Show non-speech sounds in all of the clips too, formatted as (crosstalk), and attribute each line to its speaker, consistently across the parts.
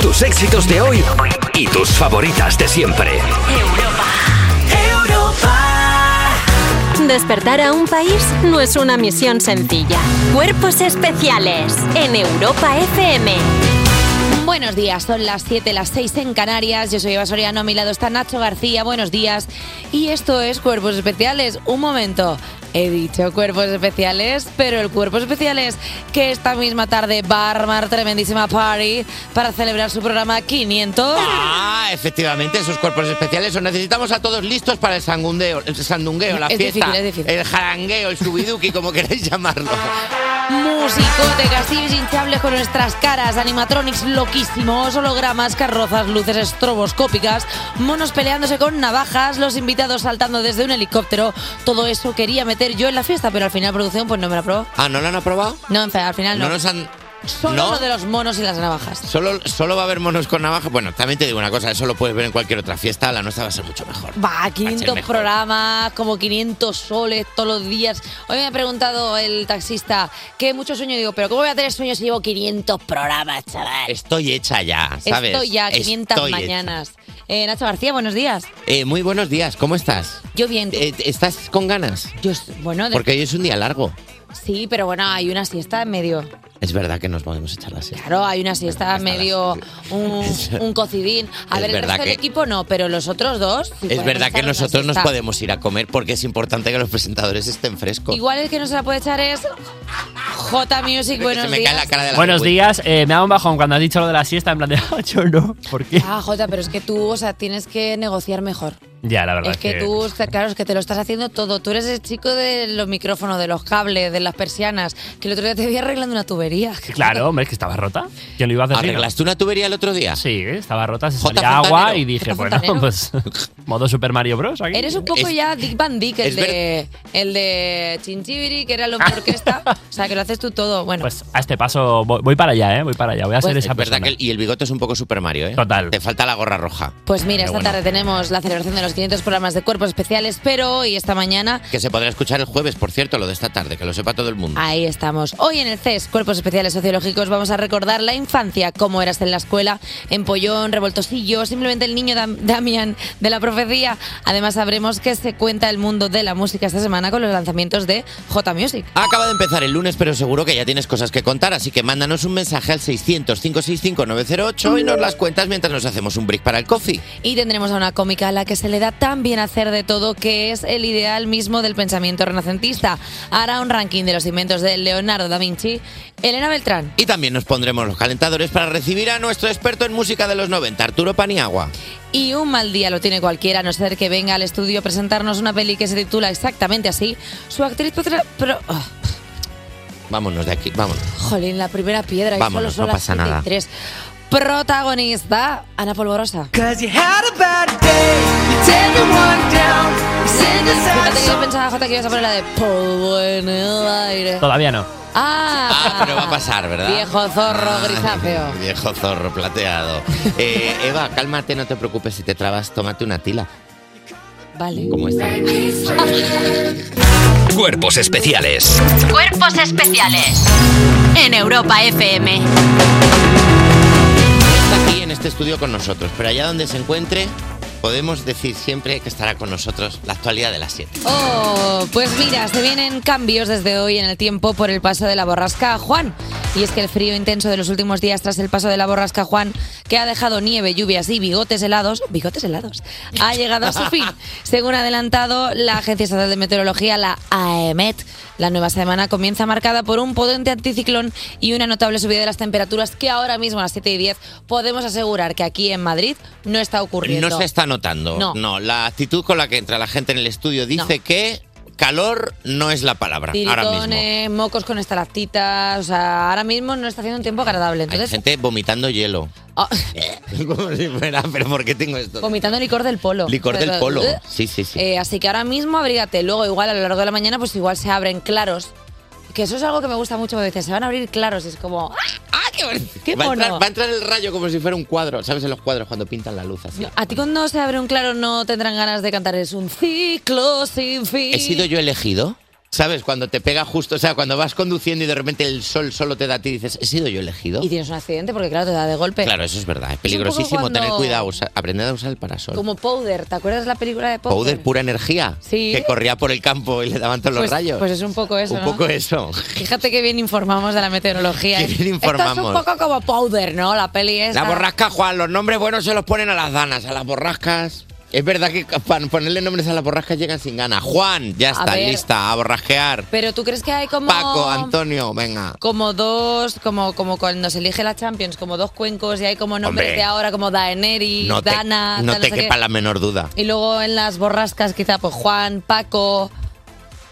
Speaker 1: tus éxitos de hoy y tus favoritas de siempre.
Speaker 2: Despertar a un país no es una misión sencilla. Cuerpos especiales en Europa FM.
Speaker 3: Buenos días, son las 7, las 6 en Canarias. Yo soy Eva Soriano, a mi lado está Nacho García. Buenos días. Y esto es Cuerpos Especiales. Un momento. He dicho cuerpos especiales, pero el cuerpo especial es que esta misma tarde va a armar tremendísima party para celebrar su programa 500.
Speaker 4: Ah, efectivamente, esos cuerpos especiales. Os necesitamos a todos listos para el sangundeo, el sandungueo, la
Speaker 3: Es
Speaker 4: fiesta,
Speaker 3: difícil, es difícil.
Speaker 4: el jarangueo, el subiduki, como queréis llamarlo.
Speaker 3: Musicotecas, castillos hinchables con nuestras caras, animatronics loquísimos, hologramas, carrozas, luces estroboscópicas, monos peleándose con navajas, los invitados saltando desde un helicóptero. Todo eso quería meter yo en la fiesta, pero al final producción pues no me la aprobó.
Speaker 4: Ah, ¿no lo han aprobado?
Speaker 3: No, en fe- al final Ah, no.
Speaker 4: No nos han...
Speaker 3: Solo
Speaker 4: no.
Speaker 3: lo de los monos y las navajas.
Speaker 4: Solo, solo va a haber monos con navaja. Bueno, también te digo una cosa, eso lo puedes ver en cualquier otra fiesta. La nuestra va a ser mucho mejor.
Speaker 3: Va,
Speaker 4: ser
Speaker 3: 500
Speaker 4: mejor.
Speaker 3: programas, como 500 soles todos los días. Hoy me ha preguntado el taxista que mucho sueño. Digo, pero ¿cómo voy a tener sueño si llevo 500 programas, chaval?
Speaker 4: Estoy hecha ya, ¿sabes?
Speaker 3: Estoy ya 500
Speaker 4: Estoy hecha.
Speaker 3: mañanas. Eh, Nacho García, buenos días.
Speaker 4: Eh, muy buenos días, ¿cómo estás?
Speaker 3: Yo bien.
Speaker 4: Eh, ¿Estás con ganas?
Speaker 3: Yo s- bueno, de-
Speaker 4: Porque hoy es un día largo.
Speaker 3: sí, pero bueno, hay una siesta en medio.
Speaker 4: Es verdad que nos podemos echar la siesta.
Speaker 3: Claro, hay una siesta en
Speaker 4: hasta las-
Speaker 3: medio,
Speaker 4: (laughs)
Speaker 3: un, un cocidín. A
Speaker 4: Es
Speaker 3: ver, el
Speaker 4: verdad
Speaker 3: resto del
Speaker 4: que-
Speaker 3: equipo no, pero los otros dos. sí
Speaker 4: Es
Speaker 3: podemos
Speaker 4: verdad que
Speaker 3: echarnos una
Speaker 4: nosotros nos
Speaker 3: siesta.
Speaker 4: podemos ir a comer porque es importante que los presentadores estén frescos.
Speaker 3: Igual el que no se la puede echar es J Music,
Speaker 4: Que
Speaker 3: buenos
Speaker 4: se me
Speaker 3: días.
Speaker 4: cae la cara de la
Speaker 5: Buenos
Speaker 4: vergüenza.
Speaker 5: días, eh, me ha dado un bajón cuando has dicho lo de la siesta, en plan de, (laughs) "Ah, yo no, ¿por qué?
Speaker 3: Ah, Jota, pero es que tú, o sea, tienes que negociar mejor.
Speaker 5: Ya, la verdad
Speaker 3: Es que tú, o sea, claro, es que te lo estás haciendo todo. Tú eres el chico de los micrófonos, de los cables, de las persianas, que el otro día te vi arreglando una tubería.
Speaker 5: Claro, hombre, es que estaba rota. Yo lo iba a hacer sino?
Speaker 4: ¿Arreglaste una tubería el otro día?
Speaker 5: Sí, estaba rota, se
Speaker 4: J.
Speaker 5: salía agua
Speaker 4: Fontanero.
Speaker 5: y dije,
Speaker 3: J.
Speaker 5: bueno,
Speaker 3: Fontanero.
Speaker 5: pues (laughs) modo Super Mario Bros. aquí.
Speaker 3: Eres un poco
Speaker 4: Es-
Speaker 3: ya Dick Van Dyke, el
Speaker 4: es ver-
Speaker 3: de, el de Chinchibiri, que era el hombre
Speaker 4: (laughs)
Speaker 3: orquesta. O sea, que lo haces tú todo. Bueno,
Speaker 5: Pues a este paso voy, voy para allá, ¿eh? Voy para allá, voy a
Speaker 3: Pues
Speaker 5: ser esa
Speaker 4: Es verdad
Speaker 5: persona.
Speaker 4: que el- y el bigote es un poco Super Mario, ¿eh?
Speaker 5: Total.
Speaker 4: Te falta la gorra roja.
Speaker 3: pues mira,
Speaker 4: Pero
Speaker 3: esta
Speaker 4: bueno.
Speaker 3: tarde tenemos la celebración de los 500 programas de cuerpos especiales, pero hoy, esta mañana,
Speaker 4: Que se podrá escuchar el jueves, por cierto, lo de esta tarde, que lo sepa todo el mundo.
Speaker 3: Ahí estamos. Hoy en el CES, Cuerpos Especiales Sociológicos, vamos a recordar la infancia, cómo eras en la escuela, en pollón, revoltosillo, simplemente el niño Dam- Damián de la profecía. Además, sabremos que se cuenta el mundo de la música esta semana con los lanzamientos de J Music.
Speaker 4: Acaba de empezar el lunes, pero seguro que ya tienes cosas que contar, así que mándanos un mensaje al 600-565-908 y nos las cuentas mientras nos hacemos un break para el coffee.
Speaker 3: Y tendremos a una cómica a la que se le da tan bien hacer de todo que es el ideal mismo del pensamiento renacentista. Hará un ranking de los inventos de Leonardo da Vinci, Elena Beltrán.
Speaker 4: Y también nos pondremos los calentadores para recibir a nuestro experto en música de los 90, Arturo Paniagua.
Speaker 3: Y un mal día lo tiene cualquiera, a no ser que venga al estudio a presentarnos una peli que se titula exactamente así. Su actriz... potra- Pero, oh,
Speaker 4: Vámonos de aquí, vámonos.
Speaker 3: jolín, la primera piedra. y
Speaker 4: Vámonos,
Speaker 3: solo son
Speaker 4: no
Speaker 3: las
Speaker 4: pasa nada.
Speaker 3: 73. Protagonista, Ana Polvorosa. Fíjate que yo pensaba, Jota, que ibas a poner la de polvo en el aire.
Speaker 5: Todavía no.
Speaker 3: Ah,
Speaker 4: Ah, pero va a pasar, ¿verdad? Ah,
Speaker 3: Viejo zorro grisáceo.
Speaker 4: Ay, (laughs) Viejo zorro plateado. Eh, Eva, cálmate, no te preocupes. Si te trabas, tómate una tila.
Speaker 3: Vale.
Speaker 4: Como esta.
Speaker 1: Cuerpos especiales
Speaker 2: Cuerpos especiales en Europa FM.
Speaker 4: Está aquí en este estudio con nosotros, pero allá donde se encuentre, podemos decir siempre que estará con nosotros la actualidad de las 7.
Speaker 3: Oh, pues mira, se vienen cambios desde hoy en el tiempo por el paso de la borrasca Juan. Y es que el frío intenso de los últimos días tras el paso de la borrasca Juan, que ha dejado nieve, lluvias y bigotes helados, bigotes helados, ha llegado a su
Speaker 4: (laughs)
Speaker 3: fin. Según ha adelantado la Agencia Estatal de Meteorología, la E AEMET, la nueva semana comienza marcada por un potente anticiclón y una notable subida de las temperaturas que ahora mismo a las 7 y 10 podemos asegurar que aquí en Madrid no está ocurriendo.
Speaker 4: No se está notando.
Speaker 3: No.
Speaker 4: la actitud con la que entra la gente en el estudio dice
Speaker 3: No.
Speaker 4: que calor no es la palabra ahora mismo.
Speaker 3: Tiritones, mocos con estalactitas. O sea, ahora mismo no está haciendo un tiempo agradable.
Speaker 4: Hay
Speaker 3: Entonces,
Speaker 4: gente vomitando hielo. (laughs)
Speaker 3: ah, (laughs)
Speaker 4: Como si fuera, pero ¿por qué tengo esto?
Speaker 3: vomitando licor del polo.
Speaker 4: Licor del
Speaker 3: Pero,
Speaker 4: polo.
Speaker 3: eh,
Speaker 4: Sí, sí, sí.
Speaker 3: eh, así que ahora mismo abrígate. Luego, igual a lo largo de la mañana, pues igual se abren claros. Que eso es algo que me gusta mucho. Me dicen, se van a abrir claros. y Es como. ¡ah!
Speaker 4: ¡Ah, qué bonito!
Speaker 3: qué
Speaker 4: va, a entrar,
Speaker 3: mono.
Speaker 4: va a entrar el rayo como si fuera un cuadro. ¿Sabes en los cuadros cuando pintan la luz así?
Speaker 3: A ti, cuando se abre un claro, no tendrán ganas de cantar. Es un ciclo sin fin.
Speaker 4: ¿He sido yo elegido? ¿Sabes? Cuando te pega justo, o sea, cuando vas conduciendo y de repente el sol solo te da a ti y dices, ¿he sido yo elegido?
Speaker 3: Y tienes un accidente porque, claro, te da de golpe.
Speaker 4: Claro, eso es verdad. Es
Speaker 3: Es un poco
Speaker 4: peligrosísimo
Speaker 3: cuando-
Speaker 4: tener cuidado, usa- aprender a usar el parasol.
Speaker 3: Como Powder, ¿te acuerdas la película de Powder?
Speaker 4: Powder, pura energía,
Speaker 3: Sí.
Speaker 4: que corría por el campo y le daban todos
Speaker 3: pues,
Speaker 4: los rayos.
Speaker 3: Pues es un poco eso,
Speaker 4: un
Speaker 3: ¿no?
Speaker 4: poco eso.
Speaker 3: Fíjate que bien informamos de la meteorología.
Speaker 4: Qué
Speaker 3: ¿eh?
Speaker 4: bien
Speaker 3: Esto es un
Speaker 4: informamos.
Speaker 3: poco como Powder, ¿no? La peli es.
Speaker 4: La borrasca, Juan, los nombres buenos se los ponen a las danas, a las borrascas. Es verdad que para ponerle nombres a las borrascas llegan sin ganas. Juan, ya
Speaker 3: A
Speaker 4: está,
Speaker 3: ver.
Speaker 4: lista, a borrasquear.
Speaker 3: Pero tú crees que hay como.
Speaker 4: Paco, Antonio, venga.
Speaker 3: Como dos, como, como cuando se elige la Champions, como dos cuencos y hay como nombres
Speaker 4: Hombre.
Speaker 3: de ahora como Daenerys,
Speaker 4: No te,
Speaker 3: Dana,
Speaker 4: no
Speaker 3: tal,
Speaker 4: te
Speaker 3: sé qué.
Speaker 4: quepa la menor duda.
Speaker 3: Y luego en las borrascas quizá pues Juan, Paco,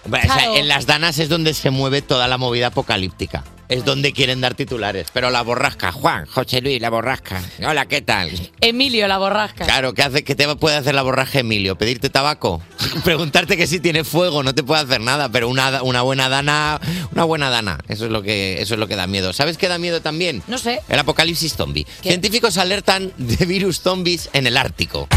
Speaker 4: Hombre, o sea,
Speaker 3: Claro.
Speaker 4: en las danas es donde se mueve toda la movida apocalíptica. Es donde quieren dar titulares. Pero la borrasca, Juan, José Luis, la borrasca. Hola, ¿qué tal?
Speaker 3: Emilio la borrasca.
Speaker 4: Claro, ¿qué, hace, qué te puede hacer la borrasca, Emilio? ¿Pedirte tabaco? (laughs) Preguntarte que si tiene fuego, no te puede hacer nada, pero una, una buena dana, una buena dana, eso es lo que eso es lo que da miedo. ¿Sabes qué da miedo también?
Speaker 3: No sé.
Speaker 4: El apocalipsis zombie. Científicos alertan de virus zombies en el Ártico.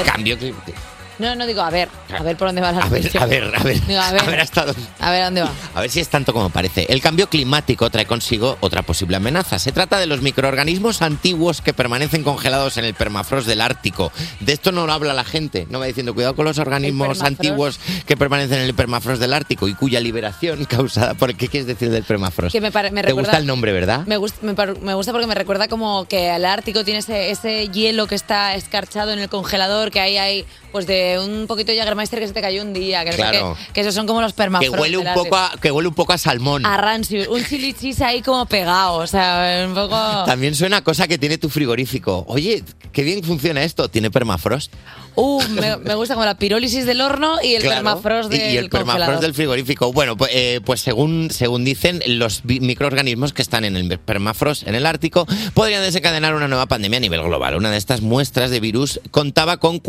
Speaker 4: El cambio climático.
Speaker 3: No, no digo, a ver, a ver por dónde va la
Speaker 4: A ver, a ver, a ver.
Speaker 3: Digo,
Speaker 4: (laughs)
Speaker 3: a
Speaker 4: A
Speaker 3: ver.
Speaker 4: ver hasta dónde.
Speaker 3: A ver, ¿a dónde va?
Speaker 4: A ver si es tanto como parece. El cambio climático trae consigo otra posible amenaza. Se trata de los microorganismos antiguos que permanecen congelados en el permafrost del Ártico. De esto no habla la gente. No va diciendo cuidado con los organismos
Speaker 6: permafrost.
Speaker 4: antiguos que permanecen en el permafrost del Ártico y cuya liberación (laughs) causada por... ¿Qué quieres decir del permafrost?
Speaker 3: Que me pare- me
Speaker 4: Te
Speaker 3: recuerda-
Speaker 4: gusta el nombre, ¿verdad?
Speaker 3: Me gusta, me, par- me gusta porque me recuerda como que el Ártico tiene ese, ese hielo que está escarchado en el congelador, que ahí hay pues de un poquito de Jägermeister que se te cayó un día, que, no sé
Speaker 4: Claro.
Speaker 3: qué, que esos son como los
Speaker 4: Que
Speaker 3: permafrost.
Speaker 4: huele,
Speaker 3: del
Speaker 4: un poco
Speaker 3: Ártico.
Speaker 4: a, que huele un poco a salmón.
Speaker 3: a rancio, un chili cheese ahí como pegado, o sea, un poco...
Speaker 4: También suena a cosa que tiene tu frigorífico. Oye, qué bien funciona esto. Tiene permafrost.
Speaker 3: Uh, me, me gusta como la pirólisis del horno y el
Speaker 4: Claro,
Speaker 3: permafrost
Speaker 4: y-
Speaker 3: del
Speaker 4: y el permafrost
Speaker 3: congelador.
Speaker 4: del frigorífico. Bueno, pues, eh, pues según, según dicen, los bi- microorganismos que están en el permafrost en el Ártico podrían desencadenar una nueva pandemia a nivel global. Una de estas muestras de virus contaba con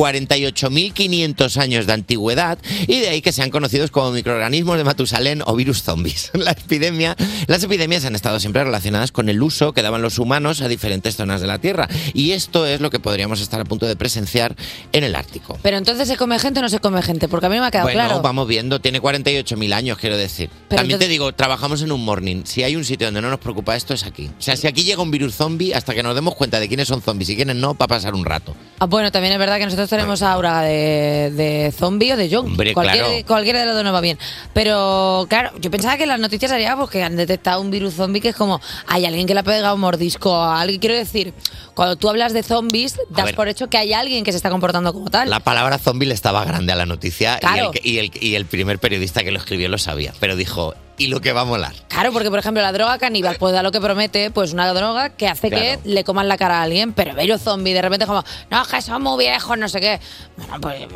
Speaker 4: 48.500 años de antigüedad y de ahí que sean conocidos como microorganismos de Matusalén o virus zombies. (laughs) La epidemia, las epidemias han estado siempre relacionadas con el uso que daban los humanos a diferentes zonas de la Tierra y esto es lo que podríamos estar a punto de presenciar en el Ártico.
Speaker 3: Pero entonces se come gente o no se come gente, porque a mí me ha quedado
Speaker 4: Bueno,
Speaker 3: claro.
Speaker 4: vamos viendo, tiene 48.000 años, quiero decir.
Speaker 3: Pero
Speaker 4: También
Speaker 3: entonces-
Speaker 4: te digo, trabajamos en un morning. Si hay un sitio donde no nos preocupa esto, es aquí. O sea, si aquí llega un virus zombie, hasta que nos demos cuenta de quiénes son zombies y quiénes no, va a pasar un rato.
Speaker 3: Ah, bueno, también es verdad que nosotros tenemos aura de, de zombie o de zombie.
Speaker 4: Hombre,
Speaker 3: cualquiera,
Speaker 4: claro.
Speaker 3: cualquiera de los dos nos va bien. Pero claro, yo pensaba que en las noticias haría pues, que han detectado un virus zombie que es como, hay alguien que le ha pegado un mordisco a alguien. Quiero decir, cuando tú hablas de zombies, das
Speaker 4: ver.
Speaker 3: por hecho que hay alguien que se está comportando como tal.
Speaker 4: La palabra zombie le estaba grande a la noticia y
Speaker 3: Claro.
Speaker 4: el que- y, el, y el primer periodista que lo escribió lo sabía. Pero dijo, ¿y lo que va a molar?
Speaker 3: Claro, porque por ejemplo la droga caníbal, pues da lo que promete, pues una droga que hace
Speaker 4: Claro.
Speaker 3: que le coman la cara a alguien, pero virus zombie, de repente como, no, es que son muy viejos, no sé qué. Bueno, pues yo-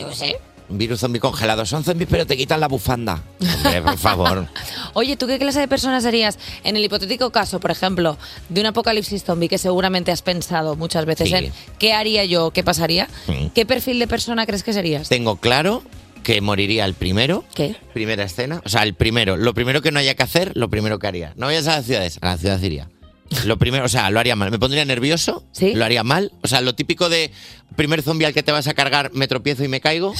Speaker 3: yo qué sé.
Speaker 4: Un virus zombie congelado. Son zombies, pero te quitan la
Speaker 3: (laughs)
Speaker 4: bufanda. Hombre, por favor.
Speaker 3: Oye, ¿tú qué clase de persona serías en el hipotético caso, por ejemplo, de un apocalipsis zombie que seguramente has pensado muchas veces
Speaker 4: Sí.
Speaker 3: en qué haría yo, qué pasaría?
Speaker 4: Sí.
Speaker 3: ¿Qué perfil de persona crees que serías?
Speaker 4: Tengo claro que moriría el primero.
Speaker 3: ¿Qué?
Speaker 4: Primera escena. O sea, el primero. Lo primero que no haya que hacer, lo primero que haría. No vayas a las ciudades. A las ciudades iría. Lo primero, o sea, lo haría mal. Me pondría nervioso.
Speaker 3: Sí.
Speaker 4: Lo haría mal. O sea, lo típico de primer zombie al que te vas a cargar, me tropiezo y me caigo.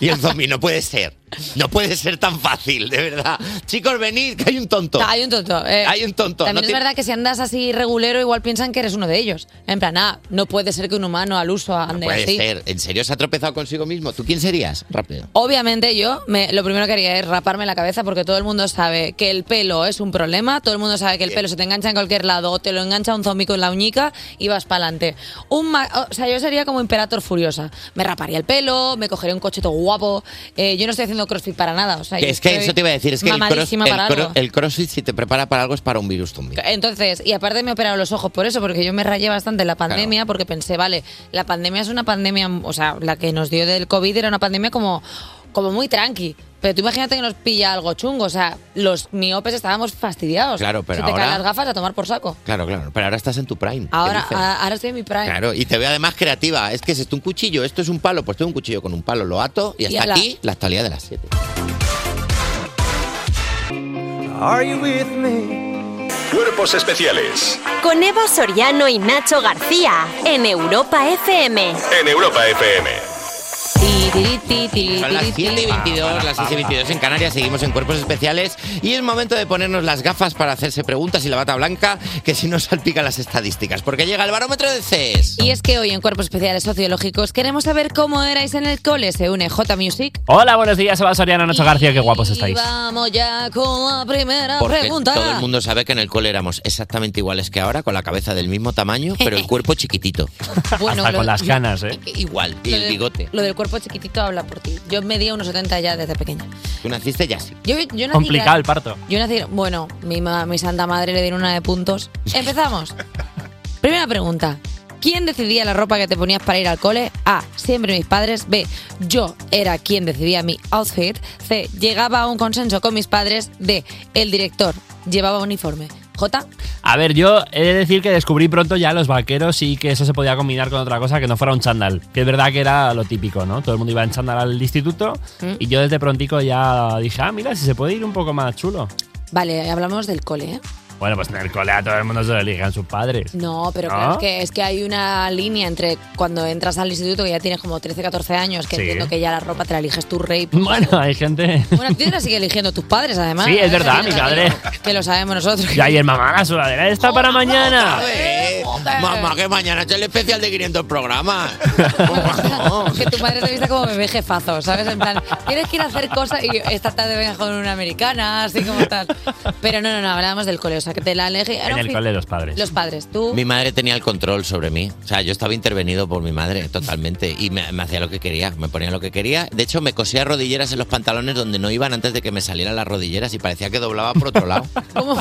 Speaker 4: Y el zombie, no puede ser. No puede ser tan fácil, de verdad. Chicos, venid, que hay un tonto.
Speaker 3: No, hay un tonto. eh.
Speaker 4: Hay un tonto.
Speaker 3: También
Speaker 4: No
Speaker 3: es
Speaker 4: tiene-
Speaker 3: verdad que si andas así regulero, igual piensan que eres uno de ellos. En plan, ah, no puede ser que un humano al uso ande
Speaker 4: Puede
Speaker 3: así.
Speaker 4: ser. ¿En serio se ha tropezado consigo mismo? ¿Tú quién serías? Rápido.
Speaker 3: Obviamente yo me- lo primero que haría es raparme la cabeza porque todo el mundo sabe que el pelo es un problema, todo el mundo sabe que el pelo se te engancha en cualquier lado o te lo engancha un zombi con la uñica y vas para adelante. O sea, yo sería como imperator furiosa. Me raparía el pelo, me cogería un cocheto guapo. eh, yo no estoy haciendo crossfit para nada. O sea, yo
Speaker 4: es que
Speaker 3: estoy
Speaker 4: eso te iba a decir. Es que el, cross-
Speaker 3: mamadísima
Speaker 4: el
Speaker 3: para
Speaker 4: cro-
Speaker 3: algo.
Speaker 4: el crossfit, si te prepara para algo, es para un virus zombie.
Speaker 3: Entonces, y aparte me he operado los ojos por eso, porque yo me rayé bastante en la pandemia, porque pensé, vale, la pandemia es una pandemia, o sea, la que nos dio del COVID era una pandemia como, como muy tranqui. Pero tú imagínate que nos pilla algo chungo, o sea, los miopes estábamos fastidiados.
Speaker 4: Claro, pero
Speaker 3: Si te caen
Speaker 4: ahora-
Speaker 3: las gafas a tomar por saco.
Speaker 4: Claro, claro. Pero ahora estás en tu prime. ¿Qué
Speaker 3: Ahora, ah,
Speaker 4: dices?
Speaker 3: a- ahora estoy en mi prime.
Speaker 4: Claro, y te veo además creativa. Es que es esto un cuchillo, esto es un palo, pues tengo un cuchillo con un palo, lo ato y hasta
Speaker 3: ala.
Speaker 4: aquí la actualidad de las 7.
Speaker 7: Are you with me?
Speaker 6: Cuerpos especiales
Speaker 2: Con Eva Soriano y Nacho García en Europa FM.
Speaker 6: en Europa FM.
Speaker 4: Son las 7 y 22, las 6 y 22 en Canarias, seguimos en cuerpos especiales y es momento de ponernos las gafas para hacerse preguntas y la bata blanca, que si no salpica las estadísticas, porque llega el barómetro de CES.
Speaker 3: Y es que hoy en Cuerpos Especiales Sociológicos queremos saber cómo erais en el cole. Se une J Music.
Speaker 5: Hola, buenos días, Eva Soriano, Nacho García, qué guapos
Speaker 3: Y
Speaker 5: estáis.
Speaker 3: vamos ya con la primera
Speaker 4: Porque
Speaker 3: pregunta.
Speaker 4: todo el mundo sabe que en el cole éramos exactamente iguales que ahora, con la cabeza del mismo tamaño, pero el cuerpo chiquitito.
Speaker 3: Bueno, Hasta lo- con las
Speaker 5: canas, ¿eh?
Speaker 4: Igual, y
Speaker 3: Lo
Speaker 4: el
Speaker 3: del-
Speaker 4: bigote.
Speaker 3: Lo del cuerpo chiquitito habla por ti. Yo medía unos 70 ya desde pequeña.
Speaker 4: Tú naciste ya así.
Speaker 3: Yo, yo nací
Speaker 5: Complicado el
Speaker 3: gra-
Speaker 5: parto.
Speaker 3: Yo nací, bueno, mi, ma- mi santa madre le dieron una de puntos. Empezamos. Primera pregunta. ¿Quién decidía la ropa que te ponías para ir al cole? A. Siempre mis padres. B. Yo era quien decidía mi outfit. C. Llegaba a un consenso con mis padres. D. El director llevaba uniforme. J.
Speaker 5: A ver, yo he de decir que descubrí pronto ya los vaqueros y que eso se podía combinar con otra cosa que no fuera un chándal. Que es verdad que era lo típico, ¿no? Todo el mundo iba en chándal al instituto y yo desde prontico ya dije, ah, mira, si se puede ir un poco más chulo.
Speaker 3: Vale, hablamos del cole, ¿eh?
Speaker 5: Bueno, pues en el cole a todo el mundo se lo eligen sus padres.
Speaker 3: No, pero
Speaker 5: ¿No?
Speaker 3: claro, es que, es que hay una línea entre cuando entras al instituto, que ya tienes como 13, 14 años, que
Speaker 5: Sí.
Speaker 3: entiendo que ya la ropa te la eliges tú, rey.
Speaker 5: (laughs) Bueno, hay gente...
Speaker 3: Bueno, tú la sigue eligiendo tus padres, además.
Speaker 5: Sí, es verdad, mi
Speaker 3: Que-
Speaker 5: padre.
Speaker 3: Que lo sabemos nosotros. (laughs)
Speaker 5: Yo ayer, mamá, la sudadera está para mañana.
Speaker 4: Eh, Mamá, que mañana es el especial de 500 programas.
Speaker 3: Que tu padre te vista como bebé jefazo, ¿sabes? En plan, tienes que ir a hacer cosas y esta tarde vengas con una americana, así como tal. Pero no, no, no, hablábamos del cole, o sea, que te la elegí.
Speaker 4: En el cole, los padres.
Speaker 3: Los padres, tú.
Speaker 4: Mi madre tenía el control sobre mí. O sea, yo estaba intervenido por mi madre totalmente y me, me hacía lo que quería, me ponía lo que quería. De hecho, me cosía rodilleras en los pantalones donde no iban antes de que me salieran las rodilleras y parecía que doblaba por otro
Speaker 3: (laughs)
Speaker 4: lado. (laughs)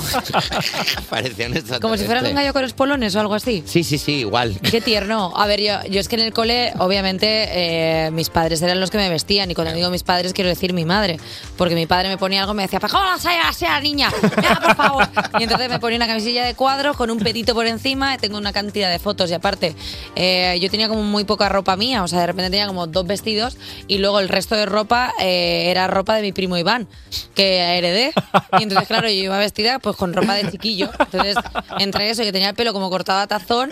Speaker 4: parecía un
Speaker 3: Como si fueras un
Speaker 4: extraterrestre.
Speaker 3: gallo con los polones o algo así.
Speaker 4: Sí, sí, sí, igual.
Speaker 3: (laughs) Qué tierno. A ver, yo, yo es que en el cole, obviamente, eh, mis padres eran los que me vestían. Y cuando digo mis padres, quiero decir mi madre. Porque mi padre me ponía algo y me decía, ¿cómo la sea, sea niña? Ya, por favor. Y entonces me ponía una camisilla de cuadros con un petito por encima. Tengo una cantidad de fotos. Y aparte, eh, yo tenía como muy poca ropa mía. O sea, de repente tenía como dos vestidos. Y luego el resto de ropa eh, era ropa de mi primo Iván, que heredé. Y entonces, claro, yo iba vestida pues con ropa de chiquillo. Entonces, entre eso, que tenía el pelo como cortado a tazón,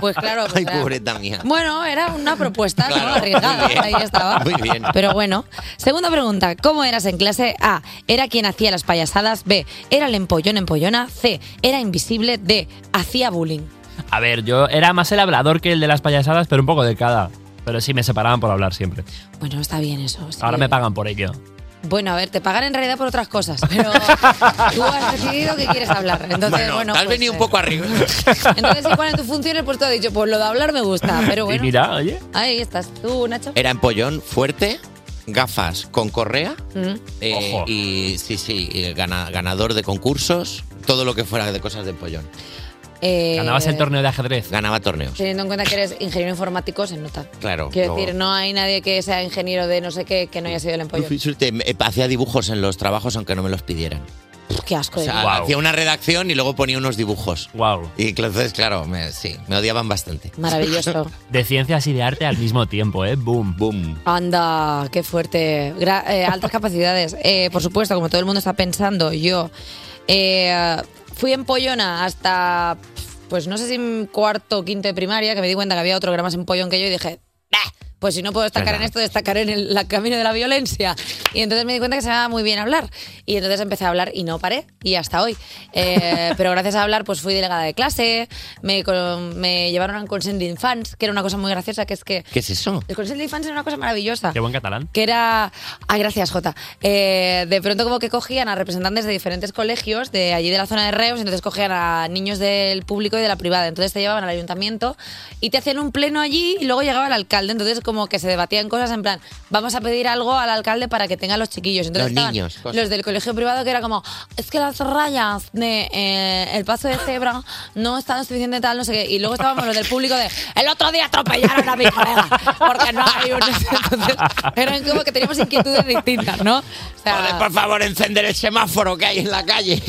Speaker 3: pues claro.
Speaker 4: (laughs)
Speaker 3: pues
Speaker 4: Ay,
Speaker 3: era-
Speaker 4: pobreta mía.
Speaker 3: Bueno, era una propuesta ¿no? arriesgada,
Speaker 4: muy bien.
Speaker 3: ahí estaba.
Speaker 4: Muy bien.
Speaker 3: Pero bueno, segunda pregunta, ¿cómo eras en clase? A, era quien hacía las payasadas. B, era el empollón empollona. C, era invisible. D, hacía bullying.
Speaker 5: A ver, yo era más el hablador que el de las payasadas, pero un poco de cada. Pero sí, me separaban por hablar siempre.
Speaker 3: Bueno, está bien eso. sí.
Speaker 5: Ahora me pagan por ello.
Speaker 3: Bueno, a ver, te pagan en realidad por otras cosas, pero tú has decidido que
Speaker 4: (laughs)
Speaker 3: quieres hablar. Entonces, bueno,
Speaker 4: bueno, te has
Speaker 3: pues,
Speaker 4: venido
Speaker 3: eh,
Speaker 4: un poco
Speaker 3: (laughs)
Speaker 4: arriba.
Speaker 3: Entonces, ¿y cuál es tu función? Pues tú has dicho, pues lo de hablar me gusta, pero
Speaker 4: Y
Speaker 3: bueno.
Speaker 4: mira, oye.
Speaker 3: Ahí estás tú, Nacho.
Speaker 4: Era empollón fuerte, gafas con correa.
Speaker 3: Mm.
Speaker 4: eh, y sí, sí, y gana- ganador de concursos, todo lo que fuera de cosas de empollón.
Speaker 3: Eh,
Speaker 4: torneo de ajedrez? Ganaba torneos,
Speaker 3: Teniendo en cuenta que eres ingeniero informático, se nota.
Speaker 4: claro.
Speaker 3: Quiero
Speaker 4: Luego-
Speaker 3: decir, no hay nadie que sea ingeniero de no sé qué que no haya sido el
Speaker 4: Yo
Speaker 3: empollón.
Speaker 4: fui suerte, me- eh, hacía dibujos en los trabajos aunque no me los pidieran.
Speaker 3: Qué asco.
Speaker 4: O
Speaker 3: de
Speaker 4: sea,
Speaker 3: mí.
Speaker 4: hacía una redacción y luego ponía unos dibujos.
Speaker 5: Wow.
Speaker 4: Y entonces, claro, me, sí, me odiaban bastante.
Speaker 3: Maravilloso.
Speaker 5: (laughs) De ciencias y de arte al mismo tiempo, ¿eh? Boom.
Speaker 4: Boom.
Speaker 3: Anda, qué fuerte. Gra- eh, altas capacidades. Eh, por supuesto, como todo el mundo está pensando, yo eh, fui empollona hasta, pues no sé si en cuarto o quinto de primaria, que me di cuenta que había otro que era más empollón que yo y dije, "Bah, pues si no puedo destacar en esto, destacaré en el la camino de la violencia. Y entonces me di cuenta que se me daba muy bien hablar. Y entonces empecé a hablar y no paré, y hasta hoy. Eh, pero gracias a hablar, pues fui delegada de clase, me, con- me llevaron al Consent de Infants, que era una cosa muy graciosa, que es que
Speaker 4: ¿Qué es eso?
Speaker 3: el Consell de Infants era una cosa maravillosa.
Speaker 5: Qué buen catalán.
Speaker 3: Que era. Ah, gracias, Jota. Eh, de pronto, como que cogían a representantes de diferentes colegios de allí de la zona de Reus, entonces cogían a niños del público y de la privada. Entonces te llevaban al ayuntamiento y te hacían un pleno allí y luego llegaba el alcalde. Entonces, como que se debatían cosas en plan, vamos a pedir algo al alcalde para que tengan los chiquillos. Entonces,
Speaker 7: Los
Speaker 3: estaban
Speaker 7: niños, cosas.
Speaker 3: Los del colegio privado, que era como, es que las rayas de eh, el paso de cebra no están lo suficiente tal, no sé qué. Y luego estábamos los del público de, el otro día atropellaron a mi colega, porque no hay un. (laughs) Eran como que teníamos inquietudes distintas, ¿no? O sea,
Speaker 4: Joder, Eh, por favor, encender el semáforo que hay en la
Speaker 3: (laughs)
Speaker 4: calle.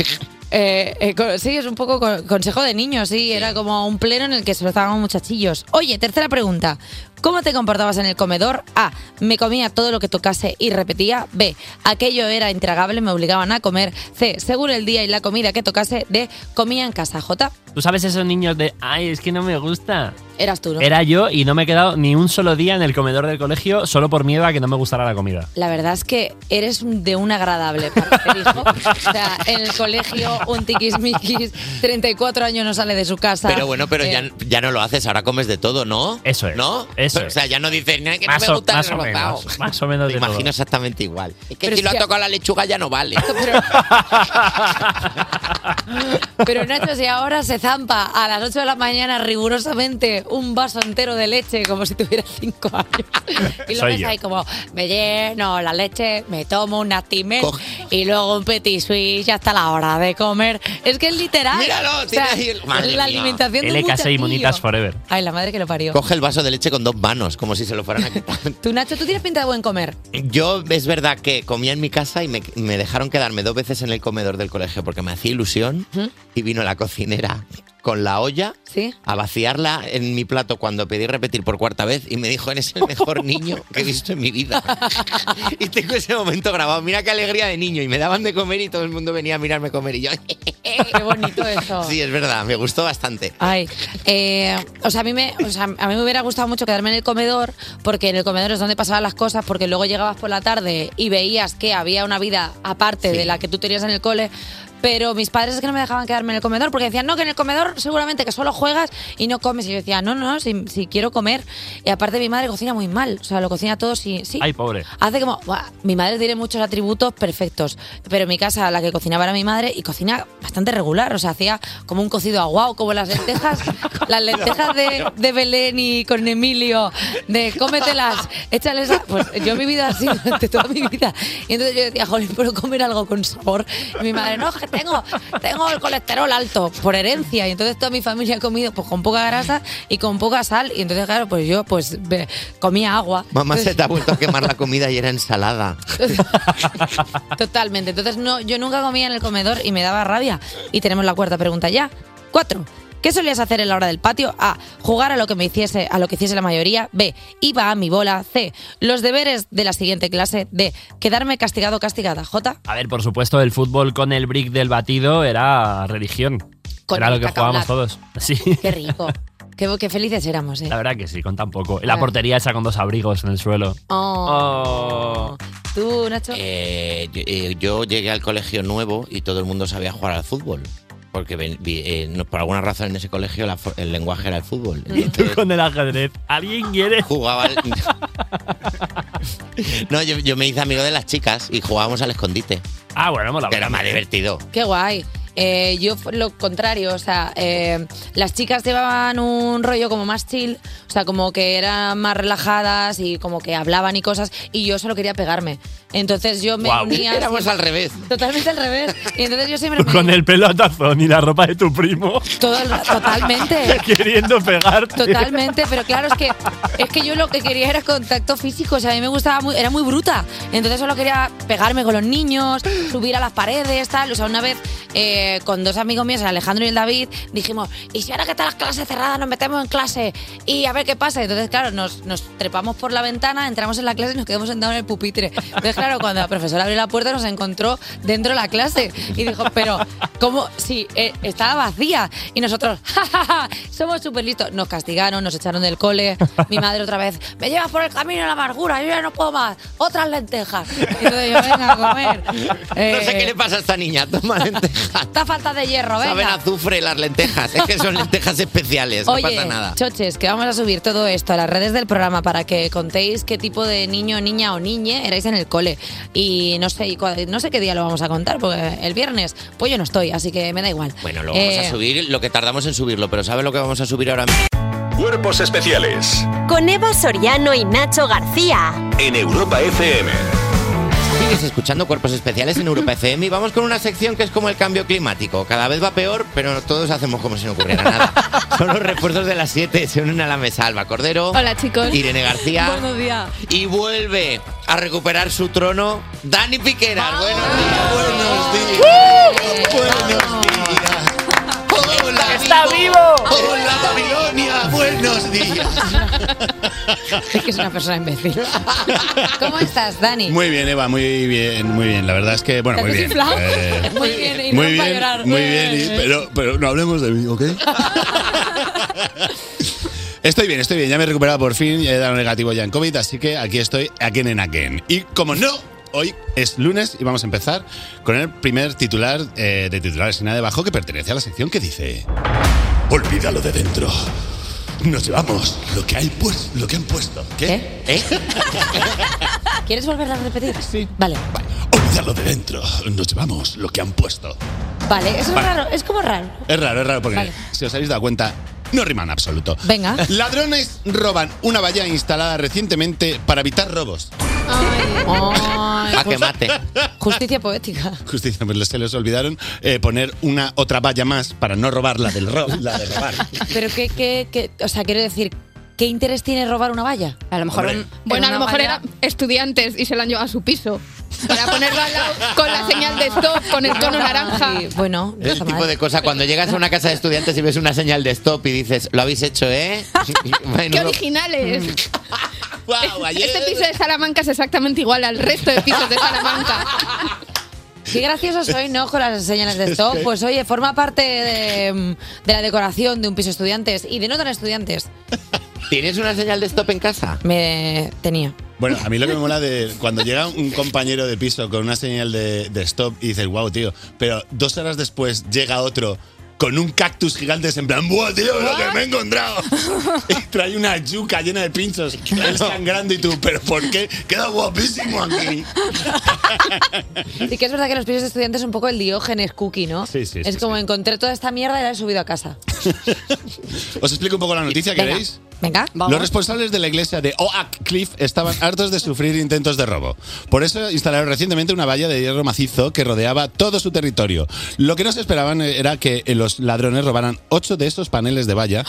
Speaker 3: eh, eh, co- sí, es un poco co- consejo de niños, sí. Era como un pleno en el que se lo estaban muchachillos. Oye, tercera pregunta. ¿Cómo te comportabas en el comedor? A. Me comía todo lo que tocase y repetía. B. Aquello era intragable, me obligaban a comer. C. Según el día y la comida que tocase. D. Comía en casa. J.
Speaker 5: Tú sabes esos niños de, ay, es que no me gusta.
Speaker 3: Eras tú, ¿no?
Speaker 5: Era yo y no me he quedado ni un solo día en el comedor del colegio solo por miedo a que no me gustara la comida.
Speaker 3: La verdad es que eres un- de un agradable parecer,
Speaker 4: (laughs)
Speaker 3: hijo. O sea, en el colegio, un tiquismiquis, 34 años no sale de su casa.
Speaker 4: Pero bueno, pero
Speaker 3: Eh,
Speaker 4: ya, ya no lo haces, ahora comes de todo, ¿no? Eso es. ¿No?
Speaker 5: eso
Speaker 4: O sea, ya no dices nada que
Speaker 5: Más
Speaker 4: no me
Speaker 5: o-
Speaker 4: gusta el
Speaker 5: más o
Speaker 4: rebozado".
Speaker 5: menos, más o menos
Speaker 4: Te
Speaker 5: de todo.
Speaker 4: imagino exactamente igual. Es que
Speaker 3: Pero
Speaker 4: si
Speaker 3: es
Speaker 4: lo ha
Speaker 3: que-
Speaker 4: tocado la lechuga ya no
Speaker 3: (laughs)
Speaker 4: vale.
Speaker 3: Pero Nacho, si ahora se zampa a las 8 de la mañana rigurosamente un vaso entero de leche, como si tuviera 5 años, y lo
Speaker 7: Soy
Speaker 3: ves
Speaker 7: yo.
Speaker 3: ahí como, me lleno la leche, me tomo un Actimel y luego un Petit Suisse y hasta la hora de comer. Es que es literal.
Speaker 4: (laughs) Míralo,
Speaker 3: O
Speaker 4: tiene
Speaker 3: sea,
Speaker 4: ahí el-
Speaker 3: La
Speaker 4: Madre mía.
Speaker 3: alimentación de un
Speaker 4: LK6 monitas
Speaker 3: muchachillo.
Speaker 4: forever.
Speaker 3: Ay, la madre que lo parió.
Speaker 4: Coge el vaso de leche con dos manos, como si se lo
Speaker 3: (laughs)
Speaker 4: fueran a quitar.
Speaker 3: Tú, Nacho, tú tienes pinta de buen comer.
Speaker 4: Yo es verdad que comía en mi casa y me, me dejaron quedarme dos veces en el comedor del colegio porque me hacía ilusión y vino la cocinera con la olla
Speaker 3: ¿Sí?
Speaker 4: a vaciarla en mi plato cuando pedí repetir por cuarta vez y me dijo, eres el mejor niño que he visto en mi vida. y tengo ese momento grabado, mira qué alegría de niño y me daban de comer y todo el mundo venía a mirarme comer y yo... (laughs)
Speaker 3: Qué bonito eso.
Speaker 4: sí, es verdad, me gustó bastante.
Speaker 3: Ay, eh, o sea, a mí me, o sea, a mí me hubiera gustado mucho quedarme en el comedor, porque en el comedor es donde pasaban las cosas, porque luego llegabas por la tarde y veías que había una vida aparte de la que tú tenías en el cole. Pero mis padres es que no me dejaban quedarme en el comedor porque decían, no, que en el comedor seguramente que solo juegas y no comes. Y yo decía, no, no, si, si quiero comer. Y aparte mi madre cocina muy mal, o sea, lo cocina todo sí, sí.
Speaker 5: Ay, pobre.
Speaker 3: Hace como. buah, Mi madre tiene muchos atributos perfectos, pero en mi casa la que cocinaba era mi madre y cocina bastante regular. O sea, hacía como un cocido aguao, como las lentejas, las lentejas de, de Belén y con Emilio, de cómetelas, échales. a-". Pues yo mi vida así durante toda mi vida. Y entonces yo decía, jolín, pero comer algo con sabor. Y mi madre, no, es que tengo, tengo el colesterol alto por herencia. Y entonces toda mi familia ha comido pues con poca grasa y con poca sal. Y entonces, claro, pues yo pues be- comía agua.
Speaker 4: Mamá
Speaker 3: Entonces-
Speaker 4: se te ha vuelto a quemar la comida y era ensalada.
Speaker 3: Totalmente. Entonces, no, yo nunca comía en el comedor y me daba rabia. Y tenemos la cuarta pregunta ya. Cuatro. ¿Qué solías hacer en la hora del patio? A. Jugar a lo que me hiciese, a lo que hiciese la mayoría. B. Iba a mi bola. C. Los deberes de la siguiente clase. D. Quedarme castigado, castigada. J.
Speaker 5: A ver, por supuesto, el fútbol con el brick del batido era religión.
Speaker 3: Con
Speaker 5: era
Speaker 3: el
Speaker 5: lo que
Speaker 3: cacao
Speaker 5: jugábamos
Speaker 3: blanco.
Speaker 5: todos. (laughs) Sí.
Speaker 3: Qué rico. qué, qué felices éramos, eh.
Speaker 5: La verdad que sí, con tan poco.
Speaker 3: Ah.
Speaker 5: La portería esa con dos abrigos en el suelo. (laughs)
Speaker 3: Oh. Tú, Nacho.
Speaker 4: Eh, yo- eh, yo llegué al colegio nuevo y todo el mundo sabía jugar al fútbol. Porque ven- vi- eh, no- por alguna razón en ese colegio la for- el lenguaje era el fútbol.
Speaker 5: Y tú con el ajedrez. Eh, ¿Alguien quiere?
Speaker 4: Jugaba al- (laughs) No, yo, yo me hice amigo de las chicas y jugábamos al escondite.
Speaker 5: Ah, bueno, mola.
Speaker 4: Era más divertido.
Speaker 3: Qué guay. Eh, yo fue lo contrario, o sea, eh, las chicas llevaban un rollo como más chill, o sea, como que eran más relajadas y como que hablaban y cosas, y yo solo quería pegarme. Entonces yo me
Speaker 5: Guau.
Speaker 3: unía...
Speaker 5: (laughs) Éramos
Speaker 3: siempre-
Speaker 5: al revés.
Speaker 3: Totalmente al revés. Y entonces yo siempre
Speaker 5: Tú (laughs)
Speaker 3: me...
Speaker 5: con el pelo a tazón y la ropa de tu primo.
Speaker 3: Todo el ra- totalmente.
Speaker 5: (laughs) Queriendo pegarte.
Speaker 3: Totalmente, pero claro, es que es que yo lo que quería era contacto físico, o sea, a mí me gustaba muy, era muy bruta, entonces solo quería pegarme con los niños, subir a las paredes, tal, o sea, una vez eh, con dos amigos míos, el Alejandro y el David, dijimos, ¿y si ahora que están las clases cerradas nos metemos en clase y a ver qué pasa? Entonces, claro, nos, nos trepamos por la ventana, entramos en la clase y nos quedamos sentados en el pupitre. Entonces, claro, cuando la profesora abrió la puerta nos encontró dentro de la clase y dijo, pero ¿cómo? Si eh, estaba vacía. Y nosotros, "Ja, ja, ja, somos súper listos. Nos castigaron, nos echaron del cole. Mi madre otra vez, me llevas por el camino de la amargura, yo ya no puedo más. Otras lentejas. Entonces yo, venga a comer.
Speaker 4: (laughs)
Speaker 3: Eh,
Speaker 4: No sé qué le pasa a esta niña. Toma lentejas.
Speaker 3: Esta falta de hierro, venga.
Speaker 4: Saben a azufre las lentejas. Es que son lentejas especiales. No
Speaker 3: Oye,
Speaker 4: pasa nada.
Speaker 3: choches, que vamos a subir todo esto a las redes del programa para que contéis qué tipo de niño, niña o niñe erais en el cole. Y no sé, y cua- no sé qué día lo vamos a contar, porque el viernes, pues yo no estoy, así que me da igual. (laughs)
Speaker 4: Bueno, lo vamos
Speaker 3: Eh,
Speaker 4: a subir, lo que tardamos en subirlo, pero ¿sabes lo que vamos a subir ahora mismo?
Speaker 6: Cuerpos especiales
Speaker 2: Con Eva Soriano y Nacho García.
Speaker 6: en Europa FM.
Speaker 4: Sigues escuchando Cuerpos Especiales en Europa FM y vamos con una sección que es como el cambio climático. Cada vez va peor, pero todos hacemos como si no
Speaker 8: (laughs)
Speaker 4: ocurriera nada. Son los refuerzos de las 7, se unen a la mesa Alba Cordero.
Speaker 8: Hola, chicos.
Speaker 4: Irene García.
Speaker 8: Buenos días.
Speaker 4: Y vuelve a recuperar su trono Dani Piqueras.
Speaker 8: Ah.
Speaker 4: Buenos días. Buenos días. Buenos días. ¡Está vivo! ¡Hola, Babilonia! ¡Buenos
Speaker 3: Es que es una
Speaker 7: (laughs)
Speaker 3: persona imbécil. ¿Cómo estás, Dani?
Speaker 7: Muy bien, Eva, muy bien, muy bien. La verdad es que, bueno,
Speaker 3: ¿Te
Speaker 7: muy
Speaker 3: has
Speaker 7: bien.
Speaker 3: desinflado?
Speaker 7: Eh,
Speaker 3: (laughs) muy bien, y
Speaker 7: muy
Speaker 3: no para
Speaker 7: bien,
Speaker 3: llorar.
Speaker 7: muy bien, y- pero, pero no hablemos de mí, ¿ok? Estoy bien, estoy bien, ya me he recuperado por fin, ya he dado negativo ya en COVID, así que aquí estoy, again en again. Y como no, hoy es lunes y vamos a empezar con el primer titular eh, de titulares y nada debajo que pertenece a la sección que dice... Olvídalo de dentro. Nos llevamos lo que, hay pues, lo que han puesto. ¿Qué? ¿Eh?
Speaker 3: (laughs) ¿Quieres volver a repetir? Sí. Vale.
Speaker 7: Olvídalo de dentro. Nos llevamos lo que han puesto.
Speaker 3: Vale, eso es
Speaker 7: Vale.
Speaker 3: raro, es como raro.
Speaker 7: Es raro, es raro porque
Speaker 3: Vale. Ah.
Speaker 7: si os habéis dado cuenta, no rima en absoluto.
Speaker 3: Venga.
Speaker 7: Ladrones roban una valla instalada recientemente para evitar robos.
Speaker 3: Ay,
Speaker 7: que mate.
Speaker 3: Justicia poética.
Speaker 7: Justicia, pues se les olvidaron eh, poner una otra valla más para no robar la del robo, la de robar.
Speaker 3: Pero qué, qué, qué, o sea, quiero decir, ¿qué interés tiene robar una valla? A lo
Speaker 7: mejor Hombre. un-
Speaker 8: Bueno, a
Speaker 3: una
Speaker 8: lo mejor
Speaker 3: valla-
Speaker 8: eran estudiantes y se la han llevado a su piso.
Speaker 3: (laughs)
Speaker 8: Para ponerlo al lado con la señal de stop, con el tono naranja.
Speaker 3: Ah, Sí, bueno,
Speaker 4: El tipo de cosa, cuando llegas a una casa de estudiantes y ves una señal de stop y dices, lo habéis hecho, ¿eh? (laughs)
Speaker 8: ¡Qué
Speaker 4: Menudo-
Speaker 8: originales! Este piso de Salamanca es exactamente igual al resto de pisos de Salamanca.
Speaker 3: (laughs) Qué gracioso soy, ¿no? Con las señales de stop. Pues oye, forma parte de, mm, de la decoración de un piso de estudiantes y de no tan estudiantes.
Speaker 4: ¿Tienes una señal de stop en casa?
Speaker 3: Me tenía.
Speaker 7: Bueno, a mí lo que me mola de cuando llega un compañero de piso con una señal de, de stop y dices, wow, tío, pero dos horas después llega otro con un cactus gigante es en plan, ¡buah, tío, lo que me he encontrado! Y trae una yuca llena de pinchos, él sangrando y tú, ¿pero por qué? Queda guapísimo aquí.
Speaker 3: Sí que es verdad que los pisos de estudiantes es un poco el diógenes cookie, ¿no?
Speaker 7: Sí, sí,
Speaker 3: Es
Speaker 7: sí,
Speaker 3: como encontré toda esta mierda y la he subido a casa.
Speaker 7: Os explico un poco la noticia,
Speaker 3: Venga.
Speaker 7: ¿queréis?
Speaker 3: Venga,
Speaker 7: Los responsables de la iglesia de Oak Cliff estaban hartos de sufrir intentos de robo. Por eso instalaron recientemente una valla de hierro macizo que rodeaba todo su territorio. Lo que no se esperaban era que los ladrones robaran ocho de esos paneles de valla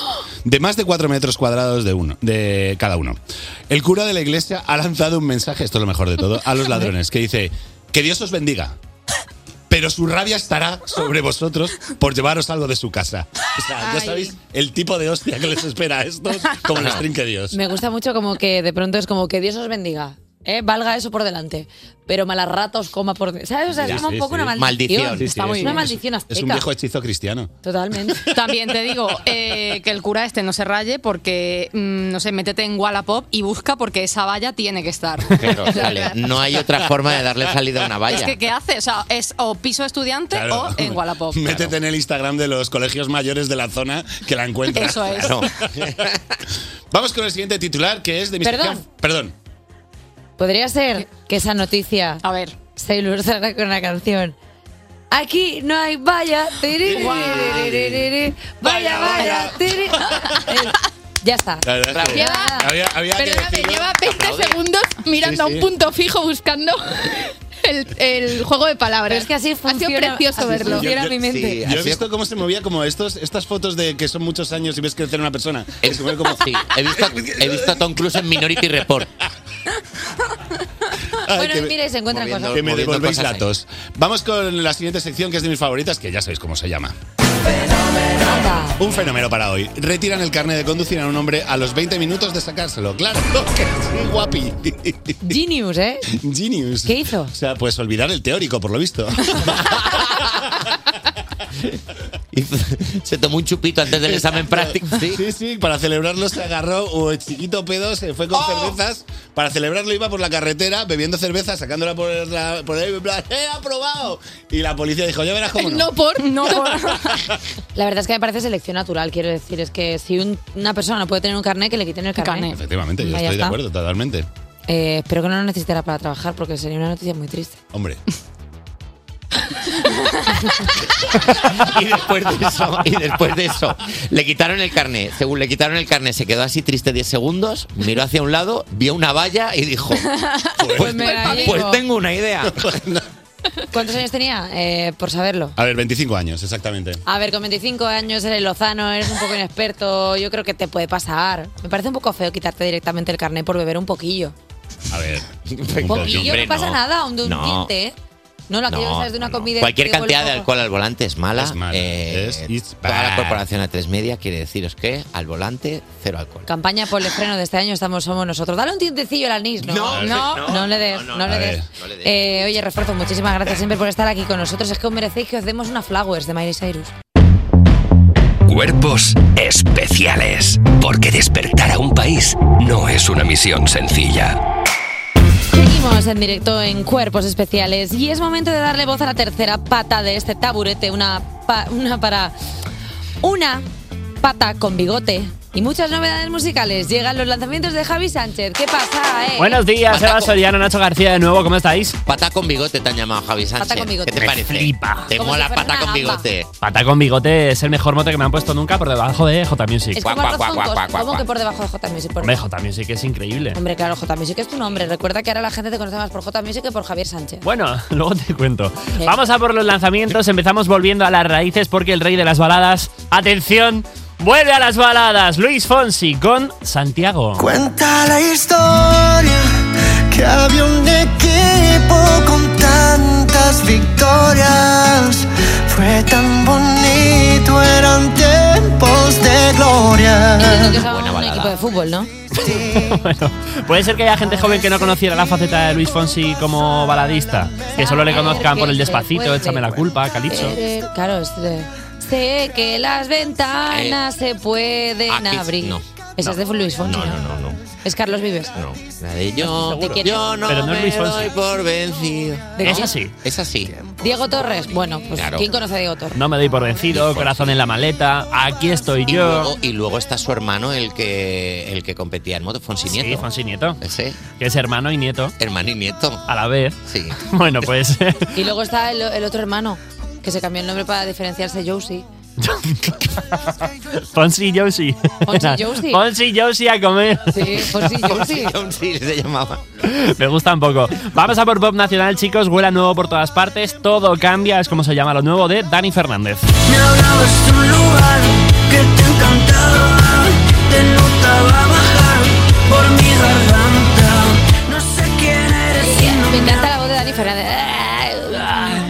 Speaker 7: de más de cuatro metros cuadrados de, uno, de cada uno. El cura de la iglesia ha lanzado un mensaje, esto es lo mejor de todo, a los ladrones que dice, que Dios os bendiga. Pero su rabia estará sobre vosotros por llevaros algo de su casa. O sea, ya
Speaker 3: Ay.
Speaker 7: sabéis el tipo de hostia que les espera a estos, como les trinque Dios.
Speaker 3: Me gusta mucho como que de pronto es como que Dios os bendiga. ¿eh? Valga eso por delante. Pero malas ratos coma por de- ¿Sabes? O sea, es como un poco una maldición. Está muy bien. una maldición azteca.
Speaker 7: Es un viejo hechizo cristiano. (laughs)
Speaker 3: Totalmente.
Speaker 9: También te digo eh, que el cura este no se raye porque, mm, no sé, métete en Wallapop y busca porque esa valla tiene que estar.
Speaker 3: (laughs)
Speaker 4: Pero, vale, no hay otra forma de darle salida a una valla.
Speaker 9: Es que, ¿qué hace? O sea, es o piso estudiante
Speaker 7: Claro.
Speaker 9: o en Wallapop.
Speaker 7: (laughs) Métete en el Instagram de los colegios mayores de la zona que la encuentras.
Speaker 9: Eso es.
Speaker 7: Claro. (laughs) Vamos con el siguiente titular que es de mi
Speaker 3: Perdón.
Speaker 7: sección- Perdón.
Speaker 3: Podría ser que esa noticia
Speaker 9: A ver.
Speaker 3: se ilustrara con una canción. Aquí no hay valla. tiri,
Speaker 7: Guau.
Speaker 3: tiri, tiri, Vaya, vaya.
Speaker 8: (laughs)
Speaker 3: tiri. Eh, Ya está.
Speaker 7: La verdad es que
Speaker 8: Lleva-
Speaker 7: había, había que
Speaker 8: Perdóname,
Speaker 7: decirlo.
Speaker 8: lleva 20 segundos mirando
Speaker 7: Sí,
Speaker 8: a
Speaker 7: sí.
Speaker 8: un punto fijo buscando (laughs) el, el juego de palabras.
Speaker 3: Pero es que así funciona-
Speaker 8: Ha sido precioso
Speaker 3: así
Speaker 8: verlo.
Speaker 3: funciona. Era mi mente.
Speaker 4: Sí,
Speaker 7: Yo he
Speaker 4: así-
Speaker 7: visto cómo se movía como estos, estas fotos de que son muchos años y ves crecer una persona.
Speaker 4: Es-
Speaker 7: Se mueve como-
Speaker 4: (laughs) sí, he, visto, he visto a Tom Cruise en Minority Report.
Speaker 7: Ay,
Speaker 3: Bueno,
Speaker 7: que me-
Speaker 3: mira, y se encuentran
Speaker 4: moviendo-
Speaker 3: cosas.
Speaker 7: Que me
Speaker 4: moviendo
Speaker 7: devolvéis
Speaker 4: cosas ahí.
Speaker 7: datos. Vamos con la siguiente sección que es de mis favoritas, que ya sabéis cómo se llama.
Speaker 3: Anda.
Speaker 7: Un fenómeno para hoy. Retiran el carnet de conducir a un hombre a los 20 minutos de sacárselo. Claro, (laughs) que es un guapi.
Speaker 3: Genius, ¿eh?
Speaker 7: Genius.
Speaker 3: ¿Qué hizo?
Speaker 7: O sea, pues olvidar el teórico, por lo
Speaker 4: (laughs)
Speaker 7: visto.
Speaker 4: Y se tomó un chupito antes del examen
Speaker 7: (laughs)
Speaker 4: práctico. Sí.
Speaker 7: Sí, sí, para celebrarlo se agarró o el chiquito pedo, se fue con
Speaker 4: ¡Oh!
Speaker 7: cervezas. Para celebrarlo iba por la carretera bebiendo cerveza, sacándola por, la, por ahí, en plan, ¡eh, aprobado! Y la policía dijo, ya verás cómo no.
Speaker 8: No
Speaker 3: (laughs)
Speaker 8: por, no (laughs) por.
Speaker 3: La verdad es que me parece selección natural, quiero decir. Es que si un- una persona no puede tener un carnet, que le quiten el carnet.
Speaker 9: carné.
Speaker 7: Efectivamente, yo
Speaker 3: Ahí
Speaker 7: estoy de
Speaker 3: está.
Speaker 7: acuerdo, totalmente.
Speaker 3: Eh, espero que no lo necesitara para trabajar, porque sería una noticia muy triste.
Speaker 7: Hombre,
Speaker 4: Y después de eso, y después de eso, le quitaron el carné. Según le quitaron el carné, se quedó así triste 10 segundos, miró hacia un lado, vio una valla y dijo, pues,
Speaker 3: me la
Speaker 4: pues
Speaker 3: llevo.
Speaker 4: tengo una idea.
Speaker 3: ¿Cuántos años tenía? Eh, por saberlo.
Speaker 7: a ver, 25 años, exactamente.
Speaker 3: A ver, con 25 años eres lozano, eres un poco inexperto, yo creo que te puede pasar. Me parece un poco feo quitarte directamente el carnet por beber un poquillo.
Speaker 7: A ver.
Speaker 4: (laughs)
Speaker 3: Un poquillo,
Speaker 4: Hombre,
Speaker 3: no pasa
Speaker 4: no.
Speaker 3: nada, un, un
Speaker 4: No.
Speaker 3: diente, ¿eh? No, la que yo
Speaker 4: No,
Speaker 3: sabes de una comida.
Speaker 4: Cualquier
Speaker 3: de
Speaker 4: cantidad de
Speaker 3: golpe-
Speaker 4: alcohol al volante es mala.
Speaker 7: Es mala.
Speaker 4: eh,
Speaker 7: Es- it's
Speaker 4: toda la
Speaker 7: bad.
Speaker 4: corporación a tres media quiere deciros que al volante cero alcohol.
Speaker 3: Campaña por el freno de este año estamos somos nosotros. Dale un tintecillo al anís, ¿no?
Speaker 4: No,
Speaker 3: no,
Speaker 4: no,
Speaker 3: no le des, no,
Speaker 4: no,
Speaker 3: le
Speaker 7: a
Speaker 3: des.
Speaker 7: ver.
Speaker 4: No le des.
Speaker 3: Eh, oye, refuerzo, muchísimas gracias siempre por estar aquí con nosotros. Es que os merecéis que os demos una flowers de Miley Cyrus.
Speaker 1: Cuerpos especiales. Porque despertar a un país no es una misión sencilla.
Speaker 3: Seguimos en directo en Cuerpos Especiales y es momento de darle voz a la tercera pata de este taburete, una, pa- una para... Una pata con bigote y muchas novedades musicales. Llegan los lanzamientos de Javi Sánchez. ¿Qué pasa, eh?
Speaker 5: Buenos días, Eva
Speaker 4: Paco.
Speaker 5: Soriano, Nacho García de nuevo, ¿cómo estáis?
Speaker 4: Pata con bigote te han llamado, Javi Sánchez.
Speaker 3: con bigote.
Speaker 4: ¿Qué te
Speaker 5: Me
Speaker 4: parece?
Speaker 5: flipa.
Speaker 4: Te
Speaker 3: Como
Speaker 4: mola
Speaker 3: si fuera
Speaker 4: pata
Speaker 3: una
Speaker 4: con
Speaker 3: gamba.
Speaker 4: bigote.
Speaker 5: Pata con bigote es el mejor mote que me han puesto nunca por debajo de J Music.
Speaker 3: es como
Speaker 4: Cuac,
Speaker 3: arroz
Speaker 4: cuac,
Speaker 3: con
Speaker 4: cuac,
Speaker 3: cos-
Speaker 4: cuac, cuac,
Speaker 3: ¿Cómo que
Speaker 4: cuac.
Speaker 3: por debajo de J Music? Por
Speaker 5: Hombre,
Speaker 3: debajo.
Speaker 5: J Music es increíble.
Speaker 3: Hombre, claro, J Music es tu nombre. Recuerda que ahora la gente te conoce más por J Music que por Javier Sánchez.
Speaker 5: Bueno, luego te cuento.
Speaker 3: Sí.
Speaker 5: Vamos a por los lanzamientos. Empezamos volviendo a las raíces porque el rey de las baladas, atención, vuelve a las baladas. Luis Fonsi con Santiago.
Speaker 10: Cuenta la historia que había un equipo con tantas victorias. Fue tan bonito, eran tiempos de gloria.
Speaker 3: Entiendo que es un
Speaker 4: balada.
Speaker 3: equipo de fútbol, ¿no?
Speaker 5: Bueno, puede ser que haya gente joven que no conociera la faceta de Luis Fonsi como baladista, que solo le conozcan por el despacito, échame la culpa, Calipso.
Speaker 3: Eh, Claro, es de- sé que las ventanas se pueden
Speaker 4: Eh, aquí-
Speaker 3: abrir.
Speaker 4: no.
Speaker 3: Esa es de Luis Fonsi.
Speaker 4: No, no, no, no.
Speaker 3: Es Carlos Vives.
Speaker 4: No. La de yo,
Speaker 3: ¿De quién?
Speaker 4: yo no,
Speaker 5: Pero no es
Speaker 4: me
Speaker 5: Luis Fonsi.
Speaker 4: doy por vencido.
Speaker 3: ¿De
Speaker 5: Es
Speaker 3: quién?
Speaker 5: así.
Speaker 4: Es así.
Speaker 3: Diego Torres. Bueno, pues
Speaker 4: Claro.
Speaker 3: ¿quién conoce a Diego Torres?
Speaker 5: No me doy por vencido, (laughs) corazón en la maleta, aquí estoy
Speaker 4: Y luego,
Speaker 5: yo.
Speaker 4: y luego está su hermano, el que, el que competía en moto, Fonsi Nieto.
Speaker 5: Sí, Fonsi Nieto,
Speaker 4: Ese,
Speaker 5: que es hermano y nieto
Speaker 4: hermano y nieto.
Speaker 5: a la vez.
Speaker 4: Sí.
Speaker 5: Bueno, pues
Speaker 3: (laughs) Y luego está el, el otro hermano, que se cambió el nombre para diferenciarse Josie.
Speaker 5: Fonsi y Josie.
Speaker 3: Fonsi y
Speaker 5: (laughs)
Speaker 3: Josie.
Speaker 5: Fonsi y Josie a comer.
Speaker 3: Sí, Fonsi
Speaker 4: Fonsi
Speaker 3: Josie.
Speaker 4: Fonsi se llamaba.
Speaker 5: Me gusta un poco. Vamos a por Pop Nacional, chicos. Huela nuevo por todas partes. Todo cambia. Es como se llama lo nuevo de Dani Fernández.
Speaker 10: Me hablabas de un lugar que te encantaba, te notaba bajar por mi garganta. No sé quién eres.
Speaker 3: Me encanta la voz de Dani Fernández.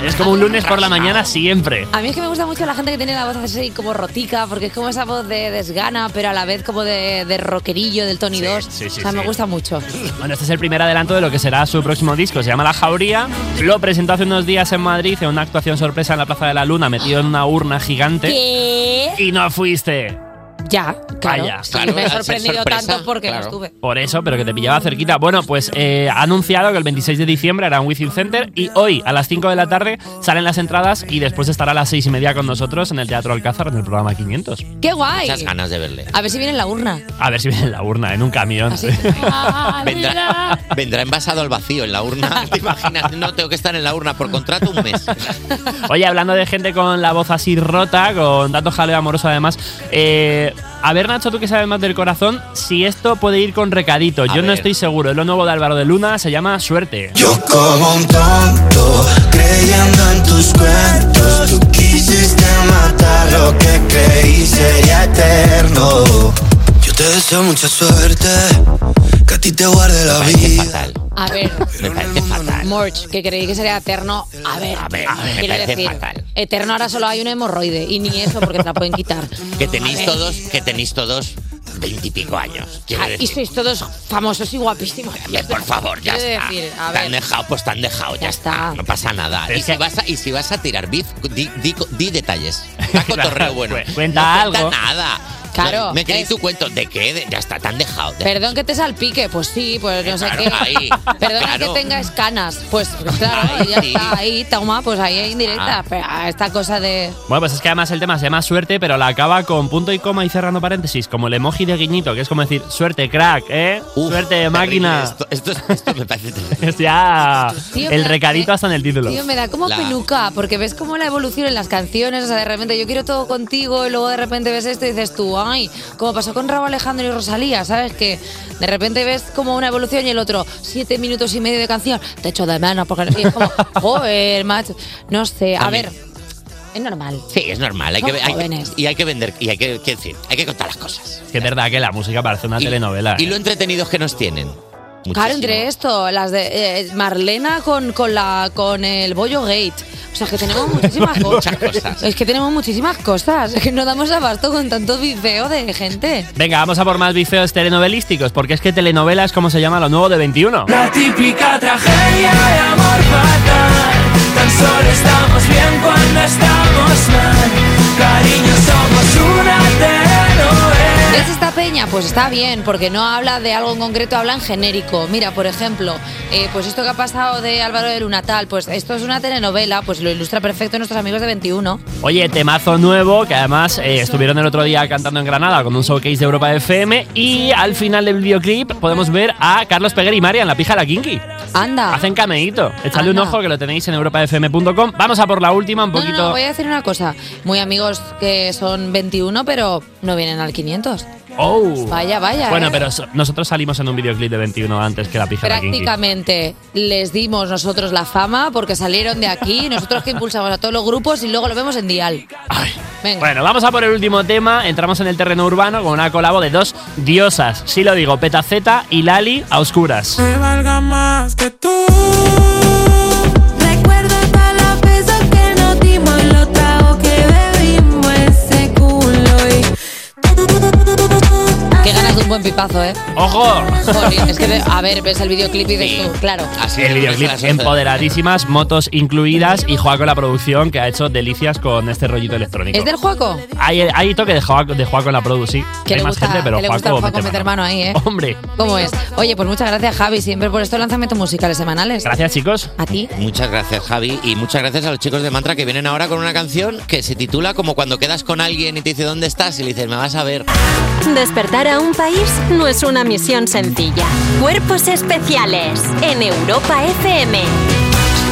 Speaker 5: Es como un lunes por la mañana siempre.
Speaker 3: A mí es que me gusta mucho la gente que tiene la voz así como rotica, porque es como esa voz de desgana, pero a la vez como de, de rockerillo del Tony 2.
Speaker 5: sí, sí,
Speaker 3: o sea, me
Speaker 5: sí.
Speaker 3: gusta mucho.
Speaker 5: Bueno, este es el primer adelanto de lo que será su próximo disco. Se llama La Jauría. Lo presentó hace unos días en Madrid en una actuación sorpresa en la Plaza de la Luna, metido en una urna gigante.
Speaker 3: ¿Qué?
Speaker 5: Y no fuiste.
Speaker 3: Ya, claro.
Speaker 5: Vaya,
Speaker 3: Sí,
Speaker 4: Ah, claro,
Speaker 3: me he
Speaker 4: al ser
Speaker 3: sorprendido
Speaker 4: sorpresa,
Speaker 3: tanto porque
Speaker 4: claro.
Speaker 3: no estuve.
Speaker 5: Por eso, pero que te pillaba cerquita. Bueno, pues eh, ha anunciado que el 26 de diciembre hará un Within Center y hoy a las 5 de la tarde salen las entradas y después estará a las 6 y media con nosotros en el Teatro Alcázar en el programa 500.
Speaker 3: ¡Qué guay!
Speaker 4: Muchas ganas de verle.
Speaker 3: A ver si viene en la urna.
Speaker 5: A ver si viene en la urna, Ah, en un camión.
Speaker 3: Así.
Speaker 5: (laughs)
Speaker 3: ah,
Speaker 4: Vendrá, vendrá envasado al vacío en la
Speaker 3: (laughs)
Speaker 4: urna. ¿Te imaginas? No, tengo que estar en la urna por contrato un mes.
Speaker 5: Oye, hablando de gente con la voz así rota, con tanto jaleo amoroso además, eh, a ver Nacho, tú que sabes más del corazón, si esto puede ir con recadito. Yo no
Speaker 4: ver.
Speaker 5: estoy seguro. Es lo nuevo de Álvaro de Luna, se llama Suerte.
Speaker 10: Yo como un tonto, creyendo en tus cuentos, tú quisiste matar lo que creí sería eterno. Yo te deseo mucha suerte, que a ti te guarde la
Speaker 4: Me parece
Speaker 10: vida.
Speaker 4: fatal.
Speaker 3: A ver,
Speaker 4: Me parece fatal.
Speaker 3: Morch, que creí que sería eterno. A ver,
Speaker 4: A ver, me
Speaker 3: quiero
Speaker 4: parece
Speaker 3: decir,
Speaker 4: fatal.
Speaker 3: eterno ahora solo hay un hemorroide y ni eso porque te la
Speaker 4: (laughs)
Speaker 3: pueden quitar.
Speaker 4: Que tenéis todos, que tenéis todos veintipico años. Quiero
Speaker 3: Ah, Y
Speaker 4: decir.
Speaker 3: sois todos famosos y guapísimos.
Speaker 4: Bien, por favor, ya
Speaker 3: Quiero
Speaker 4: está.
Speaker 3: decir, a
Speaker 4: Te
Speaker 3: ver.
Speaker 4: han dejado, pues te han dejado, ya,
Speaker 3: Ya
Speaker 4: está.
Speaker 3: está.
Speaker 4: No pasa nada. Y
Speaker 5: Es
Speaker 4: si,
Speaker 5: que-
Speaker 4: vas a, y si vas a tirar beef, di, di- di detalles.
Speaker 5: (laughs)
Speaker 4: Está cotorreo bueno.
Speaker 5: Cu- cuenta
Speaker 4: No cuenta
Speaker 5: algo.
Speaker 4: nada.
Speaker 3: Claro,
Speaker 4: Me queréis
Speaker 3: es-
Speaker 4: tu cuento. ¿De qué? De- ya está, te han dejado. De-
Speaker 3: Perdón que te salpique, pues sí, pues no sé
Speaker 4: Claro,
Speaker 3: qué.
Speaker 4: ahí,
Speaker 3: Perdón
Speaker 4: claro.
Speaker 3: que tengas canas, pues claro,
Speaker 4: Ahí,
Speaker 3: ya
Speaker 4: sí.
Speaker 3: está ahí, toma, pues ahí en indirecta.
Speaker 4: Ah.
Speaker 3: Pero ah, esta cosa de.
Speaker 5: Bueno, pues es que además el tema se llama Suerte, pero la acaba con punto y coma y cerrando paréntesis, como el emoji de guiñito, que es como decir, suerte crack, ¿eh?
Speaker 4: Uf,
Speaker 5: suerte
Speaker 4: terrible
Speaker 5: máquina.
Speaker 4: Esto, esto, esto me parece terrible.
Speaker 5: (laughs) Es ya
Speaker 3: Tío,
Speaker 5: el
Speaker 3: me-
Speaker 5: recadito hasta en el título.
Speaker 3: Tío, me da como
Speaker 4: La-
Speaker 3: peluca, porque ves como la evolución en las canciones, o sea, de repente yo quiero todo contigo y luego de repente ves esto y dices tú, ay, como pasó con Raúl Alejandro y Rosalía, ¿sabes? Que de repente ves como una evolución y el otro, siete minutos y medio de canción, te echo de menos, porque y
Speaker 4: (laughs)
Speaker 3: es como, joder, macho, no sé, a
Speaker 4: También.
Speaker 3: ver, es normal.
Speaker 4: Sí, es normal. Hay que,
Speaker 3: Son
Speaker 4: hay-
Speaker 3: jóvenes.
Speaker 4: y hay que vender. Y hay que, quiero decir, hay que contar las cosas.
Speaker 5: Que es verdad que la música parece una telenovela.
Speaker 4: Y
Speaker 5: ¿eh?
Speaker 4: lo entretenidos que nos tienen.
Speaker 3: Claro, entre esto, las de eh, Marlena con, con, la, con el Bollo Gate. O sea,
Speaker 4: (laughs)
Speaker 3: que tenemos muchísimas
Speaker 4: Muchas
Speaker 3: cosas.
Speaker 4: cosas.
Speaker 3: Es que tenemos muchísimas cosas. Es que no damos abasto con tanto bifeo de gente.
Speaker 5: Venga, vamos a por más bifeos telenovelísticos, porque es que telenovela es como se llama lo nuevo de 21.
Speaker 10: La típica tragedia de amor fatal. Tan solo estamos bien cuando estamos mal. Cariño, somos una telenovela.
Speaker 3: ¿Es esta peña? Pues está bien, porque no habla de algo en concreto, habla en genérico. Mira, por ejemplo, eh, pues esto que ha pasado de Álvaro de Luna tal, pues esto es una telenovela, pues lo ilustra perfecto nuestros amigos de 21.
Speaker 5: Oye, temazo nuevo, que además eh, estuvieron el otro día cantando en Granada con un showcase de Europa FM y al final del videoclip podemos ver a Carlos Peguer y Marian, la pija de la Kinky.
Speaker 3: Anda.
Speaker 5: Hacen cameíto. Echadle un
Speaker 3: Anda.
Speaker 5: ojo que lo tenéis en europafm.com. Vamos a por la última, un
Speaker 3: No, no,
Speaker 5: poquito...
Speaker 3: no, voy a decir una cosa. Muy amigos que son 21, pero no vienen al 500.
Speaker 5: Oh.
Speaker 3: Vaya, vaya,
Speaker 5: Bueno,
Speaker 3: eh.
Speaker 5: pero so- nosotros salimos en un videoclip de 21 antes que la pija de la Kinky.
Speaker 3: Prácticamente les dimos nosotros la fama porque salieron de aquí, (laughs) nosotros que impulsamos a todos los grupos y luego lo vemos en Dial.
Speaker 5: Bueno, vamos a por el último tema. Entramos en el terreno urbano con una colabo de dos diosas. Sí lo digo, Petaceta y Lali a oscuras.
Speaker 10: Me valga más que tú.
Speaker 11: Recuerdo hasta los besos que nos dimos, los tragos que bebimos, ese culo y
Speaker 3: Qué ganas de un buen pipazo, ¿eh?
Speaker 5: ¡Ojo!
Speaker 3: Jolín, es que, ve- a ver, ves el videoclip y dices tú, claro.
Speaker 5: el videoclip empoderadísimas, motos incluidas y Joaco la producción que ha hecho delicias con este rollito electrónico.
Speaker 3: ¿Es del Juaco?
Speaker 5: Hay, hay toque de Joaco, de Joaco en la produ, sí.
Speaker 3: Que
Speaker 5: hay
Speaker 3: le
Speaker 5: más
Speaker 3: gusta,
Speaker 5: gente, pero
Speaker 3: que le gusta
Speaker 5: Joaco,
Speaker 3: al Juaco
Speaker 5: mete
Speaker 3: meter
Speaker 5: mano.
Speaker 3: mano ahí, ¿eh?
Speaker 5: Hombre,
Speaker 3: ¿Cómo es? Oye, pues muchas gracias, Javi, siempre por estos lanzamientos musicales semanales.
Speaker 5: Gracias, chicos.
Speaker 3: A ti.
Speaker 4: Muchas gracias, Javi. Y muchas gracias a los chicos de Mantra que vienen ahora con una canción que se titula como cuando quedas con alguien y te dice dónde estás y le dices, me vas a ver.
Speaker 2: Despertar a un país no es una misión sencilla. Cuerpos especiales en Europa FM.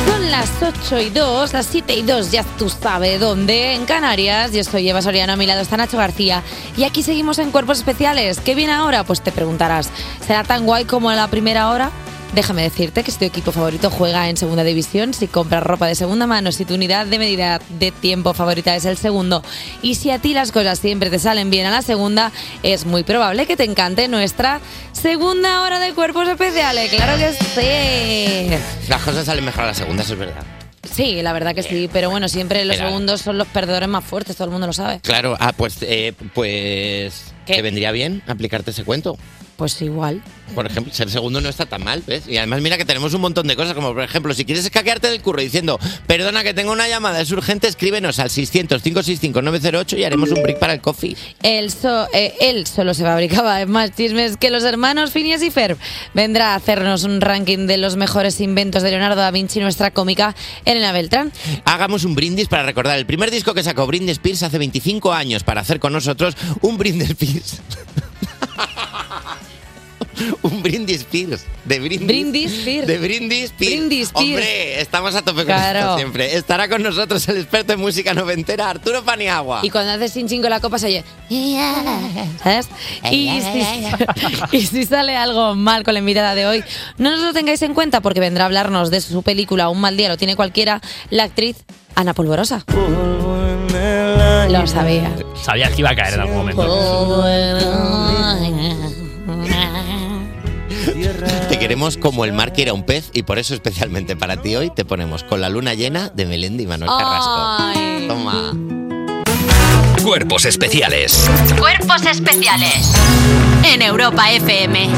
Speaker 3: Son las 8 y 2, las 7 y 2, ya tú sabes dónde, en Canarias. Yo soy Eva Soriano, a mi lado está Nacho García. Y aquí seguimos en Cuerpos Especiales. ¿Qué viene ahora? Pues te preguntarás, ¿será tan guay como en la primera hora? Déjame decirte que si tu equipo favorito juega en segunda división, si compras ropa de segunda mano, si tu unidad de medida de tiempo favorita es el segundo y si a ti las cosas siempre te salen bien a la segunda, es muy probable que te encante nuestra segunda hora de cuerpos especiales. Claro que sí.
Speaker 4: Las cosas salen mejor a las segundas, es verdad.
Speaker 3: Sí, la verdad que sí, pero bueno, siempre los
Speaker 4: Era-
Speaker 3: segundos son los perdedores más fuertes, todo el mundo lo sabe.
Speaker 4: Claro, ah, pues, eh, pues
Speaker 3: ¿Qué?
Speaker 4: te vendría bien aplicarte ese cuento.
Speaker 3: Pues igual.
Speaker 4: Por ejemplo, ser segundo no está tan mal, ¿ves? Y además mira que tenemos un montón de cosas, como por ejemplo, si quieres escaquearte del curro diciendo, perdona que tengo una llamada, es urgente, escríbenos al 600-565-908 y haremos un break para el coffee.
Speaker 3: Él, so- eh, él solo se fabricaba (laughs) en más chismes que los hermanos Phineas y Ferb. Vendrá a hacernos un ranking de los mejores inventos de Leonardo da Vinci, nuestra cómica Elena Beltrán.
Speaker 4: Hagamos un brindis para recordar el primer disco que sacó Britney Spears hace 25 años para hacer con nosotros un Britney Spears. (laughs) un Britney Spears. De Britney.
Speaker 3: Brindis Spears.
Speaker 4: De Brindis Spears.
Speaker 3: Brindis Spears.
Speaker 4: Hombre, estamos a tope con
Speaker 3: Claro.
Speaker 4: esto siempre. Estará con nosotros el experto en música noventera, Arturo Paniagua.
Speaker 3: Y cuando haces sin chingo la copa se oye. ¿Sabes? Y si, (laughs) y si sale algo mal con la invitada de hoy, no nos lo tengáis en cuenta porque vendrá a hablarnos de su película Un mal día lo tiene cualquiera, la actriz Ana Polvorosa. Lo sabía.
Speaker 5: sabías que iba a caer en algún momento.
Speaker 4: Te queremos como el mar que era un pez y por eso especialmente para ti hoy te ponemos con la luna llena de Melendi y Manuel Carrasco. Toma.
Speaker 1: Cuerpos especiales.
Speaker 2: Cuerpos especiales en Europa FM.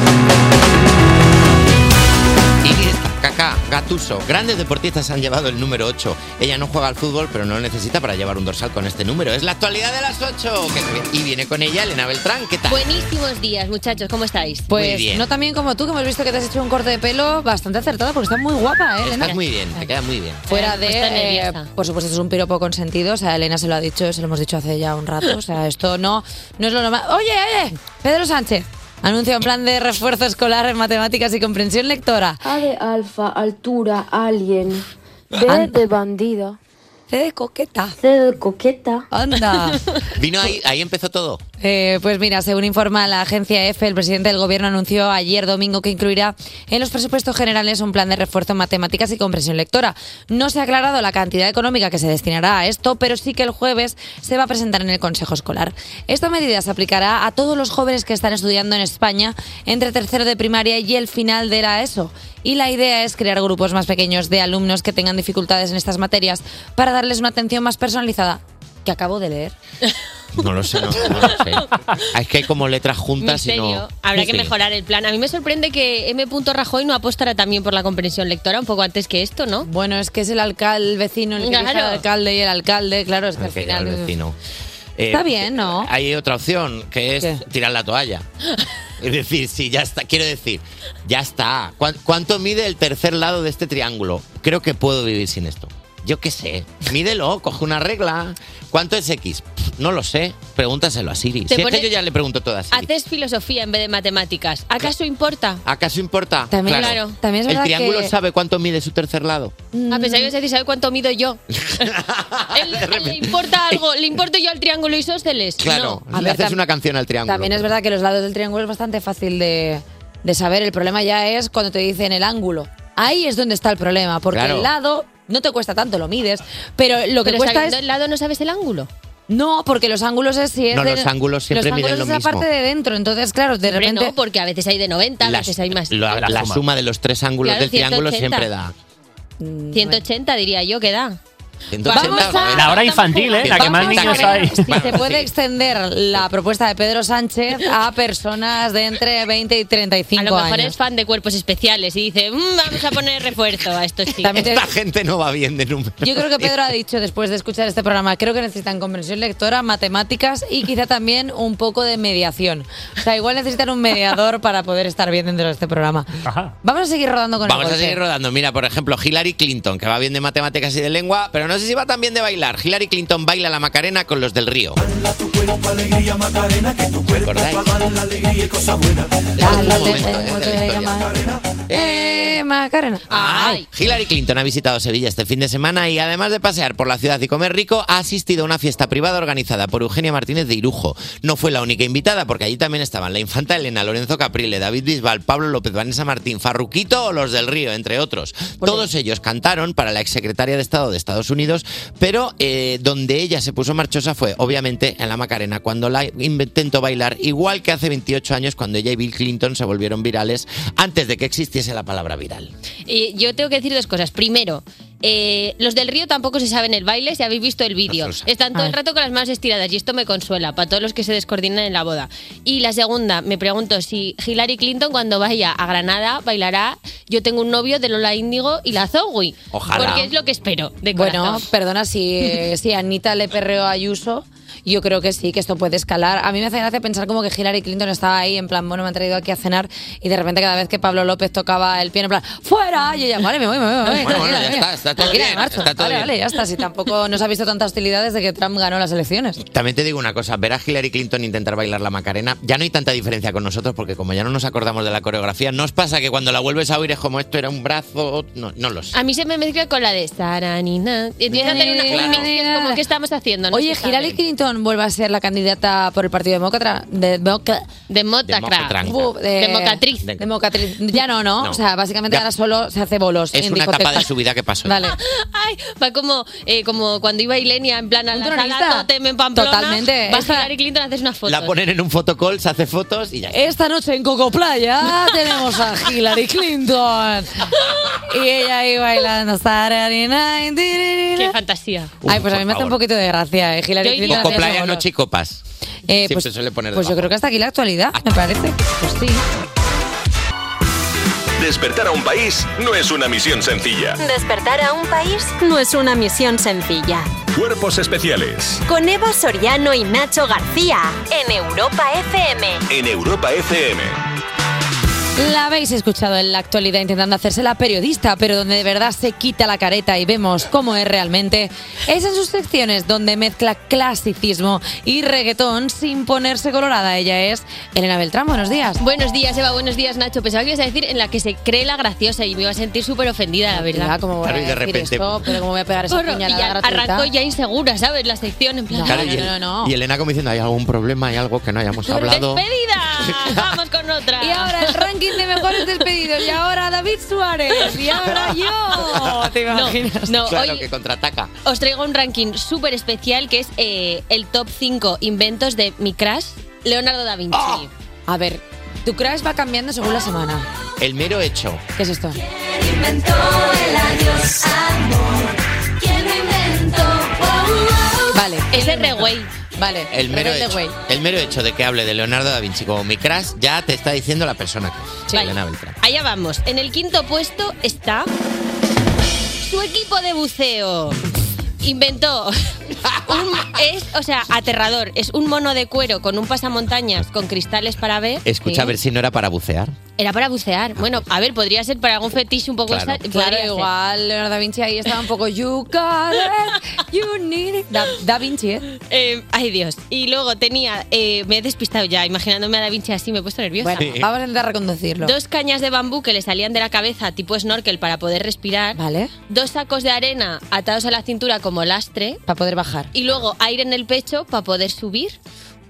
Speaker 4: Iniesta, Kaká, Gatuso, grandes deportistas han llevado el número 8. Ella no juega al fútbol, pero no lo necesita para llevar un dorsal con este número. Es la actualidad de las 8. que se ve- Y viene con ella Elena Beltrán. ¿Qué tal?
Speaker 12: Buenísimos días, muchachos, ¿cómo estáis?
Speaker 4: Muy
Speaker 3: Pues
Speaker 4: bien.
Speaker 3: no tan bien como tú, que hemos visto que te has hecho un corte de pelo bastante acertado porque estás muy guapa, ¿eh, Elena?
Speaker 4: Estás muy bien, te queda muy bien.
Speaker 3: Fuera de,
Speaker 12: Me he puesto
Speaker 3: eh,
Speaker 12: nerviosa.
Speaker 3: por supuesto, esto es un piropo consentido. O sea, Elena se lo ha dicho, se lo hemos dicho hace ya un rato. O sea, esto no, no es lo normal. Oye, oye, Pedro Sánchez anuncia un plan de refuerzo escolar en matemáticas y comprensión lectora.
Speaker 13: A de alfa, altura, alien. B
Speaker 3: Anda.
Speaker 13: de bandida.
Speaker 3: C de coqueta.
Speaker 13: C de coqueta.
Speaker 3: Anda. (laughs)
Speaker 4: (laughs) Vino ahí, ahí empezó todo.
Speaker 3: Eh, pues mira, según informa la agencia EFE, el presidente del gobierno anunció ayer domingo que incluirá en los presupuestos generales un plan de refuerzo en matemáticas y comprensión lectora. No se ha aclarado la cantidad económica que se destinará a esto, pero sí que el jueves se va a presentar en el Consejo Escolar. Esta medida se aplicará a todos los jóvenes que están estudiando en España entre tercero de primaria y el final de la ESO. Y la idea es crear grupos más pequeños de alumnos que tengan dificultades en estas materias para darles una atención más personalizada. Que acabo de leer.
Speaker 4: No lo sé, no, no lo sé. Ah, Es que hay como letras juntas y
Speaker 12: Misterio.
Speaker 4: no.
Speaker 12: Habrá que
Speaker 4: Sí.
Speaker 12: mejorar el plan. A mí me sorprende que M. Rajoy no apostara también por la comprensión lectora un poco antes que esto, ¿no?
Speaker 3: Bueno, es que es el alcalde, el vecino, el que elige al alcalde y el alcalde, claro, es que al
Speaker 4: Que ya
Speaker 3: final.
Speaker 4: el vecino. Eh,
Speaker 3: Está bien, ¿no?
Speaker 4: Hay otra opción, que es tirar la
Speaker 12: (laughs)
Speaker 4: toalla. Es decir, sí, ya está. Quiero decir, ya está. ¿Cuán- ¿Cuánto mide el tercer lado de este triángulo? Creo que puedo vivir sin esto. Yo qué sé. Mídelo, coge una regla. ¿Cuánto es X? Pff, No lo sé. Pregúntaselo a Siri.
Speaker 12: Te Ah.
Speaker 4: Si es que
Speaker 12: pones-
Speaker 4: yo ya le pregunto todas.
Speaker 12: Haces filosofía en vez de matemáticas. ¿Acaso importa?
Speaker 4: ¿Acaso importa?
Speaker 12: También- claro, también es
Speaker 4: ¿El
Speaker 12: verdad
Speaker 4: triángulo
Speaker 12: que-
Speaker 4: sabe cuánto mide su tercer lado?
Speaker 3: Mm.
Speaker 12: A pesar de decir, ¿sabe cuánto
Speaker 4: (laughs)
Speaker 12: mido yo? Él- a él ¿Le importa algo? ¿Le importo yo al triángulo isósceles?
Speaker 4: Claro,
Speaker 12: No.
Speaker 4: le haces una canción al triángulo.
Speaker 3: También es verdad que los lados del triángulo es bastante fácil de, de saber. El problema ya es cuando te dicen el ángulo. Ahí es donde está el problema, porque
Speaker 12: Claro.
Speaker 3: el lado no te cuesta tanto, lo mides. Pero lo que
Speaker 12: Pero
Speaker 3: cuesta
Speaker 12: sabiendo
Speaker 3: es.
Speaker 12: el lado no sabes el ángulo.
Speaker 3: No, porque los ángulos es si es.
Speaker 4: No,
Speaker 3: de-
Speaker 4: los ángulos siempre
Speaker 3: los ángulos
Speaker 4: miden lo
Speaker 3: es la
Speaker 4: mismo.
Speaker 3: parte de dentro, entonces, claro, de
Speaker 12: Hombre,
Speaker 3: repente.
Speaker 12: no, porque a veces hay de 90, a veces hay más.
Speaker 4: La, la suma. de los tres ángulos
Speaker 12: Claro,
Speaker 4: del triángulo
Speaker 12: 180.
Speaker 4: siempre da.
Speaker 3: Mm,
Speaker 12: 180 diría yo que da.
Speaker 4: 180,
Speaker 3: Vamos a-
Speaker 5: La hora infantil, ¿eh? La que más
Speaker 3: Vamos a
Speaker 5: niños
Speaker 3: ver
Speaker 5: hay.
Speaker 3: Si se puede extender la propuesta de Pedro Sánchez
Speaker 4: (laughs)
Speaker 3: a personas de entre 20 y 35
Speaker 12: A
Speaker 3: años.
Speaker 12: lo mejor es fan de cuerpos especiales y dice, "Mm, vamos a poner refuerzo a estos chicos.
Speaker 3: También te-
Speaker 4: Esta gente no va bien de números.
Speaker 3: Yo creo que Pedro ha dicho después de escuchar este programa, creo que necesitan comprensión lectora, matemáticas y quizá también un poco de mediación. O sea, igual necesitan un mediador para poder estar bien dentro de este programa. Vamos a seguir rodando con
Speaker 4: Vamos
Speaker 3: el
Speaker 4: a
Speaker 3: coche.
Speaker 4: seguir rodando. Mira, por ejemplo, Hillary Clinton, que va bien de matemáticas y de lengua, pero no sé si va tan bien de bailar. Hillary Clinton baila la Macarena con los del río. ¿Os acordáis? Un momento, eh,
Speaker 3: Dale, dale,
Speaker 4: de la
Speaker 3: dale,
Speaker 4: historia.
Speaker 3: Macarena. Eh, Macarena. Ay.
Speaker 4: Hillary Clinton ha visitado Sevilla este fin de semana y además de pasear por la ciudad y comer rico, ha asistido a una fiesta privada organizada por Eugenia Martínez de Irujo. No fue la única invitada, porque allí también estaban la infanta Elena, Lorenzo Caprile, David Bisbal, Pablo López, Vanessa Martín, Farruquito o los del Río, entre otros. Todos ellos cantaron para la exsecretaria de Estado de Estados Unidos, pero eh, donde ella se puso marchosa fue, obviamente, en la Macarena, cuando la intentó bailar, igual que hace 28 años cuando ella y Bill Clinton se volvieron virales antes de que existiese la palabra viral.
Speaker 12: (laughs) Y yo tengo que decir dos cosas. Primero, eh, los del río tampoco se saben el baile, si habéis visto el vídeo. Están todo el
Speaker 3: Ah.
Speaker 12: rato con las manos estiradas y esto me consuela para todos los que se descoordinan en la boda. Y la segunda, me pregunto si Hillary Clinton cuando vaya a Granada bailará Yo tengo un novio de Lola Índigo y la Zoe.
Speaker 3: Ojalá.
Speaker 12: Porque es lo que espero. De
Speaker 3: Bueno,
Speaker 12: corazón.
Speaker 3: perdona, si, eh, si Anita le perreó a Ayuso, yo creo que sí, que esto puede escalar. A mí me hace gracia pensar como que Hillary Clinton estaba ahí, en plan, bueno, me han traído aquí a cenar, y de repente cada vez que Pablo López tocaba el piano, en plan, ¡fuera! Y ella, vale, me voy, me voy, me voy.
Speaker 4: Bueno, bueno,
Speaker 3: tranquila,
Speaker 4: ya
Speaker 3: mira,
Speaker 4: está, está todo
Speaker 3: tranquila,
Speaker 4: bien,
Speaker 3: me marcho.
Speaker 4: está todo
Speaker 3: vale,
Speaker 4: bien.
Speaker 3: vale, ya está. Si tampoco nos ha visto tanta hostilidad desde que Trump ganó las elecciones.
Speaker 4: También te digo una cosa, ver a Hillary Clinton intentar bailar la Macarena, ya no hay tanta diferencia con nosotros porque como ya no nos acordamos de la coreografía, ¿no os pasa que cuando la vuelves a oír es como esto era un brazo? No, no lo sé.
Speaker 12: A mí se me mezcla con la de Saranina. Y empieza a tener Eh, una
Speaker 3: Claro.
Speaker 12: mezcla como que estamos haciendo. No
Speaker 3: Oye,
Speaker 12: se sabe.
Speaker 3: Hillary Clinton vuelve a ser la candidata por el Partido Demócrata. De,
Speaker 4: Demócrata.
Speaker 3: Democatriz.
Speaker 4: De-
Speaker 3: Democatriz. Ya no, no,
Speaker 4: No.
Speaker 3: O sea, básicamente
Speaker 4: Ya.
Speaker 3: ahora solo se hace bolos.
Speaker 4: Es
Speaker 3: Pues en
Speaker 4: una etapa
Speaker 3: discotecas.
Speaker 4: de su vida que pasó.
Speaker 3: Vale.
Speaker 12: Ay, va como, eh, como cuando iba Ilenia en plan a la
Speaker 3: tronista.
Speaker 12: sala Totem en Pamplona.
Speaker 3: Totalmente.
Speaker 12: Vas a Hillary Clinton haces una foto.
Speaker 4: La ponen en un fotocall, se hace fotos y ya. está.
Speaker 3: Esta noche en Coco Playa tenemos a Hillary Clinton. Y ella ahí bailando. Qué
Speaker 12: fantasía.
Speaker 3: Ay, pues a mí me hace un
Speaker 4: favor.
Speaker 3: poquito de gracia, eh, Hillary Clinton.
Speaker 4: Coco
Speaker 3: haciendo
Speaker 4: playa,
Speaker 3: bolos.
Speaker 4: noche y copas.
Speaker 3: Eh,
Speaker 4: Siempre
Speaker 3: pues-
Speaker 4: suele poner
Speaker 3: Pues yo creo que hasta aquí la actualidad, me parece. Pues sí.
Speaker 6: Despertar a un país no es una misión sencilla.
Speaker 2: Despertar a un país no es una misión sencilla.
Speaker 6: Cuerpos especiales
Speaker 2: Con Eva Soriano y Nacho García en Europa FM.
Speaker 6: en Europa FM.
Speaker 3: La habéis escuchado en la actualidad intentando hacerse la periodista, pero donde de verdad se quita la careta y vemos cómo es realmente, es en sus secciones donde mezcla clasicismo y reggaetón sin ponerse colorada. Ella es Elena Beltrán, buenos días.
Speaker 12: Buenos días, Eva. Buenos días, Nacho. Pensaba que ibas a decir en la que se cree la graciosa y me iba a sentir súper ofendida, la verdad.
Speaker 3: Ya, ¿cómo voy a decir esto? Pero ¿cómo voy a pegar esa
Speaker 12: Porro, y
Speaker 3: puñalada
Speaker 12: ya
Speaker 3: gratuita?
Speaker 12: arrancó ya insegura, ¿sabes? La sección en plan.
Speaker 4: Claro, y, el- y Elena como diciendo, ¿hay algún problema? ¿Hay algo que no hayamos hablado? (laughs)
Speaker 12: ¡Despedida! ¡Vamos con otra!
Speaker 3: Y ahora el ranking de mejores despedidos. Y ahora David
Speaker 12: (laughs)
Speaker 3: Suárez. Y ahora
Speaker 4: (laughs)
Speaker 3: yo. ¿Te imaginas?
Speaker 12: No, no,
Speaker 4: claro,
Speaker 12: hoy
Speaker 4: que contraataca.
Speaker 12: os traigo un ranking súper especial que es eh, el top 5 inventos de mi crush, Leonardo da Vinci.
Speaker 4: Ah.
Speaker 3: A ver, tu crush va cambiando según la semana.
Speaker 4: El mero hecho.
Speaker 3: ¿Qué es esto? Vale.
Speaker 12: Ese regüey.
Speaker 3: Vale.
Speaker 4: El mero,
Speaker 3: rebelde
Speaker 4: hecho,
Speaker 3: güey.
Speaker 4: el mero hecho de que hable de Leonardo da Vinci como mi crush ya te está diciendo la persona que es
Speaker 12: Vale.
Speaker 4: Elena Beltrán.
Speaker 12: Allá vamos. En el quinto puesto está su equipo de buceo. Inventó. (laughs) un- es, o sea, aterrador. Es un mono de cuero con un pasamontañas con cristales para ver. Eh,
Speaker 4: Escucha a ver si no era para bucear.
Speaker 12: Era para bucear. Bueno, a ver, podría ser para algún fetiche un poco.
Speaker 4: Claro.
Speaker 12: extra-
Speaker 3: Claro,
Speaker 12: podría ser.
Speaker 3: igual Leonardo da Vinci ahí estaba un poco you got it, you need it. Da, Da Vinci, ¿eh?
Speaker 12: Eh, ay Dios. Y luego tenía, eh, me he despistado ya, imaginándome a Da Vinci así, me he puesto nerviosa.
Speaker 3: Bueno, vamos a intentar reconducirlo.
Speaker 12: Dos cañas de bambú que le salían de la cabeza tipo snorkel para poder respirar.
Speaker 3: Vale.
Speaker 12: Dos sacos de arena atados a la cintura como lastre.
Speaker 3: Para poder bajar.
Speaker 12: Y luego aire en el pecho para poder subir.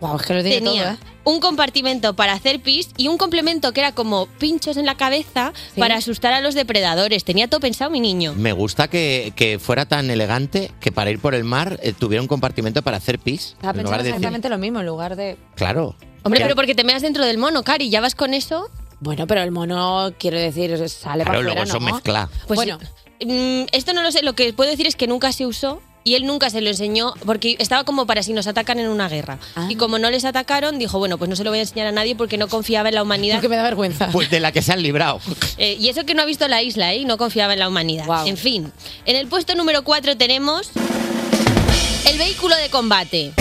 Speaker 3: Guau, es que lo tiene
Speaker 12: Tenía
Speaker 3: todo, ¿eh?
Speaker 12: un compartimento para hacer pis y un complemento que era como pinchos en la cabeza
Speaker 4: Sí.
Speaker 12: para asustar a los depredadores. Tenía todo pensado mi niño.
Speaker 4: Me gusta que, que fuera tan elegante que para ir por el mar eh, tuviera un compartimento para hacer pis.
Speaker 3: Estaba
Speaker 4: en
Speaker 3: pensando
Speaker 4: lugar de decir-
Speaker 3: exactamente lo mismo en lugar de.
Speaker 4: claro.
Speaker 12: Hombre,
Speaker 4: Que-
Speaker 12: pero porque te meas dentro del mono, Cari, ya vas con eso.
Speaker 3: Bueno, pero el mono, quiero decir,
Speaker 4: Claro,
Speaker 3: sale para
Speaker 4: luego
Speaker 3: fuera,
Speaker 4: eso
Speaker 3: ¿no?
Speaker 4: mezcla.
Speaker 12: Pues
Speaker 3: bueno,
Speaker 12: Mm, esto no lo sé, lo que puedo decir es que nunca se usó y él nunca se lo enseñó porque estaba como para si nos atacan en una guerra.
Speaker 3: Ah.
Speaker 12: Y como no les atacaron, dijo, bueno, pues no se lo voy a enseñar a nadie porque no confiaba en la humanidad.
Speaker 3: me da vergüenza.
Speaker 4: Pues de la que se han librado.
Speaker 12: Eh, y eso que no ha visto la isla, ¿eh? Y no confiaba en la humanidad. En fin, en el puesto número 4 tenemos el vehículo de combate.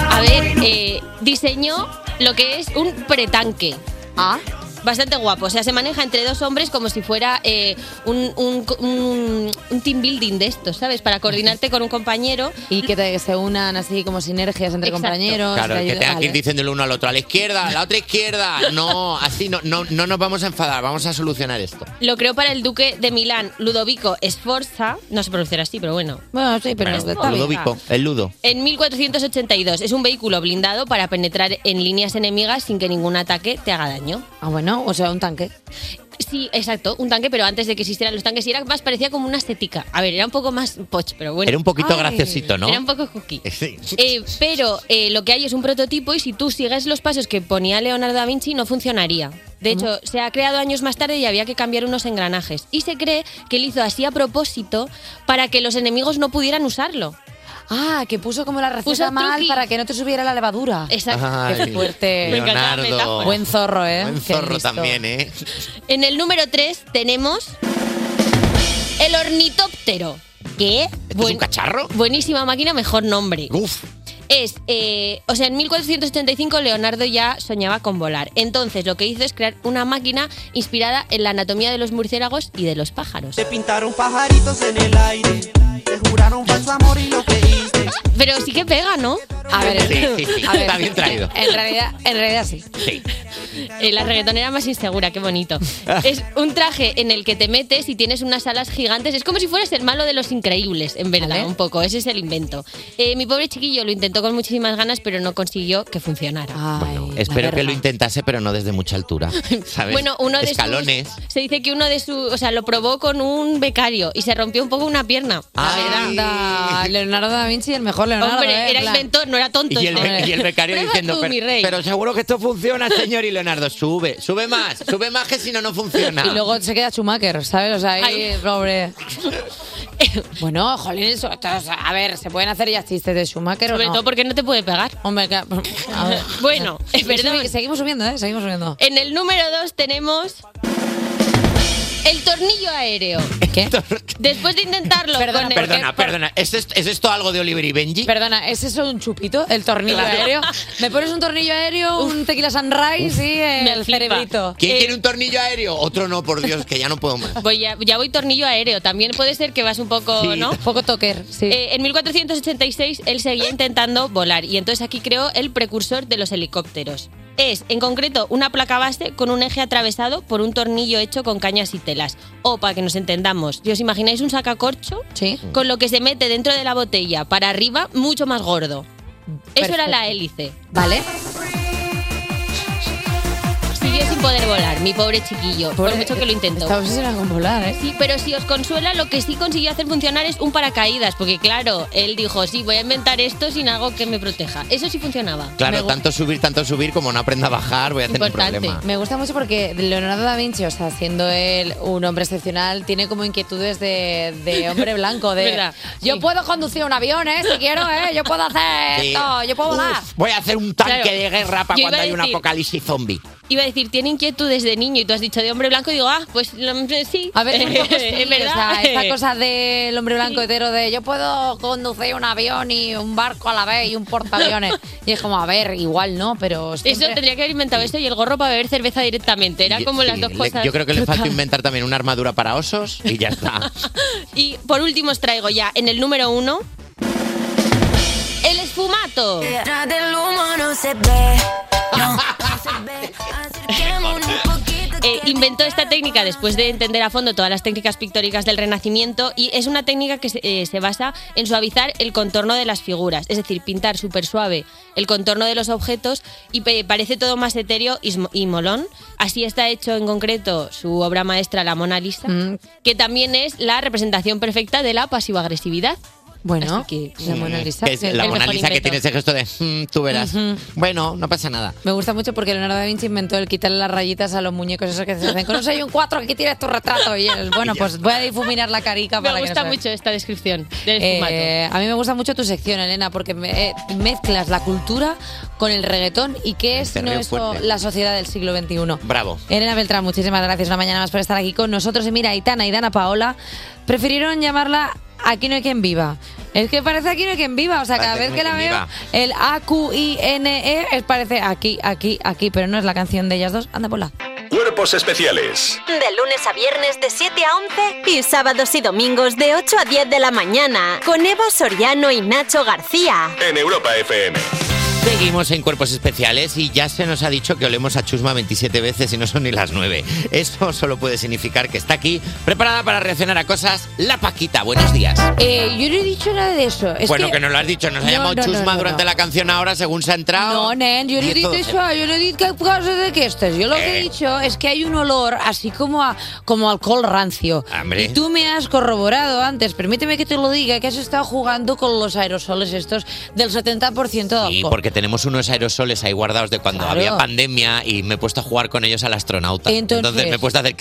Speaker 12: A ver, eh, diseñó lo que es un pretanque. Ah. Bastante guapo, o sea, se maneja entre dos hombres como si fuera eh, un, un- un- un team building de estos, ¿sabes? Para coordinarte con un compañero.
Speaker 3: Y que te- se unan así como sinergias entre
Speaker 12: Exacto.
Speaker 3: compañeros.
Speaker 4: Claro,
Speaker 3: te
Speaker 4: es que
Speaker 3: ayuda-
Speaker 4: tenga que ir
Speaker 3: vale.
Speaker 4: diciéndole uno al otro, a la izquierda, a la otra izquierda. No, así no, no, no nos vamos a enfadar, vamos a solucionar esto.
Speaker 12: Lo creó para el duque de Milán, Ludovico Sforza. No se pronunciará así, pero bueno.
Speaker 3: Bueno, sí, pero
Speaker 12: Bueno,
Speaker 3: está bien.
Speaker 4: Ludovico, el ludo.
Speaker 12: En 1482 es un vehículo blindado para penetrar en líneas enemigas sin que ningún ataque te haga daño.
Speaker 3: Ah, bueno, o sea, un tanque.
Speaker 12: Sí, exacto, un tanque, pero antes de que existieran los tanques, y era más parecía como una estética. A ver, era un poco más poch, pero bueno.
Speaker 4: Era un poquito graciosito, ¿no?
Speaker 12: Era un poco cookie.
Speaker 4: (laughs) Sí.
Speaker 12: Eh, pero eh, lo que hay es un prototipo y si tú sigues los pasos que ponía Leonardo da Vinci no funcionaría. De hecho, se ha creado años más tarde y había que cambiar unos engranajes. Y se cree que lo hizo así a propósito para que los enemigos no pudieran usarlo.
Speaker 3: Ah, que puso como la receta
Speaker 12: Puso
Speaker 3: mal
Speaker 12: truqui.
Speaker 3: para que no te subiera la levadura.
Speaker 12: Exacto.
Speaker 4: Ay,
Speaker 3: Qué fuerte.
Speaker 4: Me encanta la Leonardo. metáfora.
Speaker 3: Buen zorro, ¿eh?
Speaker 4: Buen
Speaker 3: Qué
Speaker 4: zorro
Speaker 3: listo.
Speaker 4: también, (laughs) ¿eh?
Speaker 12: (laughs) En el número 3 tenemos el ornitóptero. ¿Qué? Buen-
Speaker 4: cacharro?
Speaker 12: Buenísima máquina, mejor nombre.
Speaker 4: Uf.
Speaker 12: Es, eh, o sea, en 1485 Leonardo ya soñaba con volar. Entonces lo que hizo es crear una máquina inspirada en la anatomía de los murciélagos y de los pájaros.
Speaker 14: Te pintaron pajaritos en el aire. Te juraron falso amor y lo creíste.
Speaker 12: Pero sí que pega, ¿no?
Speaker 3: A ver,
Speaker 4: Sí, sí, sí,
Speaker 3: a ver.
Speaker 4: está bien traído.
Speaker 3: En realidad, en realidad sí.
Speaker 12: Eh, la reggaetonera más insegura, qué bonito. Es un traje en el que te metes y tienes unas alas gigantes. Es como si fueras el malo de los increíbles, en verdad,
Speaker 3: Vale.
Speaker 12: un poco. Ese es el invento. Eh, mi pobre chiquillo lo intentó con muchísimas ganas, pero no consiguió que funcionara.
Speaker 4: Espero que lo intentase, pero no desde mucha altura.
Speaker 3: (laughs)
Speaker 4: ¿Sabes?
Speaker 12: Bueno, uno de sus-
Speaker 4: Escalones.
Speaker 12: Se dice que uno de sus. O sea, lo probó con un becario y se rompió un poco una pierna. La verdad.
Speaker 3: Anda, Leonardo da Vinci, el mejor Leonardo.
Speaker 12: Hombre,
Speaker 3: ¿eh?
Speaker 12: era
Speaker 3: En plan-
Speaker 12: inventor, no era tonto.
Speaker 4: Y el,
Speaker 12: Hombre.
Speaker 4: y el becario
Speaker 12: Prueba
Speaker 4: diciendo,
Speaker 12: tú, mi
Speaker 4: pero,
Speaker 12: rey".
Speaker 4: pero seguro que esto funciona, señor. Y Leonardo, sube, sube más, sube más que si no, no funciona.
Speaker 3: (laughs) Y luego se queda Schumacher, ¿sabes? O sea, ahí,
Speaker 12: Ay. (laughs)
Speaker 3: pobre. bueno, jolín, eso, esto, o sea, a ver, se pueden hacer ya chistes de Schumacher
Speaker 12: Sobre
Speaker 3: o no.
Speaker 12: todo porque no te puede pegar.
Speaker 3: Hombre, que- pues, a ver.
Speaker 12: (laughs)
Speaker 3: (laughs)
Speaker 12: Bueno, es verdad.
Speaker 3: Seguimos subiendo, ¿eh? Seguimos subiendo.
Speaker 12: En el número 2 tenemos El tornillo aéreo.
Speaker 4: (laughs)
Speaker 3: ¿Qué?
Speaker 12: Después de intentarlo
Speaker 3: Perdona,
Speaker 12: con el-
Speaker 4: Perdona, perdona. ¿Es esto, ¿Es esto algo de Oliver y Benji?
Speaker 3: Perdona, ¿es eso un chupito? ¿El tornillo
Speaker 4: Claro.
Speaker 12: (laughs)
Speaker 3: aéreo? ¿Me pones un tornillo aéreo, un tequila sunrise y el cerebrito?
Speaker 4: ¿Quién quiere un tornillo aéreo? Otro no, por Dios, que ya no puedo más.
Speaker 12: Voy ya, ya voy tornillo aéreo. También puede ser que vas un poco,
Speaker 4: Sí.
Speaker 12: ¿no? Eh,
Speaker 3: Poco toker, sí.
Speaker 12: en 1486 él seguía intentando volar y entonces aquí creó el precursor de los helicópteros. Es, en concreto, una placa base con un eje atravesado por un tornillo hecho con cañas y telas. O, para que nos entendamos, si os imagináis un sacacorcho con lo que se mete dentro de la botella para arriba, mucho más gordo. Eso era
Speaker 3: Perfecto.
Speaker 12: la hélice.
Speaker 3: ¿Vale?
Speaker 12: Siguió sin poder volar, mi pobre chiquillo, por mucho que lo intentó.
Speaker 3: Está obsesionado con volar, ¿eh?
Speaker 12: Sí, pero si os consuela, lo que sí consiguió hacer funcionar es un paracaídas, porque claro, él dijo, sí, voy a inventar esto sin algo que me proteja. Eso sí funcionaba.
Speaker 4: Claro, tanto subir, tanto subir, como no aprenda a bajar, voy a tener un problema.
Speaker 3: Me gusta mucho porque Leonardo da Vinci, o sea, siendo él un hombre excepcional, tiene como inquietudes de, de hombre blanco, de
Speaker 12: (laughs) ¿Verdad?
Speaker 3: yo puedo conducir un avión, ¿eh? Si quiero, ¿eh? Yo puedo hacer
Speaker 4: Sí.
Speaker 3: esto, yo puedo volar.
Speaker 4: Uf, voy a hacer un tanque
Speaker 12: Claro.
Speaker 4: de guerra para
Speaker 12: Yo
Speaker 4: cuando
Speaker 12: iba a
Speaker 4: hay un
Speaker 12: decir-
Speaker 4: apocalipsis zombie.
Speaker 12: Iba a decir, tiene inquietudes de niño y tú has dicho de hombre blanco y digo, ah, pues mm, sí.
Speaker 3: A
Speaker 12: (laughs)
Speaker 3: ver, un poco sí,
Speaker 12: es verdad.
Speaker 3: o sea, esta cosa del hombre blanco hetero de yo puedo conducir un avión y un barco a la vez y un
Speaker 12: (laughs)
Speaker 3: portaaviones. y es como, a ver, igual no, pero...
Speaker 12: Eso
Speaker 3: siempre-
Speaker 12: tendría que haber inventado eso y el gorro para beber cerveza directamente. Era como las
Speaker 4: Sí,
Speaker 12: dos
Speaker 4: le-
Speaker 12: cosas.
Speaker 4: Yo creo que le falta inventar también una armadura para osos y ya está.
Speaker 12: (laughs) Y por último os traigo ya en el número uno. El esfumato.
Speaker 11: Detrás del humo no se ve. No, se ve. Acerquémonos un poquito.
Speaker 12: Eh, inventó esta técnica después de entender a fondo todas las técnicas pictóricas del Renacimiento y es una técnica que se, eh, se basa en suavizar el contorno de las figuras, es decir, pintar súper suave el contorno de los objetos y pe- parece todo más etéreo y, sm- y molón. Así está hecho en concreto su obra maestra, la Mona Lisa,
Speaker 3: Mm.
Speaker 12: que también es la representación perfecta de la pasivo-agresividad.
Speaker 3: (laughs) Bueno, la
Speaker 4: Mm,
Speaker 3: Mona Lisa.
Speaker 4: que es la Mona Lisa que tiene ese gesto de, "Mm, tú verás. Bueno, no pasa nada.
Speaker 3: Me gusta mucho porque Leonardo da Vinci inventó el quitarle las rayitas a los muñecos esos que se hacen con un 6 y un 4, aquí tienes tu retrato.
Speaker 4: (laughs)
Speaker 3: Y él, bueno, pues voy a difuminar la carica
Speaker 12: Me
Speaker 3: para que no
Speaker 12: gusta
Speaker 3: se vea.
Speaker 12: mucho esta descripción del
Speaker 3: Eh, a mí me gusta mucho tu sección, Elena, porque me- eh, mezclas la cultura con el reggaetón y qué es
Speaker 4: Te
Speaker 3: sino
Speaker 4: Este río
Speaker 3: eso
Speaker 4: fuerte.
Speaker 3: la sociedad del siglo XXI.
Speaker 4: Bravo.
Speaker 3: Elena Beltrán, muchísimas gracias una mañana más por estar aquí con nosotros. Y mira, Aitana y Dana Paola prefirieron llamarla Aquí no hay quien viva. Es que parece Aquí no hay quien viva. O sea, cada vez
Speaker 11: Parece Aquí
Speaker 3: que la
Speaker 11: no hay
Speaker 3: veo,
Speaker 11: quien
Speaker 3: el A-Q-I-N-E E es- parece aquí, aquí, aquí. Pero no es la canción de ellas dos. Anda, Paola.
Speaker 6: Cuerpos especiales
Speaker 2: De lunes a viernes de 7 a 11 y sábados y domingos de 8 a 10 de la mañana con Eva Soriano y Nacho García.
Speaker 6: en Europa FM.
Speaker 4: Seguimos en cuerpos especiales y ya se nos ha dicho que olemos a Chusma 27 veces y no son ni las 9. Eso solo puede significar que está aquí, preparada para reaccionar a cosas, la Paquita. Buenos días.
Speaker 3: Eh, yo no he dicho nada de eso. Es
Speaker 4: bueno,
Speaker 3: que-
Speaker 4: que... no lo has dicho, nos
Speaker 3: No,
Speaker 4: ha llamado
Speaker 3: no, no,
Speaker 4: Chusma
Speaker 3: no,
Speaker 4: durante
Speaker 3: no.
Speaker 4: la canción ahora según se ha entrado.
Speaker 3: No, nen, yo no he
Speaker 4: Y
Speaker 3: dicho
Speaker 4: todo-
Speaker 3: eso, yo no he dicho que cosas de que estas. Yo lo que
Speaker 4: Eh.
Speaker 3: he dicho es que hay un olor así como a como alcohol rancio.
Speaker 4: Hombre.
Speaker 3: Y tú me has corroborado antes, permíteme que te lo diga, que has estado jugando con los aerosoles estos del 70% de alcohol.
Speaker 4: Y porque tenemos unos aerosoles ahí guardados de cuando
Speaker 3: Claro.
Speaker 4: había pandemia y me he puesto a jugar con ellos al astronauta.
Speaker 3: Entonces-
Speaker 4: me he puesto a hacer...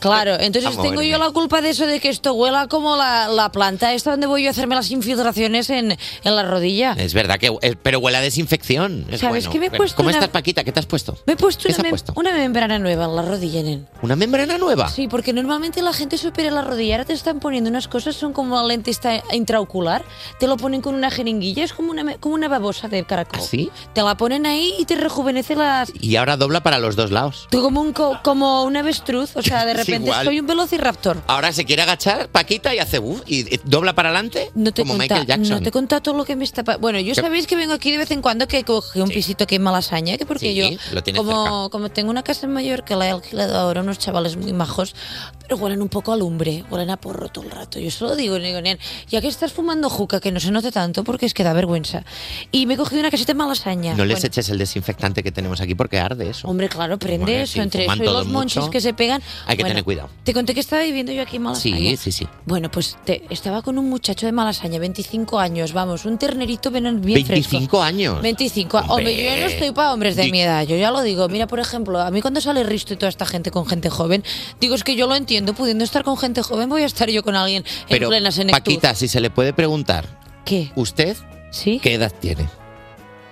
Speaker 3: Claro, entonces
Speaker 4: A
Speaker 3: tengo yo la culpa de eso de que esto huela como la, la planta esta donde voy yo a hacerme las infiltraciones en, en la rodilla.
Speaker 4: Es verdad que... eh, Pero huele a desinfección. Es
Speaker 3: ¿Sabes
Speaker 4: bueno.
Speaker 3: qué me he
Speaker 4: Bueno,
Speaker 3: puesto
Speaker 4: ¿Cómo
Speaker 3: una-
Speaker 4: estás, Paquita? ¿Qué te has puesto?
Speaker 3: Me he puesto
Speaker 4: ¿Qué
Speaker 3: una,
Speaker 4: se ha
Speaker 3: mem-
Speaker 4: puesto? Ah.
Speaker 3: una membrana nueva en la rodilla, nen.
Speaker 4: ¿Una membrana nueva?
Speaker 3: Sí, porque normalmente la gente supera la rodilla. Ahora te están poniendo unas cosas, son como la lente esta intraocular. Te lo ponen con una jeringuilla, es como una, me- como una babosa de caracol.
Speaker 4: ¿Así?
Speaker 3: Te la ponen ahí y te rejuvenece las.
Speaker 4: Y ahora dobla para los dos lados.
Speaker 3: Tú como un, co- como un avestruz,
Speaker 4: (laughs)
Speaker 3: o sea, de
Speaker 4: Es
Speaker 3: repente
Speaker 4: igual.
Speaker 3: soy un velociraptor.
Speaker 4: Ahora se quiere agachar, Paquita, y hace buf, y eh, dobla para adelante,
Speaker 3: No te
Speaker 4: como
Speaker 3: conta-
Speaker 4: Michael Jackson.
Speaker 3: No te conta todo lo que me está pa- Bueno, yo
Speaker 4: ¿Qué?
Speaker 3: sabéis que vengo aquí de vez en cuando que cogí un pisito que es malasaña, que porque
Speaker 4: Sí,
Speaker 3: yo
Speaker 4: lo tienes
Speaker 3: como, como tengo una casa en Mallorca la he alquilado ahora a unos chavales muy majos, pero huelen un poco a lumbre, huelen a porro todo el rato. Yo solo digo, digo, "Nen, ya que estás fumando juca, que no se note tanto porque es que da vergüenza. Y me he cogido una casita en malasaña.
Speaker 4: No les
Speaker 3: Bueno,
Speaker 4: eches el desinfectante que tenemos aquí porque arde eso.
Speaker 3: Hombre, claro, prende
Speaker 4: Bueno,
Speaker 3: eso
Speaker 4: si
Speaker 3: entre
Speaker 4: fuman
Speaker 3: eso y
Speaker 4: todo
Speaker 3: los monchis
Speaker 4: mucho,
Speaker 3: que se pegan.
Speaker 4: Hay que
Speaker 3: Bueno,
Speaker 4: tener cuidado.
Speaker 3: Te conté que estaba viviendo yo aquí en Malasaña.
Speaker 4: Sí, sí, sí.
Speaker 3: Bueno, pues te- estaba con un muchacho de Malasaña, 25 años, vamos, un ternerito bien, bien fresco.
Speaker 4: 25 años.
Speaker 3: 25. a- Hombre, yo ya no estoy para hombres de
Speaker 4: Di-
Speaker 3: mi edad, yo ya lo digo. Mira, por ejemplo, a mí cuando sale Risto y toda esta gente con gente joven, digo, es que yo lo entiendo, pudiendo estar con gente joven, voy a estar yo con alguien
Speaker 4: Pero,
Speaker 3: en plena senectud.
Speaker 4: Paquita, si se le puede preguntar.
Speaker 3: ¿Qué?
Speaker 4: ¿Usted
Speaker 3: ¿Sí?
Speaker 4: qué edad tiene?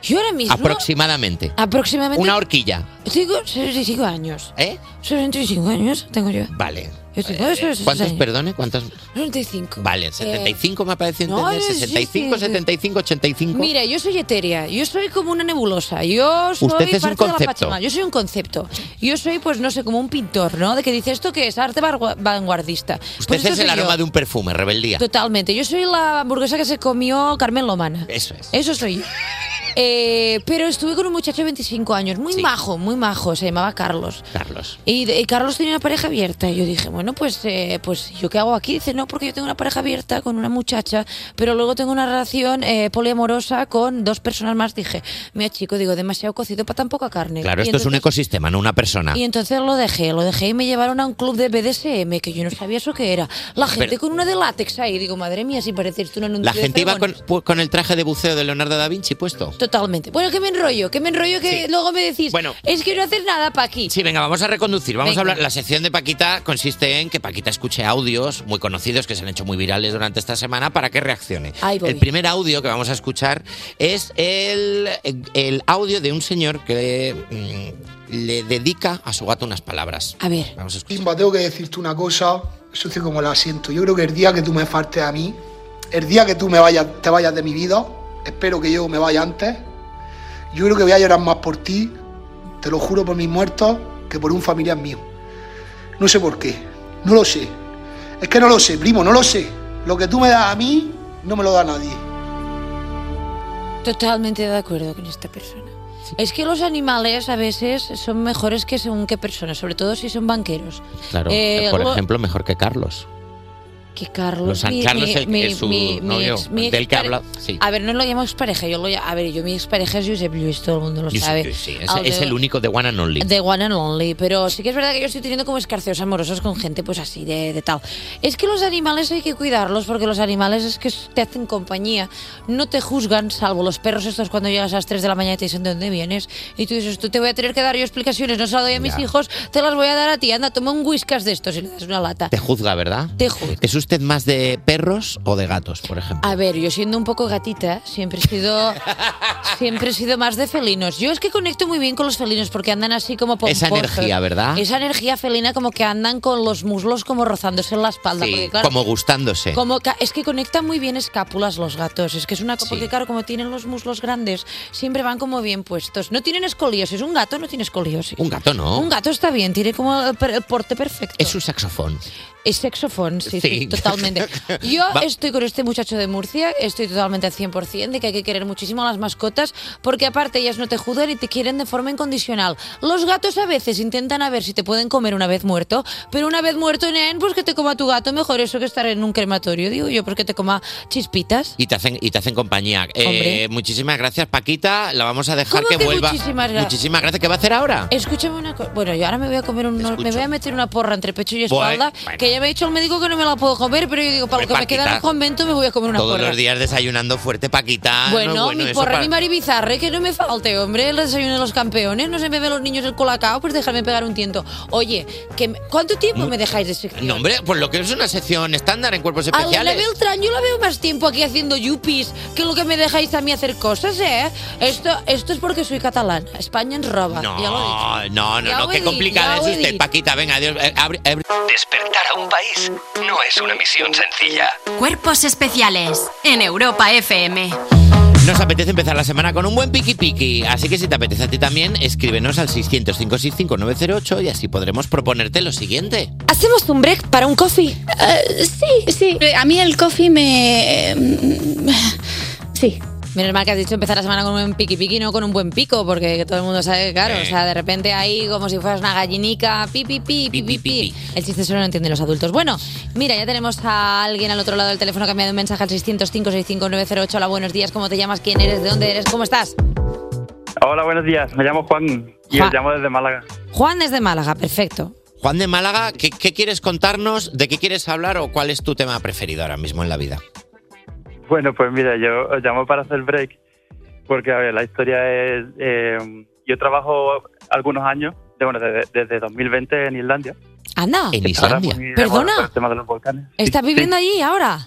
Speaker 3: Yo ahora mismo.
Speaker 4: Aproximadamente.
Speaker 3: Aproximadamente.
Speaker 4: Una horquilla.
Speaker 3: Tengo 65 años.
Speaker 4: ¿Eh?
Speaker 3: 65 años tengo yo.
Speaker 4: Vale.
Speaker 3: Yo tengo 65
Speaker 4: ¿Cuántos,
Speaker 3: años.
Speaker 4: perdone? ¿Cuántos?
Speaker 3: 65.
Speaker 4: Vale, 75 me parece entender.
Speaker 3: eh, no, sí,
Speaker 4: 65,
Speaker 3: sí.
Speaker 4: 75, 85.
Speaker 3: Mira, yo soy etérea, yo soy como una nebulosa, yo
Speaker 4: Usted
Speaker 3: soy
Speaker 4: es un
Speaker 3: parte de la
Speaker 4: concepto.
Speaker 3: Pachamama, yo soy un concepto. Yo soy, pues no sé, como un pintor, ¿no? De que dice esto que es arte vangu- vanguardista.
Speaker 4: Usted
Speaker 3: Pues
Speaker 4: Este
Speaker 3: esto
Speaker 4: es el
Speaker 3: soy yo.
Speaker 4: aroma de un perfume, rebeldía.
Speaker 3: Totalmente, yo soy la hamburguesa que se comió Carmen Lomana.
Speaker 4: Eso es. (laughs)
Speaker 3: Eso soy yo. Eh, pero estuve con un muchacho de 25 años, muy majo, muy majo, se llamaba Carlos.
Speaker 4: Carlos.
Speaker 3: Y, de- y Carlos tenía una pareja abierta. Y yo dije, bueno, pues, eh, pues ¿yo qué hago aquí? Dice, no, porque yo tengo una pareja abierta con una muchacha, pero luego tengo una relación eh, poliamorosa con dos personas más. Dije, mira, chico, digo, demasiado cocido para tan poca carne.
Speaker 4: Claro,
Speaker 3: Y
Speaker 4: esto es un
Speaker 3: entonces-
Speaker 4: ecosistema, no una persona.
Speaker 3: y entonces lo dejé, lo dejé y me llevaron a un club de BDSM, que yo no sabía eso que era. La gente
Speaker 4: Pero-
Speaker 3: con una de látex ahí, digo, madre mía, si pareces tú un anuncio
Speaker 4: La
Speaker 3: de
Speaker 4: gente iba
Speaker 3: feromonas".
Speaker 4: con, pu- con el traje de buceo de Leonardo da Vinci puesto.
Speaker 3: Totalmente. Bueno, que me enrollo, que me enrollo, que luego me decís,
Speaker 4: Bueno.
Speaker 3: es que no haces nada para aquí.
Speaker 4: Sí, venga, vamos a reconducir. Vamos
Speaker 3: Venga.
Speaker 4: a hablar. La sección de Paquita consiste en que Paquita escuche audios muy conocidos que se han hecho muy virales durante esta semana para que reaccione.
Speaker 3: Ahí voy.
Speaker 4: El primer audio que vamos a escuchar es eh, el, el audio de un señor que mm, le dedica a su gato unas palabras.
Speaker 3: A ver.
Speaker 4: Vamos a escuchar.
Speaker 15: Pimba, tengo que decirte una cosa, sucio como la siento. Yo creo que el día que tú me faltes a mí, el día que tú me vayas, te vayas de mi vida, espero que yo me vaya antes. Yo creo que voy a llorar más por ti, te lo juro por mis muertos, que por un familiar mío. No sé por qué, no lo sé. Es que no lo sé, primo, no lo sé. Lo que tú me das a mí, no me lo da nadie.
Speaker 3: Totalmente de acuerdo con esta persona. Es que los animales a veces son mejores que según qué personas, sobre todo si son banqueros.
Speaker 4: Claro,
Speaker 3: Eh,
Speaker 4: por
Speaker 3: algo-
Speaker 4: ejemplo, mejor que Carlos.
Speaker 3: Que Carlos,
Speaker 4: Los San
Speaker 3: mi-
Speaker 4: Carlos
Speaker 3: mi-
Speaker 4: el-
Speaker 3: mi-
Speaker 4: es su
Speaker 3: mi- mi
Speaker 4: novio,
Speaker 3: ex- mi
Speaker 4: del que
Speaker 3: expare-
Speaker 4: habla. Sí.
Speaker 3: A ver, no lo llamo expareja, yo lo ll- A ver, yo mi expareja es Josep Luis, todo el mundo lo
Speaker 4: Yo sé
Speaker 3: sabe.
Speaker 4: que sí, es,
Speaker 3: Al
Speaker 4: es
Speaker 3: de-
Speaker 4: el único de One and Only.
Speaker 3: De One and Only, pero sí que es verdad que yo estoy teniendo como escarceos amorosos con gente pues así de, de tal. Es que los animales hay que cuidarlos porque los animales es que te hacen compañía, no te juzgan, salvo los perros estos cuando llegas a las 3 de la mañana y te dicen de dónde vienes y tú dices, tú te voy a tener que dar yo explicaciones, no se las doy a mis
Speaker 4: Ya.
Speaker 3: hijos, te las voy a dar a ti, anda, toma un whiskas de estos y le das una lata.
Speaker 4: Te juzga, ¿verdad?
Speaker 3: Te juzga.
Speaker 4: ¿Es usted más de perros o de gatos, por ejemplo?
Speaker 3: A ver, yo siendo un poco gatita, siempre he sido siempre he sido más de felinos. Yo es que conecto muy bien con los felinos porque andan así como pomposos.
Speaker 4: Esa energía, ¿verdad?
Speaker 3: Esa energía felina como que andan con los muslos como rozándose en la espalda.
Speaker 4: Sí,
Speaker 3: porque, claro,
Speaker 4: como gustándose.
Speaker 3: como ca- es que conectan muy bien escápulas los gatos. Es que es una cosa. Porque, claro, como tienen los muslos grandes, siempre van como bien puestos. No tienen escoliosis. Un gato no tiene escoliosis.
Speaker 4: Un gato no.
Speaker 3: Un gato está bien, tiene como el per- el porte perfecto.
Speaker 4: Es un saxofón.
Speaker 3: Es saxofón, sí, sí,
Speaker 4: Sí. (laughs)
Speaker 3: totalmente. Yo
Speaker 4: Va-
Speaker 3: estoy con este muchacho de Murcia, estoy totalmente al 100% de que hay que querer muchísimo a las mascotas, porque aparte ellas no te juzgan y te quieren de forma incondicional. Los gatos a veces intentan a ver si te pueden comer una vez muerto, pero una vez muerto, nen, pues que te coma tu gato, mejor eso que estar en un crematorio, digo yo, porque te coma chispitas.
Speaker 4: Y te hacen, y te hacen compañía. Eh,
Speaker 3: Hombre.
Speaker 4: muchísimas gracias, Paquita. La vamos a dejar
Speaker 3: ¿Cómo
Speaker 4: que,
Speaker 3: que
Speaker 4: vuelva.
Speaker 3: muchísimas gracias?
Speaker 4: Muchísimas gracias. ¿Qué va a hacer ahora?
Speaker 3: Escúchame una cosa. Bueno, yo ahora me voy a comer un, me voy a meter una porra entre pecho y
Speaker 4: Bueno,
Speaker 3: espalda,
Speaker 4: bueno.
Speaker 3: que ya me ha dicho el médico que no me la puedo comer, pero yo digo, para lo que
Speaker 4: Hombre,
Speaker 3: me queda en el
Speaker 4: Paquita,
Speaker 3: convento me voy a comer una
Speaker 4: Todos
Speaker 3: porra.
Speaker 4: los días desayunando fuerte, Paquita.
Speaker 3: Bueno,
Speaker 4: No,
Speaker 3: mi
Speaker 4: eso
Speaker 3: porra,
Speaker 4: para-
Speaker 3: mi maribizarre, que no me falte, hombre, el desayuno de los campeones, no se me ven los niños el colacao, pues dejarme pegar un tiento. Oye, que me- ¿cuánto tiempo me dejáis de sección?
Speaker 4: No, hombre, pues lo que es una sección estándar en cuerpos
Speaker 3: A Elena
Speaker 4: especiales.
Speaker 3: Beltrán yo la veo más tiempo aquí haciendo yupis que lo que me dejáis a mí hacer cosas, ¿eh? Esto, esto es porque soy catalana, España en roba, ya lo he dicho.
Speaker 4: No, no,
Speaker 3: Ya
Speaker 4: no, no,
Speaker 3: lo he
Speaker 4: qué
Speaker 3: dicho,
Speaker 4: complicada
Speaker 3: ya
Speaker 4: es
Speaker 3: lo he
Speaker 4: usted,
Speaker 3: dicho.
Speaker 4: Paquita. Venga, adiós. Eh, abre- abre-
Speaker 1: Despertar a un país no es una misión sencilla.
Speaker 16: Cuerpos especiales en Europa FM.
Speaker 4: Nos apetece empezar la semana con un buen piqui piqui, así que si te apetece a ti también, escríbenos al 600-565-908 y así podremos proponerte lo siguiente.
Speaker 3: ¿Hacemos un break para un coffee? Eh,
Speaker 17: sí, sí. A mí el coffee me...
Speaker 3: em, Sí. Menos mal que has dicho empezar la semana con un buen piqui piqui, no con un buen pico, porque todo el mundo sabe que, claro,
Speaker 17: Eh.
Speaker 3: o sea, de repente ahí como si fueras una gallinica, pi, pi, pi, pi, pi, pi. El chiste solo lo entienden los adultos. Bueno, mira, ya tenemos a alguien al otro lado del teléfono que me ha enviado un mensaje al 605-65908. Hola, buenos días, ¿cómo te llamas? ¿Quién eres? ¿De dónde eres? ¿Cómo estás?
Speaker 18: Hola, buenos días. Me llamo Juan y os llamo desde Málaga.
Speaker 3: Juan es de Málaga, perfecto.
Speaker 4: Juan de Málaga, ¿qué, qué quieres contarnos? ¿De qué quieres hablar o cuál es tu tema preferido ahora mismo en la vida?
Speaker 18: Bueno, pues mira, yo os llamo para hacer break porque, a ver, la historia es... eh, yo trabajo algunos años, de- bueno, de- desde 2020 en Islandia.
Speaker 3: Anda,
Speaker 18: Que está ahora muy de
Speaker 3: Perdona.
Speaker 18: moda por el tema de los volcanes.
Speaker 3: ¿estás viviendo allí ahora?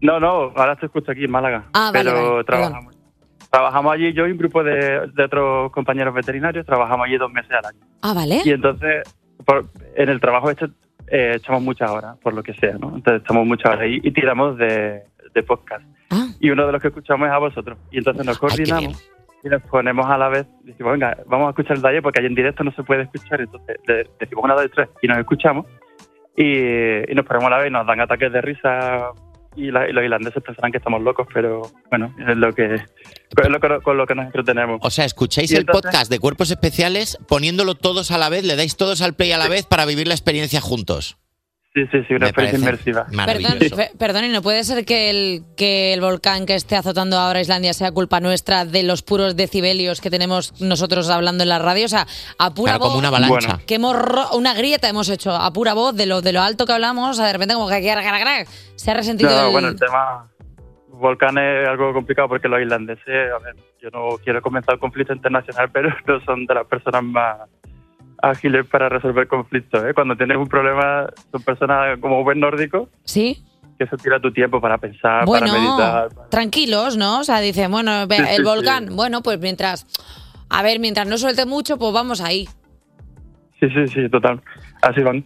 Speaker 18: No, no, ahora te escucho aquí en Málaga.
Speaker 3: Ah, vale,
Speaker 18: pero
Speaker 3: vale,
Speaker 18: trabajamos. Trabajamos allí yo y un grupo de, de otros compañeros veterinarios, trabajamos allí dos meses al año.
Speaker 3: Ah, vale.
Speaker 18: Y entonces, por- en el trabajo este eh, echamos muchas horas, por lo que sea, ¿no? Entonces echamos muchas horas y, y tiramos de, de podcast. Y uno de los que escuchamos es a vosotros. Y entonces nos coordinamos y nos ponemos a la vez, decimos, venga, vamos a escuchar el taller porque ahí en directo no se puede escuchar. Entonces le- decimos una, dos y tres y nos escuchamos y, y nos ponemos a la vez y nos dan ataques de risa. Y, la- y los irlandeses pensarán que estamos locos, pero bueno, es lo que, es lo que- con lo que nos entretenemos.
Speaker 4: O sea, escucháis
Speaker 18: Y
Speaker 4: el
Speaker 18: entonces-
Speaker 4: podcast de cuerpos especiales poniéndolo todos a la vez, le dais todos al play a la vez para vivir la experiencia juntos.
Speaker 18: Sí, sí, sí,
Speaker 4: una
Speaker 18: experiencia inmersiva.
Speaker 4: Maravilloso.
Speaker 3: Perdón, pe- perdón, ¿y no puede ser que el, que el volcán que esté azotando ahora Islandia sea culpa nuestra de los puros decibelios que tenemos nosotros hablando en la radio? O sea, a pura
Speaker 4: Claro,
Speaker 3: voz.
Speaker 4: como una avalancha.
Speaker 3: Que hemos ro- una grieta hemos hecho a pura voz de lo, de lo alto que hablamos, de repente como que gra- gra- gra, se ha resentido.
Speaker 18: No,
Speaker 3: el-
Speaker 18: bueno, el tema volcán es algo complicado porque los irlandeses, a ver, yo no quiero comenzar el conflicto internacional, (laughs) pero no son de las personas más ágiles para resolver conflictos. ¿eh? Cuando tienes un problema, son personas como buen nórdico.
Speaker 3: Sí.
Speaker 18: Que se tira tu tiempo para pensar,
Speaker 3: Bueno,
Speaker 18: para meditar.
Speaker 3: tranquilos, ¿no? O sea, dicen, bueno, ve-
Speaker 18: Sí, sí,
Speaker 3: el
Speaker 18: sí.
Speaker 3: volcán, bueno, pues mientras, a ver, mientras no suelte mucho, pues vamos ahí.
Speaker 18: Sí, sí, sí, total. Así van.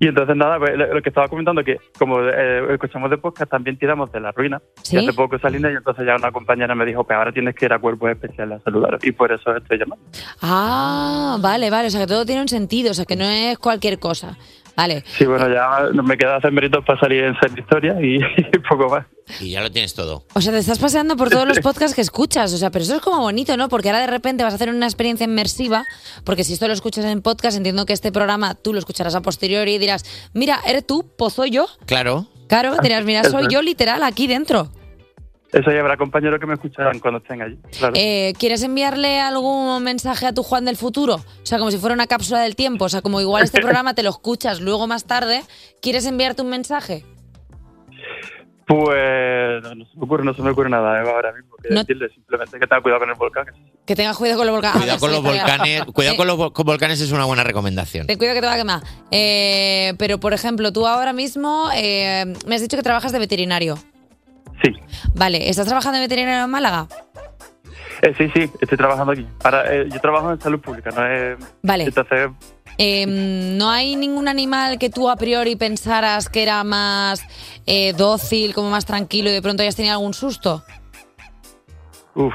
Speaker 18: Y entonces, nada, pues, lo lo que estaba comentando, que como eh, escuchamos de podcast, también tiramos de la ruina.
Speaker 3: ¿Sí?
Speaker 18: Y hace poco salimos y entonces ya una compañera me dijo, pues ahora tienes que ir a cuerpos especiales a saludar. Y por eso estoy llamando.
Speaker 3: Ah, vale, vale, o sea, que todo tiene un sentido, o sea, que no es cualquier cosa. Vale.
Speaker 18: Sí, bueno, ya no me queda hacer méritos para salir en ser historia y, (laughs) y poco más.
Speaker 4: Y ya lo tienes todo.
Speaker 3: O sea, te estás paseando por todos los podcasts que escuchas. O sea, pero eso es como bonito, ¿no? Porque ahora de repente vas a hacer una experiencia inmersiva. Porque si esto lo escuchas en podcast, entiendo que este programa tú lo escucharás a posteriori y dirás, mira, eres tú, pues soy yo.
Speaker 4: Claro.
Speaker 3: Claro, dirás, mira, soy yo literal aquí dentro.
Speaker 18: Eso ya habrá compañeros que me escucharán cuando estén allí. Claro.
Speaker 3: Eh, ¿Quieres enviarle algún mensaje a tu Juan del futuro? O sea, como si fuera una cápsula del tiempo. O sea, como igual este programa te lo escuchas luego más tarde, ¿quieres enviarte un mensaje?
Speaker 18: Pues no, no se me ocurre, no se me ocurre nada eh, ahora mismo que decirle, simplemente que tenga cuidado con el volcán.
Speaker 3: Que tengas cuidado con Ah,
Speaker 4: Cuidado
Speaker 3: los volcanes.
Speaker 4: con los volcanes. Cuidado con los vo- con volcanes es una buena recomendación.
Speaker 3: Ten cuidado que te va a quemar. Eh, pero, por ejemplo, tú ahora mismo eh, me has dicho que trabajas de veterinario.
Speaker 18: Sí.
Speaker 3: Vale, ¿estás trabajando de veterinario en Málaga?
Speaker 18: Eh, sí, sí, estoy trabajando aquí. Ahora, eh, yo trabajo en salud pública, no es...
Speaker 3: Vale.
Speaker 18: Entonces,
Speaker 3: Eh, ¿No hay ningún animal que tú a priori pensaras que era más eh, dócil, como más tranquilo y de pronto hayas tenido algún susto?
Speaker 18: uff.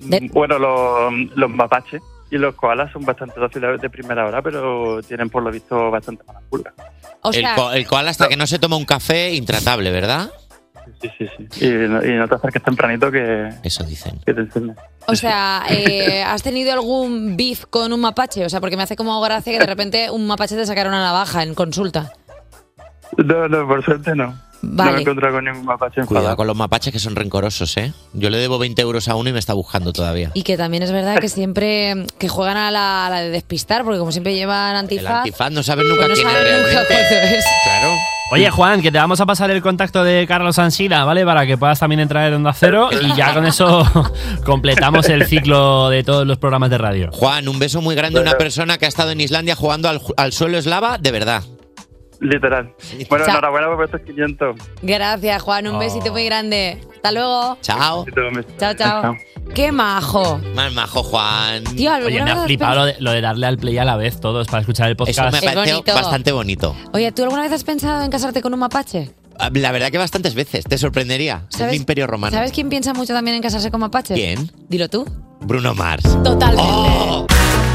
Speaker 18: mm, Bueno, los, los mapaches y los koalas son bastante dóciles de primera hora, pero tienen por lo visto bastante mala pulga.
Speaker 3: O
Speaker 4: El,
Speaker 3: sea-
Speaker 4: co- el koala hasta que no se toma un café, intratable, ¿verdad?
Speaker 18: Sí, sí, sí. Y, no- y no te acerques tempranito que...
Speaker 4: Eso dicen.
Speaker 18: Que te encienden. (laughs)
Speaker 3: O sea, eh, ¿has tenido algún beef con un mapache? O sea, porque me hace como gracia que de repente un mapache te sacara una navaja en consulta.
Speaker 18: No, no, por suerte no. No
Speaker 3: Vale.
Speaker 18: me he encontrado con ningún mapache
Speaker 4: Cuidado
Speaker 18: enfadado.
Speaker 4: con los mapaches que son rencorosos, ¿eh? Yo le debo 20 euros a uno y me está buscando todavía.
Speaker 3: Y que también es verdad que siempre mm, que juegan a la, a la de despistar, porque como siempre llevan
Speaker 4: El
Speaker 3: antifaz.
Speaker 4: antifaz no sabes nunca
Speaker 3: Pues
Speaker 4: quién
Speaker 3: no
Speaker 4: es
Speaker 3: saben nunca
Speaker 4: realmente.
Speaker 3: cuándo es.
Speaker 4: Claro.
Speaker 5: Oye, Juan, que te vamos a pasar el contacto de Carlos Ansira, ¿vale? Para que puedas también entrar en Onda Cero y ya con eso (laughs) completamos el ciclo de todos los programas de radio.
Speaker 4: Juan, un beso muy grande a una persona que ha estado en Islandia jugando al, ju- al suelo eslava de verdad.
Speaker 18: Literal. Bueno, pues,
Speaker 3: Chao.
Speaker 18: enhorabuena por estos 500.
Speaker 3: Gracias, Juan. Un
Speaker 4: Oh.
Speaker 3: besito muy grande. Hasta luego.
Speaker 4: Chao.
Speaker 3: Chao, chao. Qué majo.
Speaker 4: Más majo, Juan.
Speaker 3: Tío, alguna
Speaker 5: Oye, me
Speaker 3: vez
Speaker 5: ha
Speaker 3: has
Speaker 5: flipado lo
Speaker 3: pens-
Speaker 5: de, lo de darle al play a la vez todos para escuchar el podcast.
Speaker 4: Eso me ha
Speaker 3: Es
Speaker 4: parecido
Speaker 3: bonito.
Speaker 4: bastante bonito.
Speaker 3: Oye, ¿tú alguna vez has pensado en casarte con un mapache?
Speaker 4: La verdad que bastantes veces, te sorprendería. Es el
Speaker 3: ¿Sabes-
Speaker 4: imperio romano.
Speaker 3: ¿Sabes quién piensa mucho también en casarse con mapaches?
Speaker 4: ¿Quién?
Speaker 3: Dilo tú.
Speaker 4: Bruno Mars.
Speaker 3: Totalmente.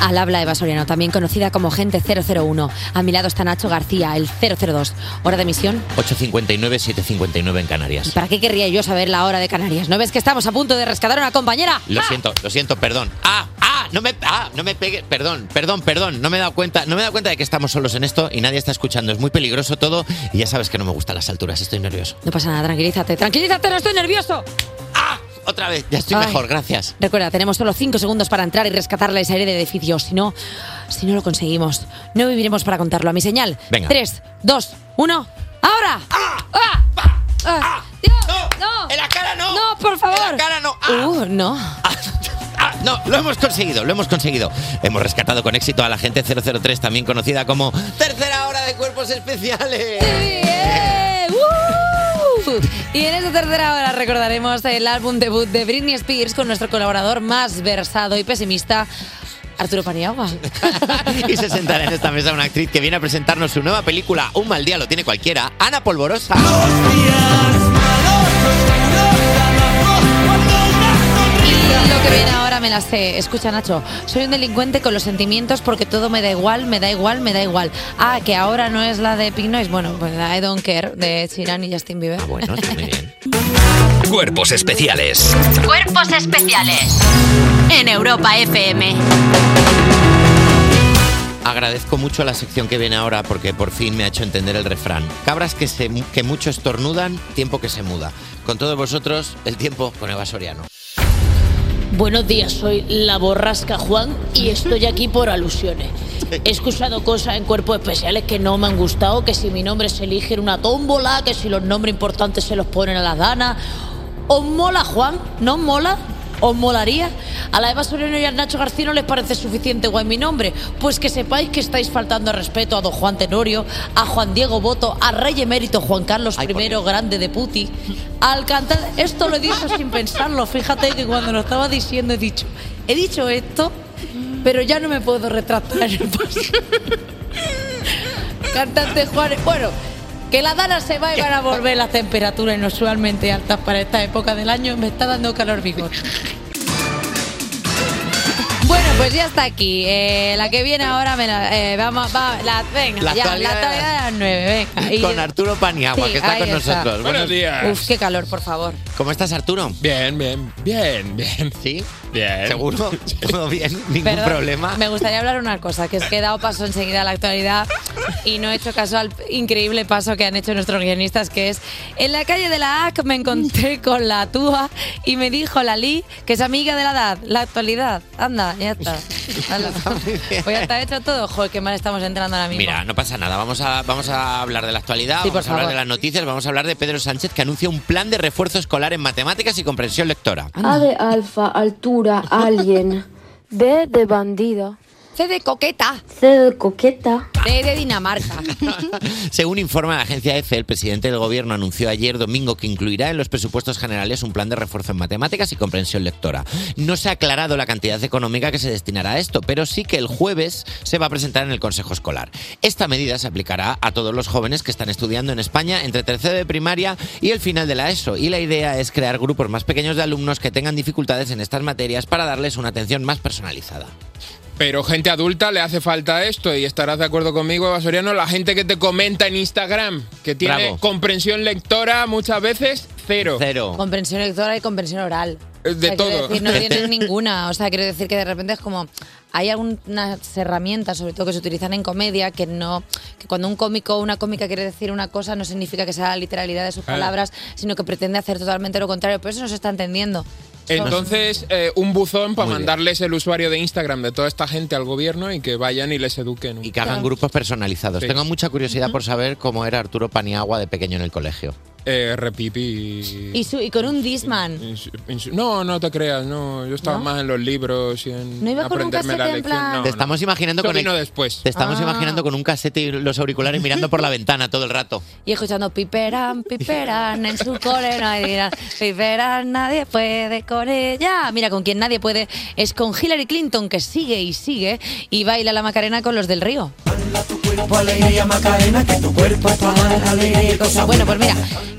Speaker 3: Al habla Eva Soriano, también conocida como Gente 001. A mi lado está Nacho García, el 002. Hora de misión.
Speaker 4: 859, 759 en
Speaker 3: ¿Y
Speaker 4: Canarias.
Speaker 3: para qué querría yo saber la hora de Canarias? ¿No ves que estamos a punto de rescatar a una compañera?
Speaker 4: Lo siento, lo siento, perdón. Ah, ah, no me, ah, no me pegues. Perdón, perdón, perdón. No me he dado cuenta. No me he dado cuenta de que estamos solos en esto y nadie está escuchando. Es muy peligroso todo y ya sabes que no me gustan las alturas. Estoy nervioso.
Speaker 3: No pasa nada, tranquilízate. Tranquilízate, no estoy nervioso.
Speaker 4: Otra vez, ya estoy
Speaker 3: Ay.
Speaker 4: mejor, gracias.
Speaker 3: Recuerda, tenemos solo 5 segundos para entrar y rescatar la aire de edificio. Si no, si no lo conseguimos, no viviremos para contarlo. A mi señal.
Speaker 4: Venga.
Speaker 3: 3, 2, 1. ¡Ahora! ¡Ah! ¡Ah! ¡Dios! ¡No!
Speaker 4: ¡En la Ah. cara no!
Speaker 3: ¡No, por favor!
Speaker 4: ¡En la cara no!
Speaker 3: ¡Uh, no!
Speaker 4: Ah, no, lo hemos conseguido, lo hemos conseguido. Hemos rescatado con éxito a la gente 003, también conocida como Tercera hora de cuerpos especiales.
Speaker 3: eh. Uh. Y en esta tercera hora recordaremos el álbum debut de Britney Spears con nuestro colaborador más versado y pesimista, Arturo Paniagua.
Speaker 4: Y se sentará en esta mesa una actriz que viene a presentarnos su nueva película, Un mal día lo tiene cualquiera, Ana Polvorosa.
Speaker 3: Lo que viene ahora me la sé. Escucha, Nacho, soy un delincuente con los sentimientos porque todo me da igual, me da igual, me da igual. Ah, que ahora no es la de Pink Noise. Bueno, pues la I Don't Care de Chirán y Justin Bieber.
Speaker 4: bueno, muy bien.
Speaker 1: Cuerpos especiales.
Speaker 16: Cuerpos especiales en Europa FM.
Speaker 4: Agradezco mucho la sección que viene ahora porque por fin me ha hecho entender el refrán. Cabras que, se, que mucho estornudan, tiempo que se muda. Con todos vosotros, el tiempo con Eva Soriano.
Speaker 19: Buenos días, soy la borrasca Juan y estoy aquí por alusiones. He escuchado cosas en cuerpos especiales que no me han gustado, que si mi nombre se elige en una tómbola, que si los nombres importantes se los ponen a las danas. ¿Os mola, Juan? ¿No os mola? ¿Os molaría? ¿A la Eva Soriano y al Nacho García no les parece suficiente guay mi nombre? Pues que sepáis que estáis faltando al respeto a don Juan Tenorio, a Juan Diego Boto, a Rey Emérito Juan Carlos I, grande de Puti, al cantar... Esto lo he dicho sin pensarlo, fíjate que cuando lo estaba diciendo he dicho, he dicho esto, pero ya no me puedo retractar. Cantante Juan... Bueno... Que la dana se va y van a volver las temperaturas inusualmente altas para esta época del año. Me está dando calor vigor.
Speaker 3: Bueno, pues ya está aquí. Eh, la que viene ahora me la. eh, vamos, va, la, venga,
Speaker 4: La
Speaker 3: ya,
Speaker 4: actualidad
Speaker 3: la
Speaker 4: de las-
Speaker 3: actualidad de las nueve, venga. Y-
Speaker 4: Con Arturo Paniagua,
Speaker 3: Sí,
Speaker 4: que está
Speaker 3: ahí
Speaker 4: con
Speaker 3: está.
Speaker 4: nosotros.
Speaker 3: Uf, qué calor, por favor.
Speaker 4: ¿Cómo estás, Arturo? Bien, bien, bien, bien. ¿Sí? Bien. ¿Seguro? ¿Todo bien? ¿Ningún
Speaker 3: Perdón,
Speaker 4: problema?
Speaker 3: Me gustaría hablar una cosa, que es que he dado paso enseguida a la actualidad y no he hecho caso al increíble paso que han hecho nuestros guionistas, que es en la calle de la AC me encontré con la Túa y me dijo la Lee, que es amiga de la edad, la actualidad. Anda, ya está. Hala. Pues ya está hecho todo. Joder, qué mal estamos entrando ahora mismo.
Speaker 4: Mira, no pasa nada. Vamos a, vamos a hablar de la actualidad,
Speaker 3: Sí, por
Speaker 4: vamos a hablar
Speaker 3: favor.
Speaker 4: de las noticias, vamos a hablar de Pedro Sánchez que anuncia un plan de refuerzo escolar en matemáticas y comprensión lectora.
Speaker 3: Ah,
Speaker 13: A de alfa,
Speaker 3: (laughs)
Speaker 13: altura, alien. B de bandido.
Speaker 3: C de coqueta.
Speaker 13: C de coqueta.
Speaker 3: D
Speaker 4: (laughs)
Speaker 3: de Dinamarca.
Speaker 4: Según informa la agencia EFE, el presidente del gobierno anunció ayer domingo que incluirá en los presupuestos generales un plan de refuerzo en matemáticas y comprensión lectora. No se ha aclarado la cantidad económica que se destinará a esto, pero sí que el jueves se va a presentar en el Consejo Escolar. Esta medida se aplicará a todos los jóvenes que están estudiando en España entre tercero de primaria y el final de la ESO. Y la idea es crear grupos más pequeños de alumnos que tengan dificultades en estas materias para darles una atención más personalizada.
Speaker 20: Pero gente adulta le hace falta esto y estarás de acuerdo conmigo, Eva Soriano, la gente que te comenta en Instagram, que tiene
Speaker 4: Bravo.
Speaker 20: comprensión lectora muchas veces cero.
Speaker 4: Cero.
Speaker 3: Comprensión lectora y comprensión oral.
Speaker 20: Eh, De
Speaker 3: O sea, quiero
Speaker 20: todo. (laughs)
Speaker 3: decir, no tienen ninguna. O sea, quiero decir que de repente es como. Hay algunas herramientas, sobre todo que se utilizan en comedia, que no. que cuando un cómico o una cómica quiere decir una cosa, no significa que sea la literalidad de sus
Speaker 20: Claro.
Speaker 3: palabras, sino que pretende hacer totalmente lo contrario. Pero eso no se está entendiendo.
Speaker 20: Entonces, eh, un buzón para
Speaker 4: Muy bien.
Speaker 20: mandarles el usuario de Instagram de toda esta gente al gobierno y que vayan y les eduquen.
Speaker 4: Y que hagan grupos Pues personalizados.
Speaker 20: Sí.
Speaker 4: Tengo mucha curiosidad por saber cómo era Arturo Paniagua de pequeño en el colegio.
Speaker 20: Eh, repipi.
Speaker 3: Y, su- y con un Disman.
Speaker 20: Insu- insu- No, no te creas, no. Yo estaba
Speaker 3: ¿No?
Speaker 20: más en los libros y en
Speaker 3: ¿No iba con un
Speaker 20: aprenderme la
Speaker 3: casete en
Speaker 20: lección.
Speaker 3: plan-
Speaker 20: No,
Speaker 4: te
Speaker 20: no.
Speaker 4: estamos imaginando
Speaker 20: Eso
Speaker 4: con el-
Speaker 20: vino después.
Speaker 4: Te estamos
Speaker 3: Ah.
Speaker 4: imaginando con un casete y los auriculares mirando (laughs) por la ventana todo el rato.
Speaker 3: Y escuchando piperán, piperán, en su cole no hay dirán, piperán, nadie puede con ella. Mira, con quien nadie puede es con Hillary Clinton, que sigue y sigue y baila la Macarena con los del río. Bueno, pues mira,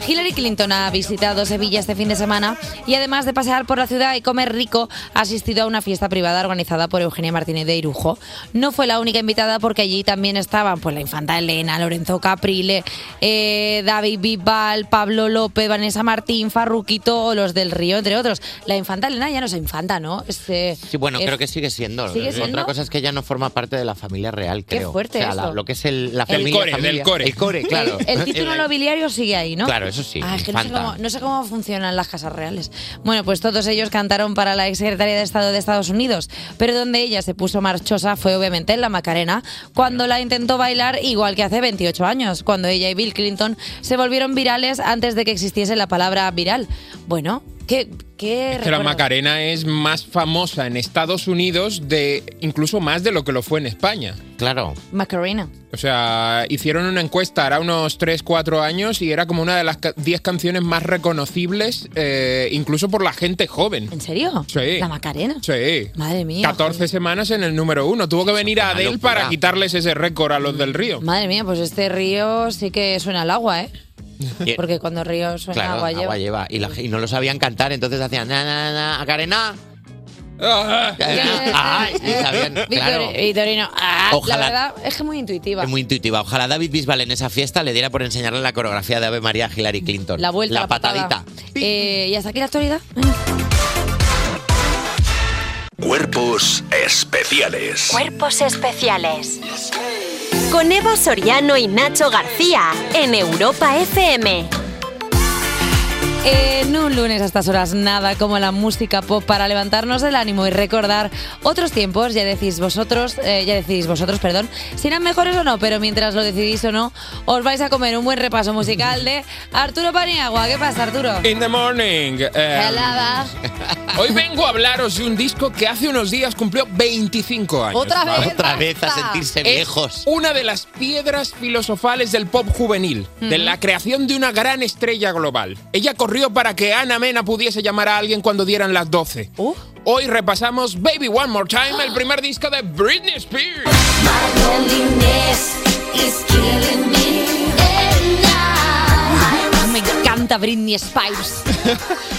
Speaker 3: Hillary Clinton ha visitado Sevilla este fin de semana y además de pasear por la ciudad y comer rico, ha asistido a una fiesta privada organizada por Eugenia Martínez de Irujo. No fue la única invitada porque allí también estaban pues la infanta Elena, Lorenzo Caprile, eh, David Bisbal, Pablo López, Vanessa Martín, Farruquito, los del Río, entre otros. La infanta Elena ya no es infanta, ¿no? Es, eh,
Speaker 4: Sí, bueno,
Speaker 3: es-
Speaker 4: creo que sigue siendo.
Speaker 3: ¿Sigue siendo?
Speaker 4: Otra cosa es que ya no forma parte de la familia real,
Speaker 3: Qué
Speaker 4: creo.
Speaker 3: fuerte
Speaker 4: O sea, la-
Speaker 3: eso.
Speaker 4: lo que es el, la
Speaker 3: El
Speaker 4: familia.
Speaker 20: core,
Speaker 4: familia-
Speaker 20: del core.
Speaker 4: El core, claro.
Speaker 3: (laughs) El título
Speaker 4: (laughs) El-
Speaker 3: nobiliario sigue ahí, ¿no?
Speaker 4: Claro, eso sí,
Speaker 3: Ah, es que no sé,
Speaker 4: infanta.
Speaker 3: cómo, no sé cómo funcionan las casas reales. Bueno, pues todos ellos cantaron para la exsecretaria de Estado de Estados Unidos, pero donde ella se puso marchosa fue obviamente en la Macarena, cuando la intentó bailar igual que hace 28 años, cuando ella y Bill Clinton se volvieron virales antes de que existiese la palabra viral. Bueno, ¿qué, ¿Qué
Speaker 20: Que la
Speaker 3: recuerdos?
Speaker 20: Macarena es más famosa en Estados Unidos de incluso más de lo que lo fue en España.
Speaker 4: Claro.
Speaker 3: Macarena.
Speaker 20: O sea, hicieron una encuesta hará unos 3, 4 años y era como una de las ca- 10 canciones más reconocibles, eh, incluso por la gente joven.
Speaker 3: ¿En serio?
Speaker 20: Sí.
Speaker 3: La Macarena.
Speaker 20: Sí.
Speaker 3: Madre mía.
Speaker 20: 14 semanas en el número uno. Tuvo que venir a Adele
Speaker 3: locura.
Speaker 20: para quitarles ese récord a los del río.
Speaker 3: Madre mía, pues este río sí que suena al agua, ¿eh? Porque cuando río suena
Speaker 4: Claro,
Speaker 3: agua,
Speaker 4: agua,
Speaker 3: lleva.
Speaker 4: lleva. Y, la- y no lo sabían cantar, entonces hacían na, na, na, Macarena. Ay, y sabían, claro.
Speaker 3: Victor- Victorino, ah, la
Speaker 4: Ojalá.
Speaker 3: verdad es que muy intuitiva.
Speaker 4: Es muy intuitiva. Ojalá David Bisbal en esa fiesta le diera por enseñarle la coreografía de Ave María a Hillary Clinton.
Speaker 3: La vuelta,
Speaker 4: La,
Speaker 3: la,
Speaker 4: patadita.
Speaker 3: patada. Eh, y hasta aquí la actualidad.
Speaker 6: Cuerpos especiales.
Speaker 2: Cuerpos especiales. Con Eva Soriano y Nacho García en Europa FM.
Speaker 3: Eh, En un lunes a estas horas, nada como la música pop para levantarnos del ánimo y recordar otros tiempos, ya decís vosotros, eh, ya decís vosotros, perdón, si eran mejores o no, pero mientras lo decidís o no, os vais a comer un buen repaso musical de Arturo Paniagua. ¿Qué pasa, Arturo?
Speaker 20: In the morning. eh,
Speaker 3: Helada.
Speaker 20: hoy vengo a hablaros de un disco que hace unos días cumplió 25 años.
Speaker 4: Otra
Speaker 20: ¿vale?
Speaker 4: vez, Otra vez a basta. sentirse
Speaker 20: Es
Speaker 4: viejos.
Speaker 20: Una de las piedras filosofales del pop juvenil, de la creación de una gran estrella global. Ella corrió para que Ana Mena pudiese llamar a alguien cuando dieran las 12. Hoy repasamos Baby One More Time, el primer disco de Britney Spears.
Speaker 3: Me encanta Britney Spears.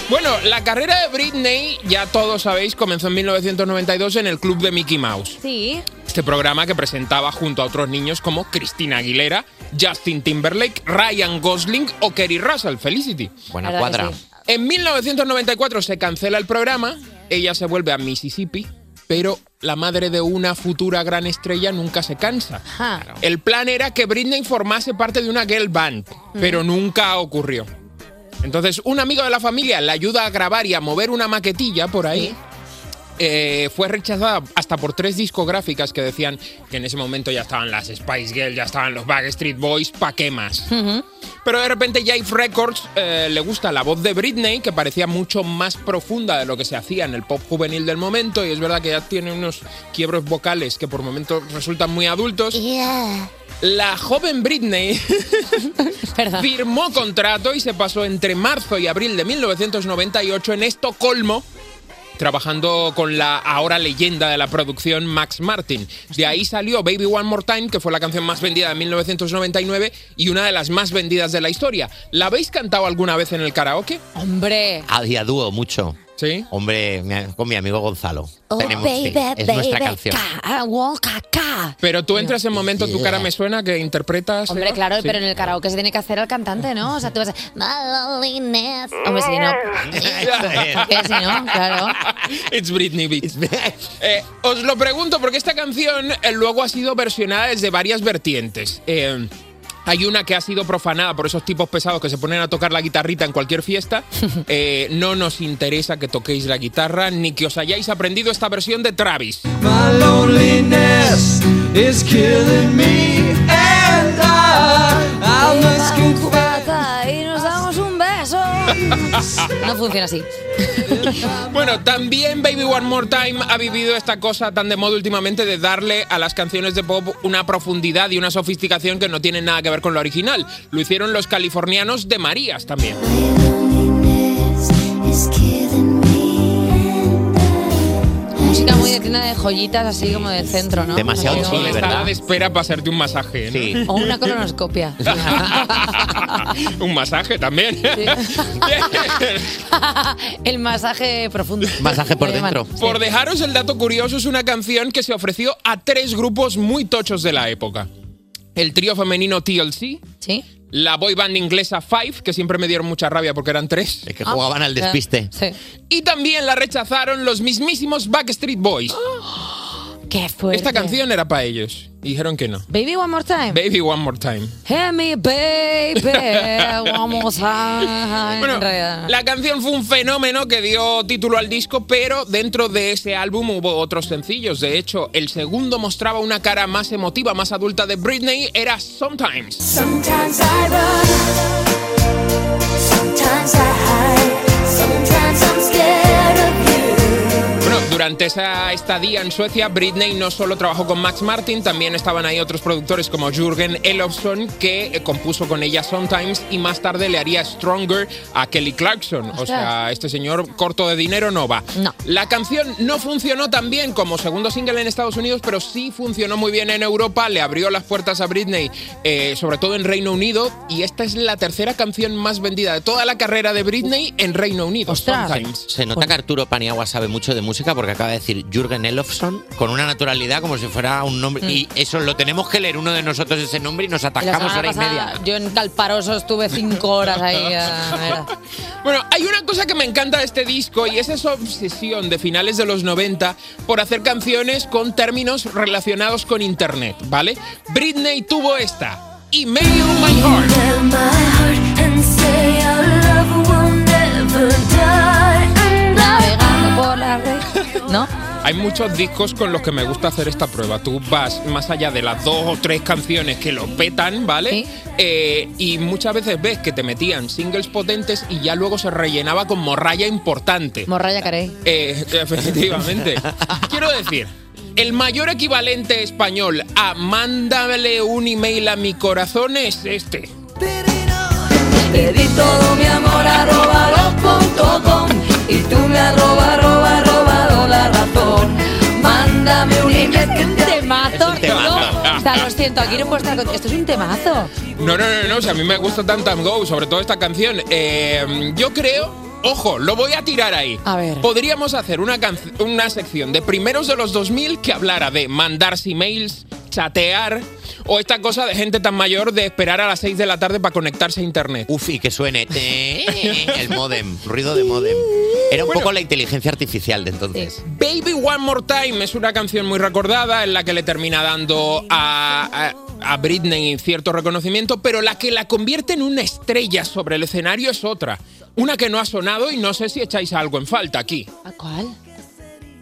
Speaker 20: Bueno, la carrera de Britney, ya todos sabéis, comenzó en 1992 en el club de Mickey Mouse.
Speaker 3: Sí.
Speaker 20: Este programa que presentaba junto a otros niños como Cristina Aguilera, Justin Timberlake, Ryan Gosling o Kerry Russell, Felicity.
Speaker 4: Buena La verdad que cuadra. sí.
Speaker 20: En 1994 se cancela el programa, ella se vuelve a Mississippi, pero la madre de una futura gran estrella nunca se cansa. El plan era que Britney formase parte de una girl band, pero nunca ocurrió. Entonces, un amigo de la familia la ayuda a grabar y a mover una maquetilla por ahí. Eh, fue rechazada hasta por tres discográficas que decían que en ese momento ya estaban las Spice Girls, ya estaban los Backstreet Boys, ¿pa' qué más? Pero de repente Jive Records eh, le gusta la voz de Britney, que parecía mucho más profunda de lo que se hacía en el pop juvenil del momento, y es verdad que ya tiene unos quiebros vocales que por momentos resultan muy adultos. La joven Britney (laughs) firmó contrato y se pasó entre marzo y abril de 1998 en Estocolmo trabajando con la ahora leyenda de la producción Max Martin. De ahí salió Baby One More Time, que fue la canción más vendida de 1999 y una de las más vendidas de la historia. ¿La habéis cantado alguna vez en el karaoke?
Speaker 3: Hombre.
Speaker 4: A, Ah, y a dúo mucho.
Speaker 20: Sí.
Speaker 4: Hombre, mi- con mi amigo Gonzalo.
Speaker 20: Oh,
Speaker 4: Tenemos,
Speaker 20: baby,
Speaker 4: sí, es nuestra
Speaker 20: baby,
Speaker 4: canción.
Speaker 3: Ah,
Speaker 20: Pero tú entras en momento, tu cara me suena, que interpretas...
Speaker 3: Hombre,
Speaker 20: Eva?
Speaker 3: claro,
Speaker 20: Sí.
Speaker 3: pero en el karaoke se tiene que hacer al cantante, ¿no? O sea, tú vas a... Loneliness. Hombre, si no... Que si no, claro.
Speaker 20: It's Britney Beach. Eh, os lo pregunto porque esta canción eh, luego ha sido versionada desde varias vertientes. Eh, hay una que ha sido profanada por esos tipos pesados que se ponen a tocar la guitarrita en cualquier
Speaker 3: (laughs)
Speaker 20: fiesta. Eh, no nos interesa que toquéis la guitarra ni que os hayáis aprendido esta versión de Travis.
Speaker 14: Loneliness is killing me and I, I must
Speaker 3: Pata, y nos damos un beso. No funciona así.
Speaker 20: Bueno, también Baby One More Time ha vivido esta cosa tan de moda últimamente de darle a las canciones de pop una profundidad y una sofisticación que no tienen nada que ver con lo original. Lo hicieron los californianos de Marías también.
Speaker 3: Música muy de tienda de joyitas, así como del centro, ¿no?
Speaker 4: Demasiado
Speaker 3: Como-
Speaker 20: Con la estada de espera para hacerte un masaje. ¿no?
Speaker 3: O una
Speaker 20: (laughs)
Speaker 4: (laughs)
Speaker 3: colonoscopia. (laughs)
Speaker 20: un masaje también. (laughs)
Speaker 3: El masaje profundo.
Speaker 4: Masaje por
Speaker 3: Oye, man,
Speaker 4: dentro.
Speaker 20: Por dejaros el dato curioso, es una canción que se ofreció a tres grupos muy tochos de la época. El trío femenino TLC.
Speaker 3: Sí.
Speaker 20: La boy band inglesa Five, que siempre me dieron mucha rabia porque eran tres.
Speaker 4: que Ah, jugaban al despiste.
Speaker 3: Sí.
Speaker 20: Y también la rechazaron los mismísimos Backstreet Boys.
Speaker 3: (gasps) Qué fuerte.
Speaker 20: Esta canción era para ellos. Y dijeron que no.
Speaker 3: Baby One More Time.
Speaker 20: Baby One More Time.
Speaker 3: Hear me, baby. One more time.
Speaker 20: (laughs) Bueno,
Speaker 3: En realidad.
Speaker 20: La canción fue un fenómeno que dio título al disco, pero dentro de ese álbum hubo otros sencillos. De hecho, el segundo mostraba una cara más emotiva, más adulta de Britney, era Sometimes.
Speaker 14: Sometimes I run, sometimes I hide,
Speaker 11: Sometimes I'm scared of
Speaker 20: Bueno, durante esa estadía en Suecia, Britney no solo trabajó con Max Martin, también estaban ahí otros productores como Jürgen Elofsson, que eh, compuso con ella Sometimes y más tarde le haría Stronger a Kelly Clarkson. O sea, este señor corto de dinero no va.
Speaker 3: No.
Speaker 20: La canción no funcionó tan bien como segundo single en Estados Unidos, pero sí funcionó muy bien en Europa, le abrió las puertas a Britney, eh, sobre todo en Reino Unido, y esta es la tercera canción más vendida de toda la carrera de Britney en Reino Unido. Sometimes.
Speaker 4: Se nota que Arturo Paniagua sabe mucho de música porque acaba de decir Jürgen Elofsson con una naturalidad como si fuera un nombre.
Speaker 3: Mm.
Speaker 4: Y eso lo tenemos que leer uno de nosotros ese nombre y nos
Speaker 3: La
Speaker 4: atascamos
Speaker 3: semana
Speaker 4: hora y
Speaker 3: pasada,
Speaker 4: media.
Speaker 3: Yo en Calparoso estuve cinco horas ahí. ah, era.
Speaker 20: Bueno, hay una cosa que me encanta de este disco y es esa obsesión de finales de los 90 por hacer canciones con términos relacionados con internet, ¿vale? Britney tuvo esta, Email My Heart.
Speaker 11: and say our love will never die. And
Speaker 3: Navegando por la red. ¿No?
Speaker 20: Hay muchos discos con los que me gusta hacer esta prueba. Tú vas más allá de las dos o tres canciones que lo petan, ¿vale? Eh, y muchas veces ves que te metían singles potentes y ya luego se rellenaba con morralla importante.
Speaker 3: Morralla Carey.
Speaker 20: Eh, (laughs) efectivamente. Quiero decir, el mayor equivalente español a mándale un email a mi corazón es este.
Speaker 11: Te di todo mi amor arroba los.com y tú me arroba arroba arroba do la razón. Mándame un email que te
Speaker 3: Temazo.
Speaker 20: Es un temazo.
Speaker 3: ¿no? O sea, lo siento, aquí no puedo estar con... Esto es un temazo.
Speaker 20: No, no, no, no, si a mí me gusta Tam Tam Go, sobre todo esta canción. Eh, yo creo, ojo, lo voy a tirar ahí.
Speaker 3: A ver.
Speaker 20: Podríamos hacer una, canc- una sección de primeros de los 2000 que hablara de mandarse emails, chatear o esta cosa de gente tan mayor de esperar a las 6 de la tarde para conectarse a internet.
Speaker 4: Uf, y que suene te- el modem, ruido de modem. Era un poco la inteligencia artificial de entonces.
Speaker 20: Baby One More Time es una canción muy recordada en la que le termina dando a, a- a Britney cierto reconocimiento, pero la que la convierte en una estrella sobre el escenario es otra. Una que no ha sonado y no sé si echáis algo en falta aquí.
Speaker 3: ¿A cuál?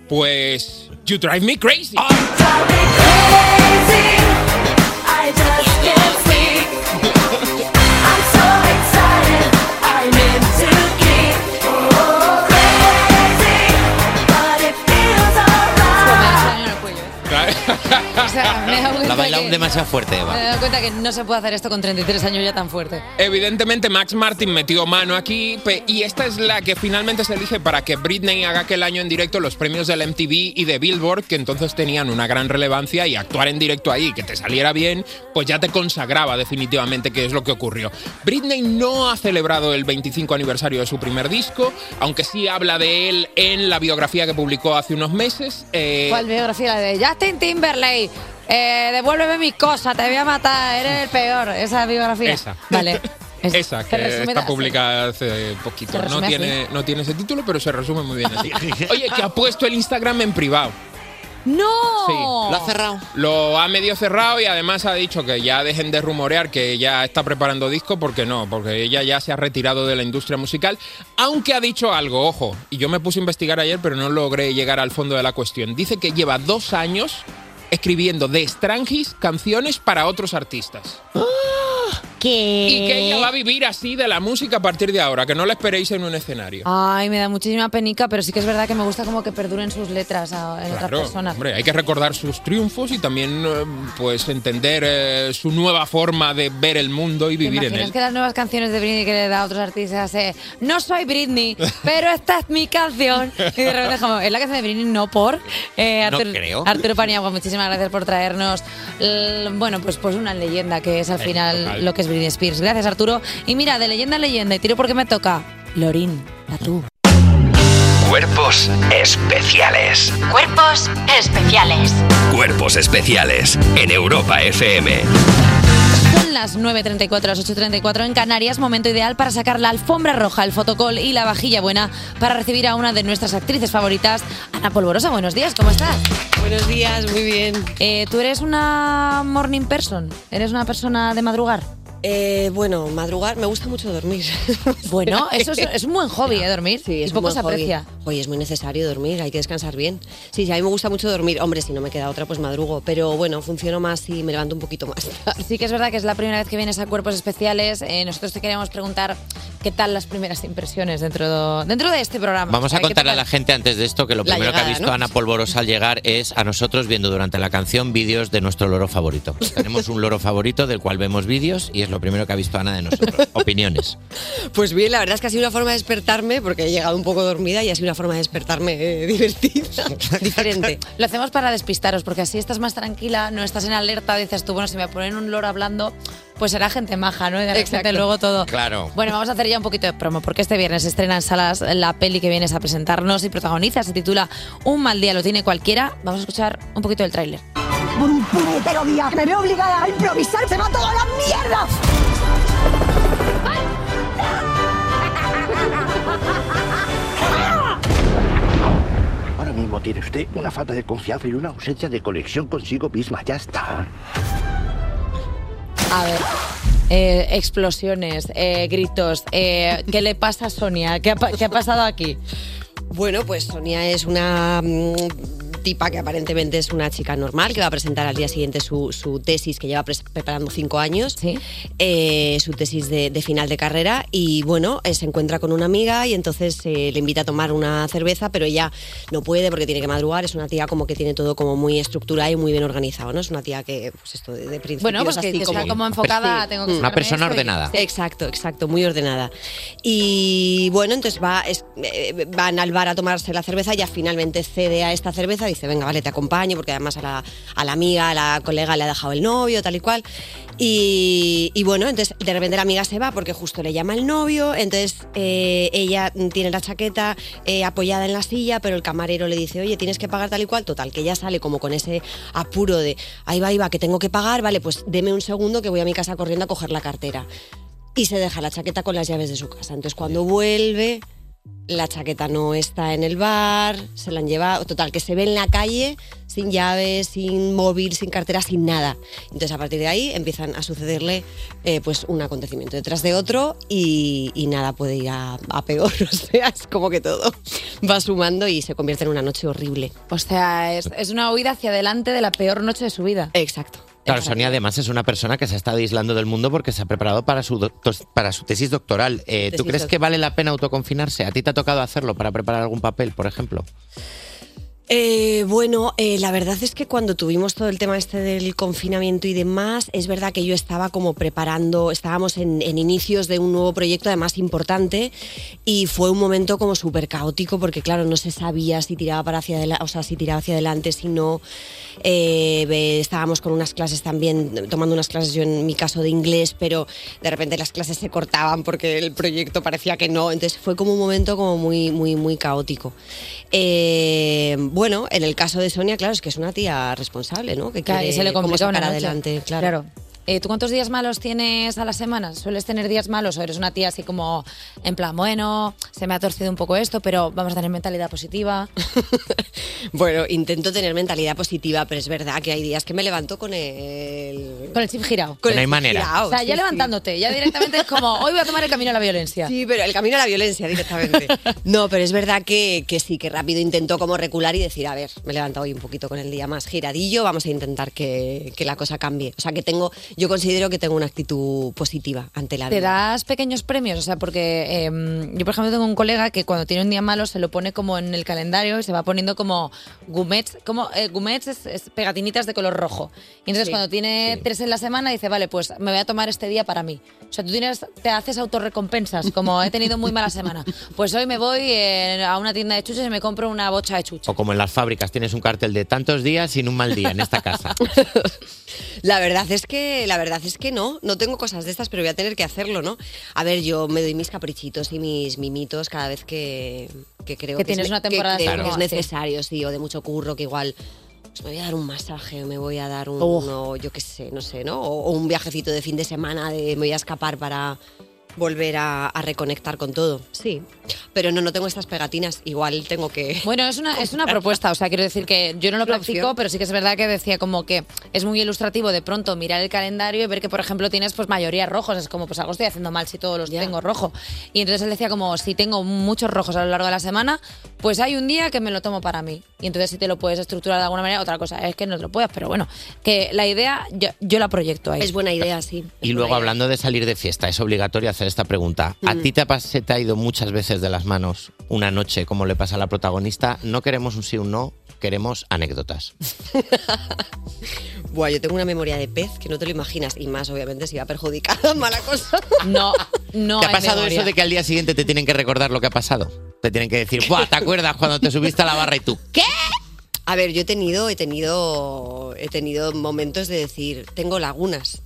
Speaker 20: Pues You Drive Me Crazy.
Speaker 11: I just can't sleep. I'm so excited. I'm into geek. Oh, crazy, but it feels alright.
Speaker 3: O sea, me he
Speaker 4: (laughs)
Speaker 3: dado
Speaker 4: La
Speaker 3: cuenta
Speaker 4: baila
Speaker 3: que-
Speaker 4: un demasiado fuerte,
Speaker 3: Me
Speaker 20: Ah.
Speaker 4: Eva.
Speaker 3: he dado cuenta que no se puede hacer esto con 33 años ya tan fuerte.
Speaker 20: Evidentemente Max Martin metió mano aquí pe- y esta es la que finalmente se elige para que Britney haga aquel año en directo los premios del MTV y de Billboard que entonces tenían una gran relevancia y actuar en directo ahí que te saliera bien pues ya te consagraba definitivamente que es lo que ocurrió. Britney no ha celebrado el 25 aniversario de su primer disco aunque sí habla de él en la biografía que publicó hace unos meses. eh,
Speaker 3: ¿Cuál biografía? La de Justin Timberlake. Eh, devuélveme mis cosas, te voy a matar, eres el peor. Esa biografía.
Speaker 20: Esa.
Speaker 3: Vale.
Speaker 20: Esa, que
Speaker 3: resume
Speaker 20: está
Speaker 3: así.
Speaker 20: publicada hace
Speaker 3: Se
Speaker 20: poquito. No
Speaker 3: resume
Speaker 20: tiene, no tiene ese título, pero se resume muy bien así. Oye, que ha puesto el Instagram en privado.
Speaker 3: ¡No!
Speaker 20: (laughs) Sí. Lo ha medio cerrado y además ha dicho que ya dejen de rumorear que ya está preparando disco, porque no, porque ella ya se ha retirado de la industria musical. Aunque ha dicho algo, ojo, y yo me puse a investigar ayer, pero no logré llegar al fondo de la cuestión. Dice que lleva dos años escribiendo de Strangis canciones para otros artistas.
Speaker 12: ¿Qué?
Speaker 20: Y que ella va a vivir así de la música a partir de ahora, que no la esperéis en un escenario.
Speaker 3: Ay, me da muchísima penica, pero sí que es verdad que me gusta como que perduren sus letras a- en otras
Speaker 20: Claro,
Speaker 3: personas.
Speaker 20: hombre, hay que recordar sus triunfos y también eh, pues entender eh, su nueva forma de ver el mundo y
Speaker 3: ¿Te
Speaker 20: vivir en
Speaker 3: imaginas
Speaker 20: él.
Speaker 3: que las nuevas canciones de Britney que le da a otros artistas es No soy Britney, pero esta es mi canción. Y de repente es como, es la canción de Britney, no por. Eh,
Speaker 4: No
Speaker 3: Arturo,
Speaker 4: creo.
Speaker 3: Arturo Paniagua, muchísimas gracias por traernos, l- bueno, pues, pues una leyenda que es al
Speaker 4: Eh,
Speaker 3: final
Speaker 4: total.
Speaker 3: lo que es Britney Spears. Gracias, Arturo. Y mira, de leyenda a leyenda, y tiro porque me toca, Lorín, la tú.
Speaker 1: Cuerpos especiales.
Speaker 16: Cuerpos especiales.
Speaker 1: Cuerpos especiales en Europa FM.
Speaker 3: Son las 9.34, las 8.34 en Canarias, momento ideal para sacar la alfombra roja, el fotocol y la vajilla buena para recibir a una de nuestras actrices favoritas, Ana Polvorosa. Buenos días, ¿cómo estás?
Speaker 21: Buenos días, muy bien.
Speaker 3: eh, ¿Tú eres una morning person? ¿Eres una persona de madrugar?
Speaker 21: Eh, bueno, madrugar, me gusta mucho dormir. (laughs)
Speaker 3: Bueno, eso es, es un buen hobby, ¿eh? Dormir.
Speaker 21: Sí, es
Speaker 3: y
Speaker 21: un
Speaker 3: poco
Speaker 21: buen
Speaker 3: se
Speaker 21: hobby.
Speaker 3: aprecia.
Speaker 21: Oye, es muy necesario dormir, hay que descansar bien. Sí, sí, a mí me gusta mucho dormir. Hombre, si no me queda otra, pues madrugo. Pero bueno, funciono más y me levanto un poquito más.
Speaker 3: Sí que es verdad que es la primera vez que vienes a Cuerpos Especiales. Eh, nosotros te queríamos preguntar qué tal las primeras impresiones dentro de, dentro de este programa.
Speaker 4: Vamos
Speaker 3: O sea,
Speaker 4: a
Speaker 3: ¿qué
Speaker 4: contarle a la
Speaker 3: tal?
Speaker 4: gente antes de esto que lo
Speaker 3: La
Speaker 4: primero que ha
Speaker 3: llegada,
Speaker 4: visto
Speaker 3: ¿no?
Speaker 4: Ana Polvorosa al llegar es a nosotros viendo durante la canción vídeos de nuestro loro
Speaker 3: (laughs)
Speaker 4: favorito. Tenemos un loro favorito del cual vemos vídeos y es lo primero que ha visto Ana de
Speaker 3: (laughs)
Speaker 4: nosotros. Opiniones.
Speaker 21: (laughs) Pues bien, la verdad es que ha sido una forma de despertarme, porque he llegado un poco dormida y ha sido una forma de despertarme eh, (laughs) divertida, (laughs) diferente.
Speaker 3: Lo hacemos para despistaros, porque así estás más tranquila, no estás en alerta, dices tú, bueno, si me ponen un loro hablando, pues será gente maja, ¿no? Y de repente
Speaker 4: Exacto.
Speaker 3: luego todo.
Speaker 4: Claro.
Speaker 3: Bueno, vamos a hacer ya un poquito de promo, porque este viernes se estrena en salas la peli que vienes a presentarnos y protagoniza, se titula Un mal día lo tiene cualquiera. Vamos a escuchar un poquito del tráiler.
Speaker 8: Por un puñetero día que me veo obligada a improvisar, se va toda la mierda.
Speaker 22: Ahora mismo tiene usted una falta de confianza y una ausencia de conexión consigo misma. Ya está.
Speaker 3: A ver. eh, explosiones, eh, gritos. eh, ¿Qué le pasa a Sonia? ¿Qué ha, pa- qué ha pasado aquí?
Speaker 21: Bueno, pues Sonia es una mm, tipa que aparentemente es una chica normal, que va a presentar al día siguiente su, su tesis que lleva pres- preparando cinco años, eh, su tesis de, de final de carrera, y bueno, eh, se encuentra con una amiga y entonces eh, le invita a tomar una cerveza, pero ella no puede porque tiene que madrugar, es una tía como que tiene todo como muy estructurado y muy bien organizado, ¿no? Es una tía que, pues esto, de, de principios
Speaker 3: Bueno, pues que
Speaker 21: así
Speaker 3: está como enfocada, tengo que Una sacarme persona esto y- ordenada.
Speaker 21: Sí, Exacto, exacto, muy ordenada. Y bueno, entonces va, es- eh, van al bar a tomarse la cerveza, ella finalmente cede a esta cerveza, dice, venga, vale, te acompaño, porque además a la, a la amiga, a la colega le ha dejado el novio, tal y cual. Y, y bueno, entonces de repente la amiga se va porque justo le llama el novio, entonces eh, ella tiene la chaqueta eh, apoyada en la silla, pero el camarero le dice, oye, tienes que pagar tal y cual, total, que ella sale como con ese apuro de, ahí va, ahí va, que tengo que pagar, vale, pues deme un segundo que voy a mi casa corriendo a coger la cartera y se deja la chaqueta con las llaves de su casa. Entonces cuando vuelve, la chaqueta no está en el bar, se la han llevado, total, que se ve en la calle sin llaves, sin móvil, sin cartera, sin nada. Entonces a partir de ahí empiezan a sucederle eh, pues un acontecimiento detrás de otro y, y nada puede ir a, a peor, (laughs) o sea, es como que todo (laughs) va sumando y se convierte en una noche horrible.
Speaker 3: O sea, es, es una huida hacia adelante de la peor noche de su vida.
Speaker 21: Exacto.
Speaker 4: Claro, Sonia además es una persona que se ha estado aislando del mundo porque se ha preparado para su, doc- tos- para su tesis doctoral. Eh, ¿Tú
Speaker 21: Tesis
Speaker 4: crees
Speaker 21: doc-
Speaker 4: que vale la pena autoconfinarse? ¿A ti te ha tocado hacerlo para preparar algún papel, por ejemplo?
Speaker 21: Eh, bueno, eh, la verdad es que cuando tuvimos todo el tema este del confinamiento y demás, es verdad que yo estaba como preparando, estábamos en, en inicios de un nuevo proyecto, además importante, y fue un momento como súper caótico porque claro, no se sabía si tiraba para hacia adelante, o sea, si tiraba hacia adelante, si no. Eh, ve- estábamos con unas clases también, tomando unas clases yo en mi caso de inglés, pero de repente las clases se cortaban porque el proyecto parecía que no, entonces fue como un momento como muy, muy, muy caótico. Eh, bueno, en el caso de Sonia, claro, es que es una tía responsable, ¿no? Que
Speaker 3: Claro, y
Speaker 21: quiere
Speaker 3: se le
Speaker 21: como
Speaker 3: complica una
Speaker 21: sacar
Speaker 3: noche.
Speaker 21: adelante, claro.
Speaker 3: Eh, ¿Tú cuántos días malos tienes a la semana? ¿Sueles tener días malos o eres una tía así como, en plan, bueno, se me ha torcido un poco esto, pero vamos a tener mentalidad positiva?
Speaker 21: Bueno, intento tener mentalidad positiva, pero es verdad que hay días que me levanto con el...
Speaker 3: Con el chip girado.
Speaker 21: (laughs) Con
Speaker 4: No hay
Speaker 21: el chip
Speaker 4: manera.
Speaker 21: girado,
Speaker 3: o sea,
Speaker 21: sí,
Speaker 3: ya
Speaker 21: sí.
Speaker 3: levantándote, ya directamente es como, hoy voy a tomar el camino a la violencia.
Speaker 21: Sí, pero el camino a la violencia directamente. No, pero es verdad que, que sí, que rápido intento como recular y decir, a ver, me he levantado hoy un poquito con el día más giradillo, vamos a intentar que, que la cosa cambie. O sea, que tengo, yo considero que tengo una actitud positiva ante la
Speaker 3: ¿Te
Speaker 21: vida.
Speaker 3: das pequeños premios? O sea, porque eh, yo, por ejemplo, tengo un colega que cuando tiene un día malo se lo pone como en el calendario y se va poniendo como gumets, como eh, gumets es, es pegatinitas de color rojo. Y entonces
Speaker 21: Sí,
Speaker 3: cuando tiene tres en la semana dice, vale, pues me voy a tomar este día para mí. O sea, tú tienes, te haces autorrecompensas, como he tenido muy mala semana. Pues hoy me voy eh, a una tienda de chuches y me compro una bocha de chuches.
Speaker 4: O como en las fábricas, tienes un cartel de tantos días sin un mal día en esta casa.
Speaker 21: La verdad es que, la verdad es que no, no tengo cosas de estas, pero voy a tener que hacerlo, ¿no? A ver, yo me doy mis caprichitos y mis mimitos cada vez que, que creo
Speaker 3: Que
Speaker 21: es
Speaker 3: tienes
Speaker 21: ne-
Speaker 3: una temporada
Speaker 21: que creo
Speaker 3: así
Speaker 21: que es
Speaker 3: como así.
Speaker 21: necesario, sí, o de mucho curro, que igual pues, me voy a dar un masaje, o me voy a dar un,
Speaker 3: Oh.
Speaker 21: no, yo qué sé, no sé, ¿no? O, o un viajecito de fin de semana, de, me voy a escapar para volver a, a reconectar con todo. Sí, pero no, no tengo estas pegatinas, igual tengo que...
Speaker 3: Bueno, es una, es una propuesta, o sea, quiero decir que yo no lo practico, pero sí que es verdad que decía como que es muy ilustrativo de pronto mirar el calendario y ver que, por ejemplo, tienes pues mayoría rojos, es como pues algo estoy haciendo mal si todos los tengo rojo. Y entonces él decía como si tengo muchos rojos a lo largo de la semana, pues hay un día que me lo tomo para mí. Y entonces si te lo puedes estructurar de alguna manera, otra cosa es que no te lo puedas, pero bueno, que la idea yo, yo la proyecto ahí.
Speaker 21: Es buena idea, sí. (laughs)
Speaker 4: Y luego hablando de salir de fiesta, es obligatorio hacer esta pregunta. ¿A
Speaker 21: Mm.
Speaker 4: ti te ha, pas- se te ha ido muchas veces de las manos una noche, como le pasa a la protagonista? No queremos un sí o un no, queremos anécdotas.
Speaker 21: Buah, yo tengo una memoria de pez que no te lo imaginas, y más obviamente si va perjudicada, (laughs) mala cosa.
Speaker 3: No,
Speaker 21: (laughs)
Speaker 3: no.
Speaker 4: ¿Te ha pasado eso de que al día siguiente te tienen que recordar lo que ha pasado? Te tienen que decir, Buah, ¿te acuerdas cuando te subiste a la barra y tú? ¿Qué?
Speaker 21: A ver, yo he tenido, he tenido, he tenido momentos de decir, tengo lagunas.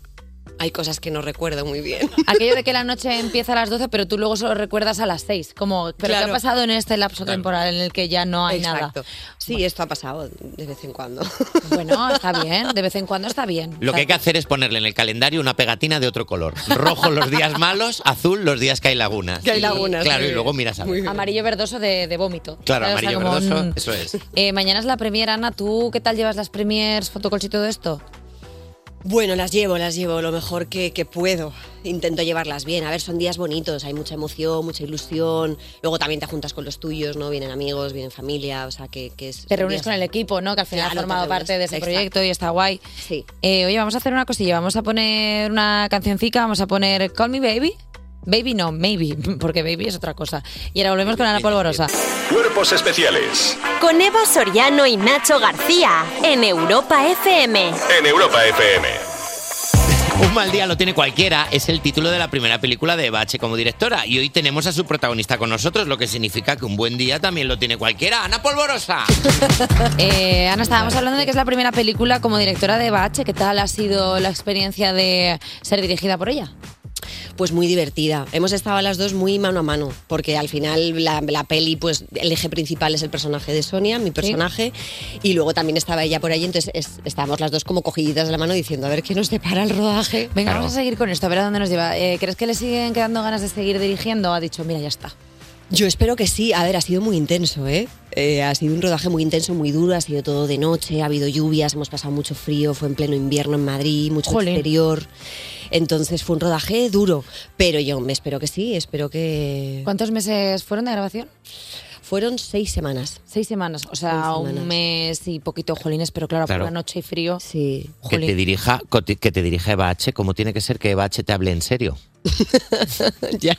Speaker 21: Hay cosas que no recuerdo muy bien. (laughs)
Speaker 3: Aquello de que la noche empieza a las 12, pero tú luego solo recuerdas a las 6. Como, pero ¿qué
Speaker 21: Claro.
Speaker 3: ha pasado en este lapso temporal en el que ya no hay
Speaker 21: Exacto.
Speaker 3: nada?
Speaker 21: Sí, esto ha pasado de vez en cuando.
Speaker 3: Bueno, está bien, de vez en cuando está bien.
Speaker 4: Lo que hay que hacer es ponerle en el calendario una pegatina de otro color. Rojo los días malos, (laughs) azul los días que hay lagunas.
Speaker 3: Que hay
Speaker 4: Y-
Speaker 3: lagunas,
Speaker 4: Claro,
Speaker 3: muy
Speaker 4: y luego miras a ver.
Speaker 3: Amarillo verdoso de, de vómito.
Speaker 4: Claro,
Speaker 3: ¿Sabes? O sea,
Speaker 4: amarillo
Speaker 3: como,
Speaker 4: verdoso,
Speaker 3: mm.
Speaker 4: eso es.
Speaker 3: Eh, mañana es la premier, Ana. ¿Tú qué tal llevas las premiers, fotocolls y todo esto?
Speaker 21: Bueno, las llevo, las llevo lo mejor que, que puedo. Intento llevarlas bien. A ver, son días bonitos, hay mucha emoción, mucha ilusión. Luego también te juntas con los tuyos, ¿no? Vienen amigos, vienen familia, o sea, que, que es...
Speaker 3: Te
Speaker 21: son
Speaker 3: reúnes
Speaker 21: días-
Speaker 3: con el equipo, ¿no? Que al final
Speaker 21: Claro,
Speaker 3: ha
Speaker 21: te
Speaker 3: formado
Speaker 21: reúnes.
Speaker 3: parte de ese
Speaker 21: Exacto.
Speaker 3: proyecto y está guay.
Speaker 21: Sí.
Speaker 3: Eh, oye, vamos a hacer una cosilla. Vamos a poner una cancioncita. Vamos a poner Call Me Baby. Baby no, maybe, (laughs) porque baby es otra cosa. Y ahora volvemos con
Speaker 21: (laughs)
Speaker 3: Ana Polvorosa.
Speaker 6: Cuerpos especiales
Speaker 2: Con Eva Soriano y Nacho García en Europa FM.
Speaker 6: en Europa FM.
Speaker 4: Un mal día lo tiene cualquiera es el título de la primera película de Bache como directora y hoy tenemos a su protagonista con nosotros, lo que significa que un buen día también lo tiene cualquiera. Ana Polvorosa.
Speaker 3: Eh, Ana, estábamos hablando de que es la primera película como directora de BH. ¿Qué tal ha sido la experiencia de ser dirigida por ella?
Speaker 21: pues muy divertida. Hemos estado las dos muy mano a mano, porque al final la, la peli, pues el eje principal es el personaje de Sonia, mi personaje, y luego también estaba ella por ahí, entonces es- estábamos las dos como cogiditas de la mano diciendo, a ver qué nos depara el rodaje.
Speaker 3: Venga, vamos a seguir con esto, a ver a dónde nos lleva. Eh, ¿Crees que le siguen quedando ganas de seguir dirigiendo? Ha dicho, mira, ya está.
Speaker 21: Yo espero que sí. A ver, ha sido muy intenso, ¿eh? Eh, ha sido un rodaje muy intenso, muy duro, ha sido todo de noche, ha habido lluvias, hemos pasado mucho frío, fue en pleno invierno en Madrid, mucho exterior. Entonces fue un rodaje duro, pero yo me espero que sí, espero que...
Speaker 3: ¿Cuántos meses fueron de grabación?
Speaker 21: Fueron seis semanas.
Speaker 3: Seis semanas, o sea,
Speaker 21: Seis
Speaker 3: un
Speaker 21: semanas.
Speaker 3: mes y poquito, jolines, pero claro,
Speaker 4: Claro.
Speaker 3: por la noche y frío.
Speaker 21: Sí.
Speaker 4: Que te dirija, que te dirija Eva H, como tiene que ser que Eva H te hable en serio.
Speaker 21: ya.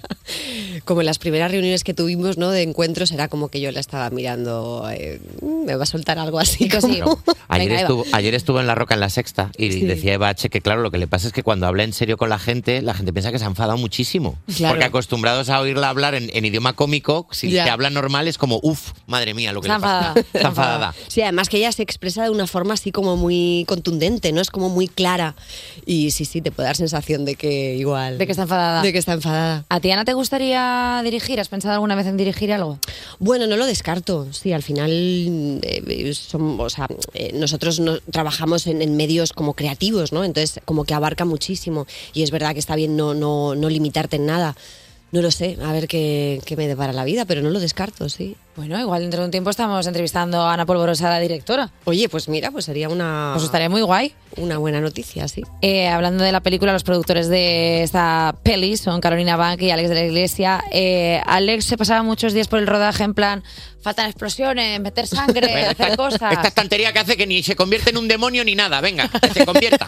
Speaker 21: Como en las primeras reuniones que tuvimos, ¿no? De encuentros, era como que yo la estaba mirando, eh, "Mm, me va a soltar algo así. como-
Speaker 4: Ayer,
Speaker 21: Venga, Eva.
Speaker 4: estuvo, ayer estuvo en La Roca en la Sexta y decía Eva H que, claro, lo que le pasa es que cuando habla en serio con la gente, la gente piensa que se ha enfadado muchísimo.
Speaker 3: Claro.
Speaker 4: Porque acostumbrados a oírla hablar en, en idioma cómico, si
Speaker 21: Ya.
Speaker 4: te habla normal es como, uff, madre mía, lo que
Speaker 21: Está
Speaker 4: le pasa.
Speaker 21: enfadada.
Speaker 4: Está enfadada.
Speaker 21: Sí, además que ella se expresa de una forma así como muy contundente, ¿no? Es como muy clara. Y sí, sí, te puede dar sensación de que igual.
Speaker 3: De que está enfadada.
Speaker 21: De que está enfadada.
Speaker 3: ¿A ti, Ana, te gustaría dirigir? ¿Has pensado alguna vez en dirigir algo?
Speaker 21: Bueno, no lo descarto. Sí, al final eh, som- o sea, eh, nosotros no- trabajamos en, en medios como creativos, ¿no? Entonces, como que abarca muchísimo. Y es verdad que está bien no, no, no limitarte en nada. No lo sé, a ver qué, qué me depara la vida, pero no lo descarto, sí.
Speaker 3: Bueno, igual dentro de un tiempo estamos entrevistando a Ana Polvorosa, la directora.
Speaker 21: Oye, pues mira, pues sería una...
Speaker 3: Pues estaría muy guay.
Speaker 21: Una buena noticia, sí.
Speaker 3: Eh, hablando de la película, los productores de esta peli son Carolina Bank y Alex de la Iglesia. Eh, Alex se pasaba muchos días por el rodaje en plan, faltan explosiones,
Speaker 4: (laughs)
Speaker 3: meter sangre, hacer cosas.
Speaker 4: Esta estantería que hace que ni se convierte en un demonio ni nada, venga, que se
Speaker 21: (laughs)
Speaker 4: convierta.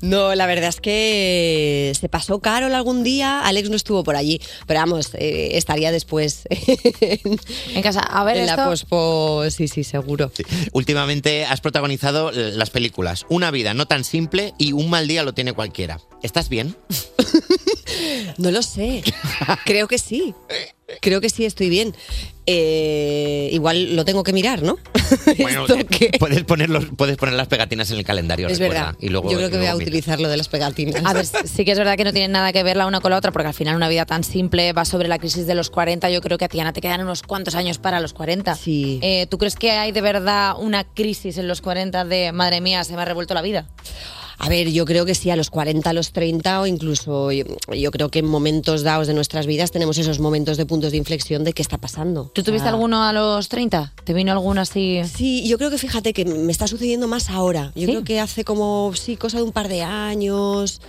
Speaker 21: No, la verdad es que se pasó Carol algún día, Alex no estuvo por allí, pero vamos, eh, estaría después (laughs) en,
Speaker 3: casa. A ver,
Speaker 21: en la
Speaker 3: esto-
Speaker 21: pospo, sí, sí, seguro.
Speaker 4: Últimamente has protagonizado eh, las películas Una vida no tan simple y Un mal día lo tiene cualquiera. ¿Estás bien?
Speaker 21: No lo sé, creo que sí, creo que sí estoy bien. Eh, igual lo tengo que
Speaker 4: (laughs)
Speaker 21: mirar, ¿no?
Speaker 4: Bueno, eh, puedes poner, los- puedes poner las pegatinas en el calendario,
Speaker 21: es
Speaker 4: recuerda,
Speaker 21: verdad,
Speaker 4: Y luego,
Speaker 21: yo creo que
Speaker 4: y
Speaker 21: voy a
Speaker 4: luego mira.
Speaker 21: utilizar lo de las pegatinas.
Speaker 3: A ver, sí que es verdad que no tienen nada que ver la una con la otra, porque al final una vida tan simple va sobre la crisis de los 40. Yo creo que a ti, Ana, te quedan unos cuantos años para los 40.
Speaker 21: Sí.
Speaker 3: Eh, ¿Tú crees que hay de verdad una crisis en los 40 de, madre mía, se me ha revuelto la vida?
Speaker 21: A ver, yo creo que sí, a los 40, a los 30 o incluso yo, yo creo que en momentos dados de nuestras vidas tenemos esos momentos de puntos de inflexión de qué está pasando. Ah.
Speaker 3: ¿Tú tuviste alguno a los 30? ¿Te vino alguno así?
Speaker 21: Sí, yo creo que fíjate que me está sucediendo más ahora. Yo creo que hace como, sí, cosa de un par de años.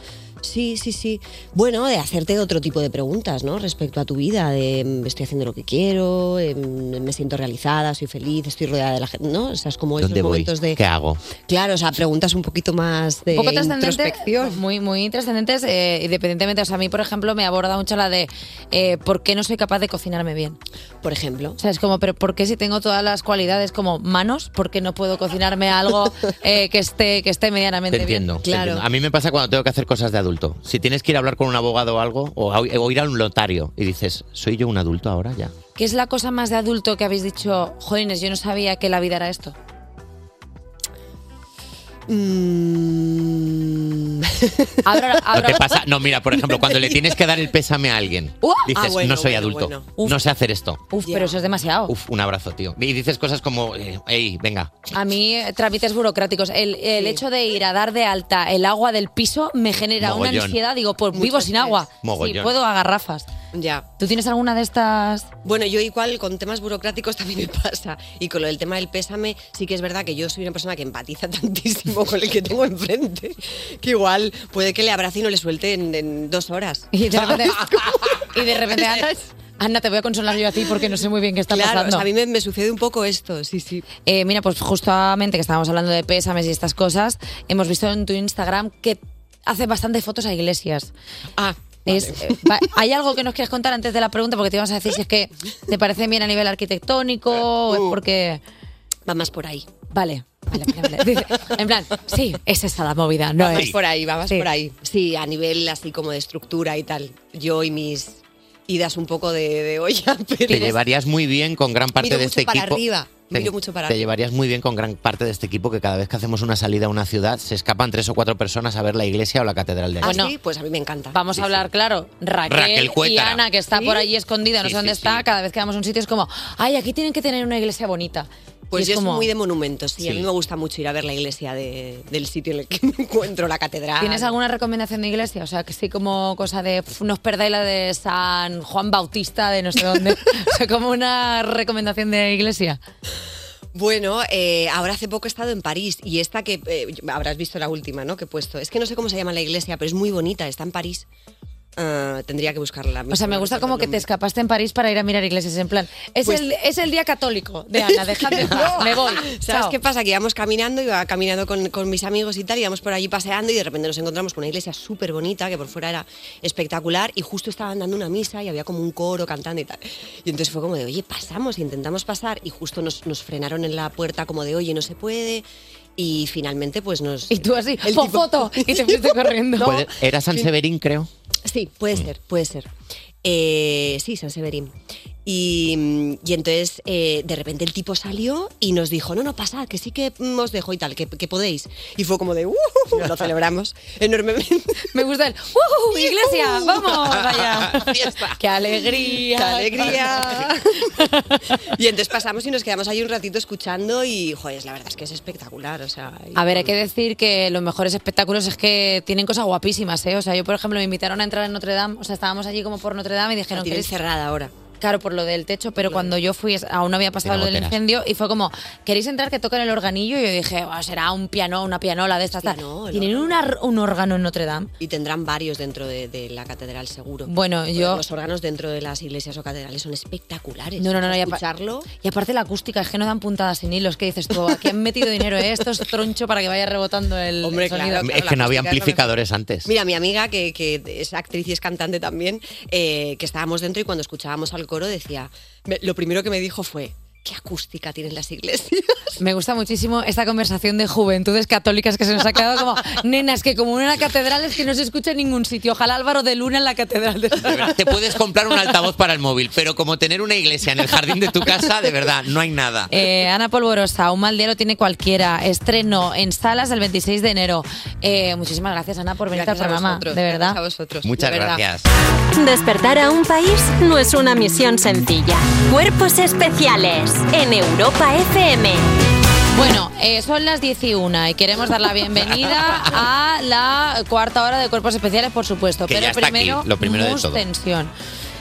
Speaker 21: Sí, sí, sí. Bueno, de hacerte otro tipo de preguntas, ¿no? Respecto a tu vida, de mm, estoy haciendo lo que quiero, em, me siento realizada, soy feliz, estoy rodeada de la gente, ¿no? O sea, es como
Speaker 4: ¿Dónde
Speaker 21: esos
Speaker 4: voy?
Speaker 21: Pues momentos de...
Speaker 4: ¿Qué hago?
Speaker 21: Claro, o sea, preguntas un poquito más de
Speaker 3: poco
Speaker 21: introspección.
Speaker 3: trascendentes, muy, muy trascendentes, eh, independientemente. O sea, a mí, por ejemplo, me aborda mucho la de eh, por qué no soy capaz de cocinarme bien.
Speaker 21: Por ejemplo.
Speaker 3: O sea, es como, pero ¿por qué si tengo todas las cualidades como manos, por qué no puedo
Speaker 4: (laughs)
Speaker 3: cocinarme algo eh, que esté que esté medianamente
Speaker 4: Te entiendo,
Speaker 3: bien?
Speaker 4: te entiendo. A mí me pasa cuando tengo que hacer cosas de adulto. Si tienes que ir a hablar con un abogado o algo, o, a- o ir a un lotario y dices, ¿soy yo un adulto ahora ya?
Speaker 3: ¿Qué es la cosa más de adulto que habéis dicho, jolines, yo no sabía que la vida era esto?
Speaker 21: Mm.
Speaker 4: ¿No te pasa? No, mira, por ejemplo, cuando
Speaker 21: (laughs)
Speaker 4: le tienes que dar el pésame a alguien,
Speaker 3: Uh,
Speaker 4: dices,
Speaker 3: ah, bueno,
Speaker 4: no soy
Speaker 3: bueno,
Speaker 4: adulto,
Speaker 3: bueno. Uf.
Speaker 4: no sé hacer esto.
Speaker 3: Uf, pero eso es demasiado.
Speaker 4: Uf, un abrazo, tío. Y dices cosas como, eh, hey, venga,
Speaker 3: A mí, eh, trámites burocráticos. El, el hecho de ir a dar de alta el agua del piso me genera una
Speaker 4: Mogollón.
Speaker 3: ansiedad. Digo, pues vivo sin agua.
Speaker 4: Mogollón.
Speaker 3: Sí, puedo a garrafas.
Speaker 21: Ya.
Speaker 3: ¿Tú tienes alguna de estas?
Speaker 21: Bueno, yo igual con temas burocráticos (laughs) también me pasa. Y con lo del tema del pésame, sí que es verdad que yo soy una persona que empatiza (laughs) tantísimo con el que tengo enfrente, que igual puede que le abrace y no le suelte en, en dos horas.
Speaker 3: Y de repente,
Speaker 21: (laughs)
Speaker 3: y de repente Ana, Ana, te voy a consolar yo a ti porque no sé muy bien qué está
Speaker 21: Claro,
Speaker 3: pasando.
Speaker 21: o sea, a mí me, me sucede un poco esto, sí, sí.
Speaker 3: Eh, mira, pues justamente que estábamos hablando de pésames y estas cosas, hemos visto en tu Instagram que hace bastante fotos a iglesias.
Speaker 21: Ah.
Speaker 3: Es, eh, va- ¿Hay algo que nos quieres contar antes de la pregunta? Porque te ibas a decir si es que te parece bien a nivel arquitectónico o es
Speaker 21: Uh.
Speaker 3: porque...
Speaker 21: Va más por ahí.
Speaker 3: Vale. vale, vale, vale. Dice, en plan, sí, es esa la movida, no
Speaker 21: vamos
Speaker 3: es...
Speaker 21: por ahí, vamos
Speaker 3: Sí.
Speaker 21: por ahí. Sí, a nivel así como de estructura y tal. Yo y mis idas un poco de, de olla, (laughs) pero...
Speaker 4: te llevarías muy bien con gran parte
Speaker 21: pues Miro
Speaker 4: de
Speaker 21: mucho
Speaker 4: este
Speaker 21: para
Speaker 4: equipo.
Speaker 21: arriba,
Speaker 4: Te-
Speaker 21: miro mucho para
Speaker 4: Te
Speaker 21: arriba.
Speaker 4: llevarías muy bien con gran parte de este equipo que cada vez que hacemos una salida a una ciudad se escapan tres o cuatro personas a ver la iglesia o la catedral de
Speaker 21: Ah,
Speaker 4: allí.
Speaker 21: sí, pues a mí me encanta.
Speaker 3: Vamos a hablar, claro, Raquel,
Speaker 4: Raquel
Speaker 3: y
Speaker 4: Cuétara.
Speaker 3: Ana, que está por ahí escondida, no
Speaker 21: Sí,
Speaker 3: sé dónde
Speaker 21: sí,
Speaker 3: está, cada vez que vamos a un sitio es como, ay, aquí tienen que tener una iglesia bonita. Y
Speaker 21: Pues
Speaker 3: es
Speaker 21: yo
Speaker 3: como-
Speaker 21: soy muy de monumentos, sí, A
Speaker 3: Sí.
Speaker 21: mí me gusta mucho ir a ver la iglesia de- del sitio en el que (laughs) me encuentro, la catedral.
Speaker 3: ¿Tienes alguna (laughs) recomendación de iglesia? O sea, que sí, como cosa de. pf, no os perdáis la de San Juan Bautista de no
Speaker 21: (laughs)
Speaker 3: sé dónde. o sea, como una recomendación de iglesia.
Speaker 21: Bueno, eh, ahora hace poco he estado en París y esta que eh, habrás visto la última, ¿no? Que he puesto. Es que no sé cómo se llama la iglesia, pero es muy bonita, está en París. Ah, tendría que buscarla.
Speaker 3: O sea, me gusta como que te escapaste en París para ir a mirar iglesias. En plan, es,
Speaker 21: Pues-
Speaker 3: el, es el día católico
Speaker 21: (laughs)
Speaker 3: de Ana, dejadme en paz, me voy.
Speaker 21: ¿Sabes
Speaker 3: chao.
Speaker 21: qué pasa? Que íbamos caminando, iba caminando con, con mis amigos y tal, íbamos por allí paseando y de repente nos encontramos con una iglesia súper bonita, que por fuera era espectacular, y justo estaban dando una misa y había como un coro cantando y tal. Y entonces fue como de, oye, pasamos, intentamos pasar, y justo nos, nos frenaron en la puerta como de, oye, no se puede, y finalmente pues nos...
Speaker 3: Y tú así,
Speaker 21: (laughs)
Speaker 3: ¡pon foto! Y te fuiste corriendo.
Speaker 4: Puede- Era San Severín, creo.
Speaker 21: Sí, puede ser, puede ser. Eh, sí, San Severín. Y, mm, y entonces eh, de repente el tipo salió y nos dijo, no, no, pasad, que sí que mm, os dejo y tal, que, que podéis. Y fue como de, "Uh, lo celebramos enormemente.
Speaker 3: Me gusta el,
Speaker 21: (laughs)
Speaker 3: ¡uh, iglesia! ¡Vamos! Vaya. ¡Qué alegría!
Speaker 21: ¡Qué alegría! (laughs) y entonces pasamos y nos quedamos ahí un ratito escuchando y, joder, la verdad es que es espectacular. O sea, y-
Speaker 3: A ver, hay que decir que los mejores espectáculos es que tienen cosas guapísimas, ¿eh? O sea, yo, por ejemplo, me invitaron a entrar en Notre Dame, o sea, estábamos allí como por Notre Dame y dijeron
Speaker 21: La
Speaker 3: que
Speaker 21: tienen cerrada ahora.
Speaker 3: Claro, por lo del techo, pero cuando yo fui es- aún no había pasado
Speaker 21: Tiene
Speaker 3: lo del
Speaker 21: goteras.
Speaker 3: incendio y fue como, ¿queréis entrar que tocan el organillo? Y yo dije, "Ah, será un piano, una pianola de estas. tal". Tienen una r- un órgano en Notre Dame.
Speaker 21: Y tendrán varios dentro de, de la catedral, seguro.
Speaker 3: Bueno,
Speaker 21: Porque
Speaker 3: yo-
Speaker 21: Los órganos dentro de las iglesias o catedrales son espectaculares.
Speaker 3: No, no, no, y, apa-
Speaker 21: Escucharlo.
Speaker 3: y aparte la acústica, es que no dan puntadas sin hilos. ¿Qué dices tú? Aquí han metido dinero, ¿eh? Esto es troncho para que vaya rebotando el
Speaker 21: Hombre, claro,
Speaker 3: sonido.
Speaker 21: claro,
Speaker 4: es que no
Speaker 21: la
Speaker 4: había
Speaker 21: acústica es lo
Speaker 4: amplificadores antes.
Speaker 21: Mira, mi amiga, que, que es actriz y es cantante también, eh, que estábamos dentro y cuando escuchábamos al coro decía, me- lo primero que me dijo fue, ¿qué acústica tienen las iglesias?
Speaker 3: Me gusta muchísimo esta conversación de juventudes católicas que se nos ha quedado (laughs) como nenas que como en una catedral es que no se escucha en ningún sitio. Ojalá Álvaro de Luna en la catedral de
Speaker 4: De verdad, Te puedes comprar un altavoz para el móvil, pero como tener una iglesia en el jardín de tu casa, de verdad, no hay nada.
Speaker 3: (laughs) Eh, Ana Polvorosa, un mal día lo tiene cualquiera. Estreno en salas el 26 de enero. Eh, muchísimas gracias, Ana, por venir
Speaker 21: Gracias
Speaker 3: al
Speaker 21: a
Speaker 3: programa.
Speaker 21: vosotros,
Speaker 3: de verdad.
Speaker 21: gracias a vosotros.
Speaker 4: Muchas gracias.
Speaker 2: Despertar a un país no es una misión sencilla. Cuerpos especiales en Europa FM.
Speaker 3: Bueno, eh, son las 11 y queremos dar
Speaker 4: (laughs)
Speaker 3: la bienvenida a la cuarta hora de Cuerpos Especiales, por supuesto.
Speaker 4: Que
Speaker 3: pero
Speaker 4: ya está
Speaker 3: primero,
Speaker 4: aquí, lo primero de
Speaker 3: mus
Speaker 4: todo.
Speaker 3: tensión.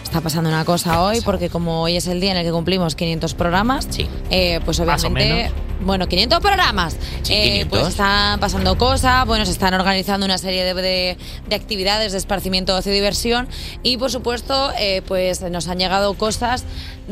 Speaker 3: Está pasando una cosa hoy, porque como hoy es el día en el que cumplimos 500 programas, eh, pues
Speaker 4: Más o
Speaker 3: obviamente...
Speaker 4: menos.
Speaker 3: Bueno, 500 programas. Eh,
Speaker 4: 500.
Speaker 3: Pues están pasando cosas, bueno, se están organizando una serie de, de- de actividades de esparcimiento, ocio y diversión. Y por supuesto, eh, pues nos han llegado cosas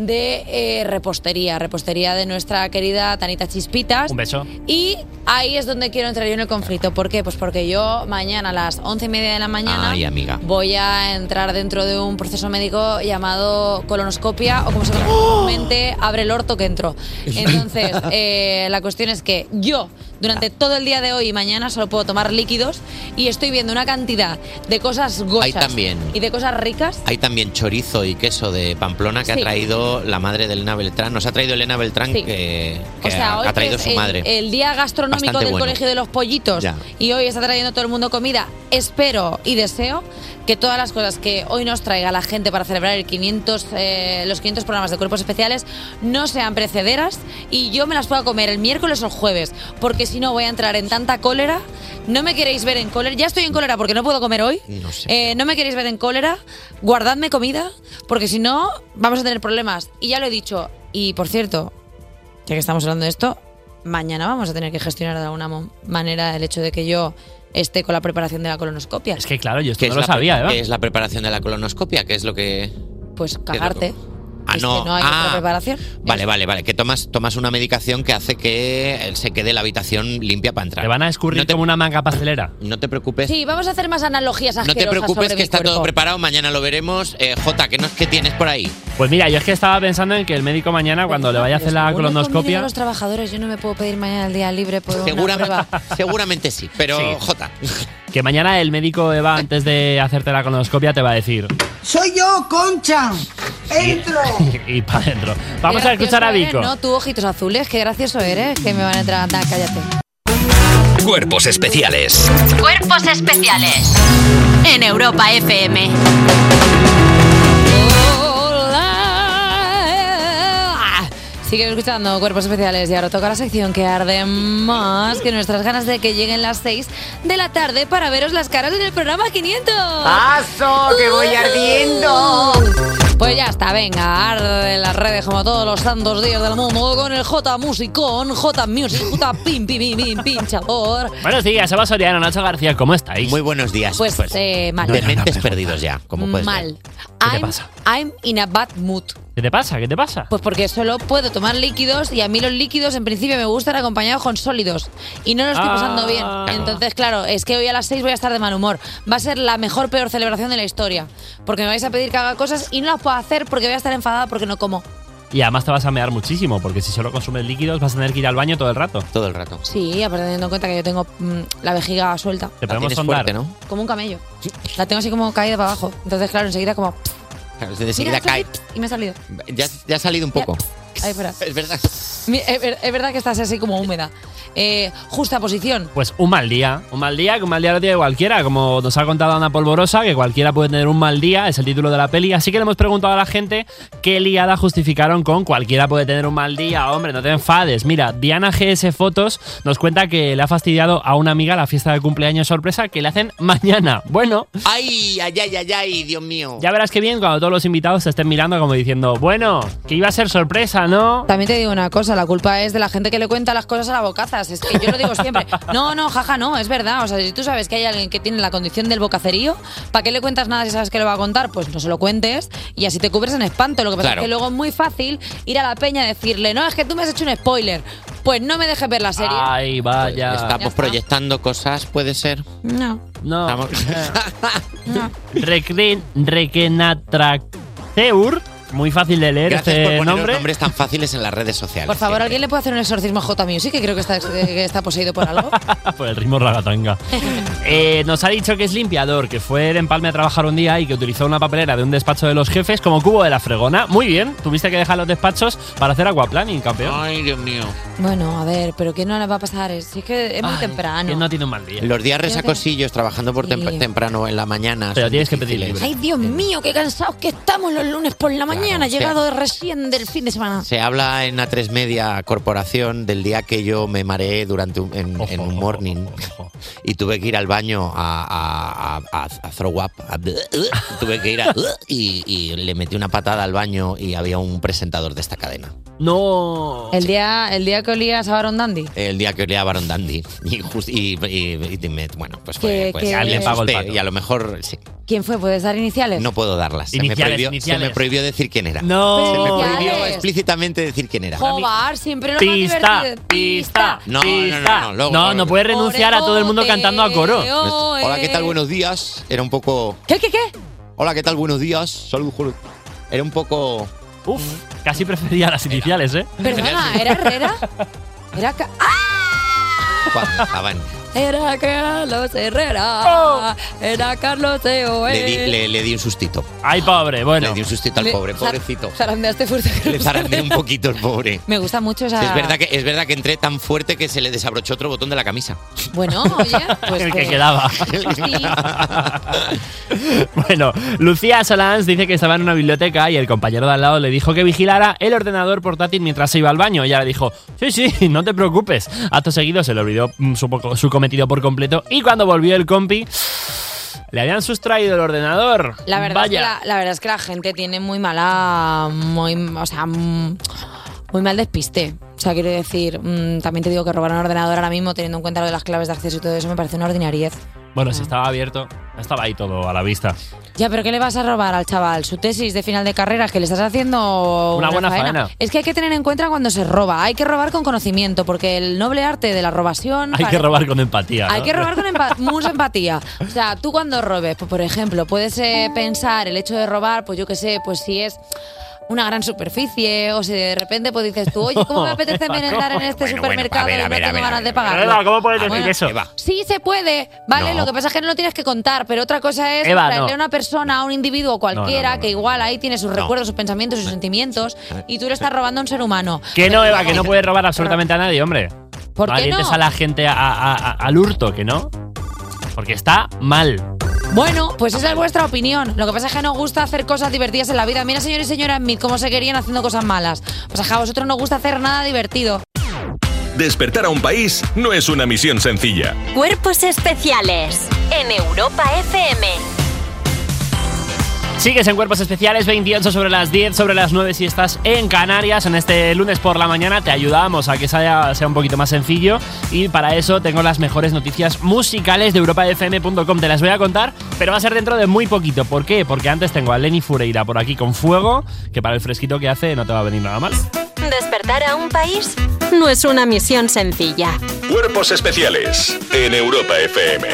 Speaker 3: de eh, repostería, repostería de nuestra querida Tanita Chispitas.
Speaker 5: Un beso.
Speaker 3: Y ahí es donde quiero entrar yo en el conflicto. ¿Por qué? Pues porque yo mañana a las once y media de la mañana
Speaker 4: Ay, amiga.
Speaker 3: voy a entrar dentro de un proceso médico llamado colonoscopia o como se conoce
Speaker 4: ¡Oh!
Speaker 3: comúnmente, abre el orto que entro. Entonces,
Speaker 4: (laughs)
Speaker 3: eh, la cuestión es que yo durante todo el día de hoy y mañana solo puedo tomar líquidos y estoy viendo una cantidad de cosas gochas
Speaker 4: Ahí también.
Speaker 3: y de cosas ricas
Speaker 4: Hay también chorizo y queso de Pamplona que
Speaker 3: Sí.
Speaker 4: ha traído la madre de Elena Beltrán. Nos ha traído Elena Beltrán
Speaker 3: Sí.
Speaker 4: que, que
Speaker 3: O sea,
Speaker 4: ha,
Speaker 3: hoy
Speaker 4: ha traído
Speaker 3: es
Speaker 4: su
Speaker 3: el,
Speaker 4: madre.
Speaker 3: el día gastronómico
Speaker 4: Bastante
Speaker 3: del
Speaker 4: bueno.
Speaker 3: Colegio de los Pollitos
Speaker 4: Ya.
Speaker 3: y hoy está trayendo todo el mundo comida. Espero y deseo que todas las cosas que hoy nos traiga la gente para celebrar el 500, eh, los 500 programas de cuerpos especiales no sean precederas y yo me las pueda comer el miércoles o el jueves, porque si no voy a entrar en tanta cólera. No me queréis ver en cólera, ya estoy en cólera porque no puedo comer hoy.
Speaker 4: No sé.
Speaker 3: Eh, no me queréis ver en cólera, guardadme comida, porque si no vamos a tener problemas. Y ya lo he dicho. Y por cierto, ya que estamos hablando de esto, mañana vamos a tener que gestionar de alguna mo- manera el hecho de que yo esté con la preparación de la colonoscopia.
Speaker 5: Es que claro, yo esto
Speaker 4: ¿Qué
Speaker 5: no
Speaker 4: es
Speaker 5: lo
Speaker 4: la pre-
Speaker 5: sabía,
Speaker 4: qué
Speaker 5: ¿eh?
Speaker 4: es la preparación de la colonoscopia? que es lo que...?
Speaker 3: Pues cagarte.
Speaker 4: Ah,
Speaker 3: Es
Speaker 4: no.
Speaker 3: que no hay
Speaker 4: Ah,
Speaker 3: otra preparación.
Speaker 4: Vale, vale, vale. Que tomas, tomas una medicación que hace que eh, se quede la habitación limpia para entrar. Te van a escurrir como
Speaker 5: una manga pastelera.
Speaker 4: No te preocupes.
Speaker 3: Sí, vamos a hacer más analogías
Speaker 4: No
Speaker 3: asquerosas
Speaker 4: te preocupes
Speaker 3: sobre
Speaker 4: que
Speaker 3: mi
Speaker 4: está todo
Speaker 3: cuerpo.
Speaker 4: preparado, mañana lo veremos. Eh, Jota, ¿qué, nos, ¿qué tienes por
Speaker 5: (laughs)
Speaker 4: ahí?
Speaker 5: Pues mira, yo es que estaba pensando en que el médico mañana, cuando le vaya a hacer la
Speaker 3: Bueno, he comido a
Speaker 5: colonoscopia,
Speaker 3: los trabajadores, yo no me puedo pedir mañana el día libre por una prueba.
Speaker 4: Seguramente sí, pero Jota.
Speaker 5: que mañana el médico Eva, antes de hacerte la colonoscopia, te va a decir.
Speaker 8: Soy yo, Concha. Entro.
Speaker 5: (laughs) y para adentro. Vamos
Speaker 3: Qué
Speaker 5: a escuchar a
Speaker 3: gracioso
Speaker 5: Vico.
Speaker 3: eres, No, tú ojitos azules, qué gracioso eres, que me van a entrar. Anda, cállate.
Speaker 1: Cuerpos especiales.
Speaker 16: Cuerpos especiales en Europa FM.
Speaker 3: Sigue escuchando Cuerpos Especiales y ahora toca la sección que arde más que nuestras ganas de que lleguen las 6 de la tarde para veros las caras en el programa 500.
Speaker 7: ¡Paso, que voy ardiendo!
Speaker 3: Pues ya está, venga, arde en las redes como todos los santos días del mundo con el J Musicón, J Music, J Pim Pim Pim Pim Pinchador.
Speaker 5: Buenos días, Eva Soriano, Nacho García, ¿cómo estáis? Muy
Speaker 4: buenos días.
Speaker 3: Pues, eh, mal.
Speaker 4: de mentes perdidos ya, como puedes ver.
Speaker 3: Mal. I'm, I'm in a bad mood.
Speaker 5: ¿Qué te pasa? ¿Qué te pasa?
Speaker 3: Pues porque solo puedo tomar líquidos y a mí los líquidos en principio me gustan acompañados con sólidos y no lo estoy pasando
Speaker 5: Ah.
Speaker 3: bien. Entonces, claro, es que hoy a las 6 voy a estar de mal humor. Va a ser la mejor peor celebración de la historia porque me vais a pedir que haga cosas y no las puedo hacer porque voy a estar enfadada porque no como.
Speaker 5: Y además te vas a mear muchísimo, porque si solo consumes líquidos vas a tener que ir al baño todo el rato.
Speaker 4: Todo el rato.
Speaker 3: Sí, aparte teniendo en cuenta que yo tengo mm, la vejiga suelta.
Speaker 5: Te podemos sondar.
Speaker 4: ¿no?
Speaker 3: Como un camello. La tengo así como caída para abajo. Entonces, claro, enseguida como...
Speaker 4: Claro, de
Speaker 3: mira,
Speaker 4: seguida cae.
Speaker 3: salí, Y me ha salido.
Speaker 4: Ya, ya ha salido un poco.
Speaker 3: Ay, (laughs) espera.
Speaker 4: Es verdad.
Speaker 3: Mi- Es ver- es verdad que estás así como húmeda. Eh, justa posición.
Speaker 5: Pues un mal día. Un mal día, que un mal día lo tiene cualquiera. Como nos ha contado Ana Polvorosa, que cualquiera puede tener un mal día, es el título de la peli. Así que le hemos preguntado a la gente qué liada justificaron con cualquiera puede tener un mal día. Hombre, no te enfades. Mira, Diana GS Fotos nos cuenta que le ha fastidiado a una amiga la fiesta de cumpleaños sorpresa que le hacen (laughs) mañana. Bueno,
Speaker 4: Ay, ay, ay, ay, ay, Dios mío.
Speaker 5: ya verás qué bien cuando todos los invitados se estén mirando como diciendo, bueno, que iba a ser sorpresa, ¿no?
Speaker 3: También te digo una cosa, la culpa es de la gente que le cuenta las cosas a la bocazas. Es que yo lo
Speaker 5: (laughs)
Speaker 3: digo siempre. No, no, jaja, no, es verdad. O sea, si tú sabes que hay alguien que tiene la condición del bocacerío, ¿para qué le cuentas nada si sabes que lo va a contar? Pues no se lo cuentes y así te cubres en espanto. Lo que pasa
Speaker 4: Claro.
Speaker 3: es que luego es muy fácil ir a la peña y decirle, no, es que tú me has hecho un spoiler. Pues no me dejes ver la serie.
Speaker 5: Ay, vaya.
Speaker 4: Estamos pues, proyectando cosas, puede ser.
Speaker 3: No.
Speaker 5: No. (laughs)
Speaker 4: Estamos-
Speaker 5: Recren, Rekenatraceur. Muy fácil de leer
Speaker 4: Gracias
Speaker 5: este
Speaker 4: por poner
Speaker 5: nombre.
Speaker 4: los nombres tan fáciles en las redes sociales.
Speaker 3: Por favor, ¿alguien le puede hacer un exorcismo a J Music? Que creo que está, eh, que está poseído
Speaker 5: (laughs)
Speaker 3: por algo.
Speaker 5: por el ritmo ragatanga. Eh, nos ha dicho que es limpiador, que fue de empalme a trabajar un día y que utilizó una papelera de un despacho de los jefes como cubo de la fregona. Muy bien, tuviste que dejar los despachos para hacer aquaplaning, campeón.
Speaker 4: Ay, Dios mío.
Speaker 3: Bueno, a ver, pero ¿qué no le va a pasar? Si es que es muy temprano.
Speaker 5: Que no tiene un mal día.
Speaker 4: Los días
Speaker 3: Creo que-
Speaker 4: resacosillos, trabajando por tem- temprano en la mañana. Pero tienes que pedir
Speaker 3: Ay, Dios mío, qué cansados que estamos los lunes por la mañana. mañana,
Speaker 4: sea-
Speaker 3: llegado recién del fin de semana.
Speaker 4: Se habla en A3 Media Corporación del día que yo me mareé durante un, en, en un morning y tuve que ir al baño a, a- a- a- a throw up. a- tuve que ir a, y, y le metí una patada al baño y había un presentador de esta cadena.
Speaker 5: No.
Speaker 3: El día, el día que olías a Baron Dandy.
Speaker 4: El día que olía a Baron Dandy. (laughs) Y, just- y- y- y me- bueno, pues fue.
Speaker 3: Que-
Speaker 4: pues,
Speaker 3: que-
Speaker 4: me
Speaker 3: Alguien pagó el
Speaker 4: asusté Y a lo mejor sí,
Speaker 3: ¿Quién fue? ¿Puedes dar iniciales?
Speaker 4: no puedo darlas. Se me,
Speaker 5: Iniciales,
Speaker 4: prohibió, se
Speaker 5: iniciales.
Speaker 4: me prohibió decir quién era.
Speaker 5: No.
Speaker 4: Se me prohibió
Speaker 3: Iniciales.
Speaker 4: explícitamente decir quién era.
Speaker 3: Jobar, siempre lo más
Speaker 5: Pista,
Speaker 3: divertido.
Speaker 5: pista,
Speaker 4: No, no,
Speaker 5: pista.
Speaker 4: no, no, luego,
Speaker 5: no,
Speaker 4: luego,
Speaker 5: no puedes renunciar a todo el mundo cantando a coro.
Speaker 4: Hola, ¿qué tal? Buenos días. Era un poco.
Speaker 3: ¿Qué, qué, qué?
Speaker 4: Hola, ¿qué tal? Buenos días. Salud, Julio. Era un poco.
Speaker 5: Uf, casi prefería las iniciales, ¿eh?
Speaker 3: Perdona, Ah, ¿era Herrera? Era Ca- (laughs)
Speaker 4: Cuando estaban.
Speaker 3: Era Carlos
Speaker 5: Oh.
Speaker 3: Herrera. Era Carlos Teo.
Speaker 4: Le di, le- le di un sustito.
Speaker 5: Ay, pobre, bueno.
Speaker 4: Le di un sustito al pobre, pobrecito.
Speaker 3: Zarandeaste fuerte.
Speaker 4: Le zarandeé un poquito el pobre.
Speaker 3: (laughs) Me gusta mucho esa.
Speaker 4: Sí, es, verdad que, es verdad que entré tan fuerte que se le desabrochó otro botón de la camisa.
Speaker 3: Bueno, oye,
Speaker 5: (laughs)
Speaker 3: pues.
Speaker 5: el que
Speaker 4: (laughs)
Speaker 5: quedaba. bueno, Lucía Solans dice que estaba en una biblioteca y el compañero de al lado le dijo que vigilara el ordenador portátil mientras se iba al baño. Ella le dijo, sí, sí, no te preocupes. Acto seguido se le olvidó mm, su, poco- su cometido por completo y cuando volvió el compi, le habían sustraído el ordenador.
Speaker 3: La verdad, es que
Speaker 5: Vaya.
Speaker 3: la, la verdad es que la gente tiene muy mala. Muy, o sea, mm, muy mal despiste. O sea, quiero decir, mm, también te digo que robar un ordenador ahora mismo, teniendo en cuenta lo de las claves de acceso y todo eso, me parece una ordinariez.
Speaker 5: Bueno, si estaba abierto, estaba ahí todo a la vista.
Speaker 3: Ya, pero ¿qué le vas a robar al chaval? ¿Su tesis de final de carrera? ¿Que le estás haciendo
Speaker 5: Una buena faena.
Speaker 3: Es que hay que tener en cuenta cuando se roba. Hay que robar con conocimiento, porque el noble arte de la robación.
Speaker 5: Hay que
Speaker 3: pare-
Speaker 5: robar con empatía.
Speaker 3: Hay
Speaker 5: ¿no?
Speaker 3: que robar con empa- mucha empatía. O sea, tú cuando robes, pues, por ejemplo, puedes eh, pensar el hecho de robar, pues yo qué sé, pues si es una gran superficie o si de repente pues dices tú, oye,
Speaker 5: (laughs)
Speaker 3: ¿cómo me apetece
Speaker 5: Paco.
Speaker 3: merendar en este
Speaker 5: Bueno, bueno,
Speaker 3: supermercado
Speaker 5: a ver,
Speaker 3: y
Speaker 5: a
Speaker 3: no
Speaker 5: ver, a
Speaker 3: tengo
Speaker 5: ver,
Speaker 3: ganas
Speaker 5: a
Speaker 3: de
Speaker 5: ver, a ver.
Speaker 3: pagarlo?
Speaker 5: Eva, ¿cómo puedes decir
Speaker 3: Bueno,
Speaker 5: eso?
Speaker 3: Sí se puede, ¿vale?
Speaker 5: No.
Speaker 3: Lo que pasa es que no lo tienes que contar, pero otra cosa es
Speaker 5: Eva,
Speaker 3: traerle
Speaker 5: no.
Speaker 3: a una persona, a un individuo cualquiera,
Speaker 5: no, no,
Speaker 3: que igual ahí tiene sus
Speaker 5: No. Eh,
Speaker 3: recuerdos, sus pensamientos, sus sentimientos, y tú le estás robando a un ser humano.
Speaker 5: Que no, Eva, que no puedes robar absolutamente a nadie, hombre.
Speaker 3: ¿Por qué
Speaker 5: alientes
Speaker 3: no?
Speaker 5: a la gente a- a- a- al hurto, que no. Porque está mal.
Speaker 3: Bueno, pues esa es vuestra opinión. Lo que pasa es que nos gusta hacer cosas divertidas en la vida. Mira, señores y señoras Smith, cómo se querían haciendo cosas malas. Pues ajá, a vosotros no os gusta hacer nada divertido.
Speaker 6: Despertar a un país no es una misión sencilla.
Speaker 2: Cuerpos especiales en Europa FM.
Speaker 5: Sigues en Cuerpos Especiales, 28 sobre las 10, sobre las 9 si estás en Canarias. En este lunes por la mañana te ayudamos a que sea, sea un poquito más sencillo. Y para eso tengo las mejores noticias musicales de europafm.com. Te las voy a contar, pero va a ser dentro de muy poquito. ¿Por qué? Porque antes tengo a Lenny Fureira por aquí con fuego, que para el fresquito que hace no te va a venir nada mal.
Speaker 2: Despertar a un país no es una misión sencilla.
Speaker 6: Cuerpos especiales en Europa FM.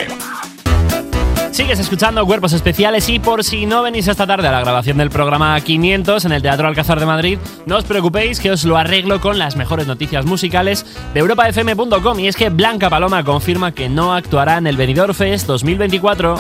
Speaker 5: Sigues escuchando Cuerpos Especiales y por si no venís esta tarde a la grabación del programa 500 en el Teatro Alcázar de Madrid, no os preocupéis que os lo arreglo con las mejores noticias musicales de europafm.com y es que Blanca Paloma confirma que no actuará en el Benidorm Fest 2024.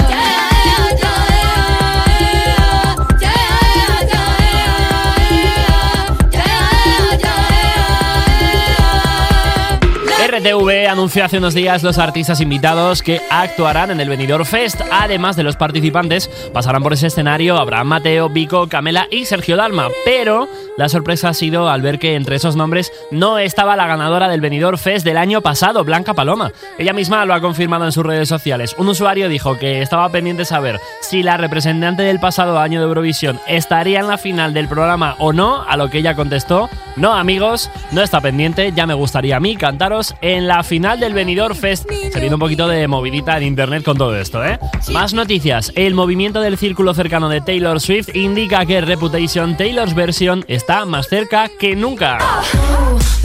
Speaker 5: RTV anunció hace unos días los artistas invitados que actuarán en el Benidorm Fest. Además de los participantes, pasarán por ese escenario Abraham Mateo, Vico, Camela y Sergio Dalma. Pero la sorpresa ha sido al ver que entre esos nombres no estaba la ganadora del Benidorm Fest del año pasado, Blanca Paloma. Ella misma lo ha confirmado en sus redes sociales. Un usuario dijo que estaba pendiente saber si la representante del pasado año de Eurovisión estaría en la final del programa o no, a lo que ella contestó, no amigos, no está pendiente, ya me gustaría a mí cantaros en la final del Benidorm Fest. Se viene un poquito de movidita en internet con todo esto, ¿eh? Más noticias. El movimiento del círculo cercano de Taylor Swift indica que Reputation Taylor's Version está más cerca que nunca.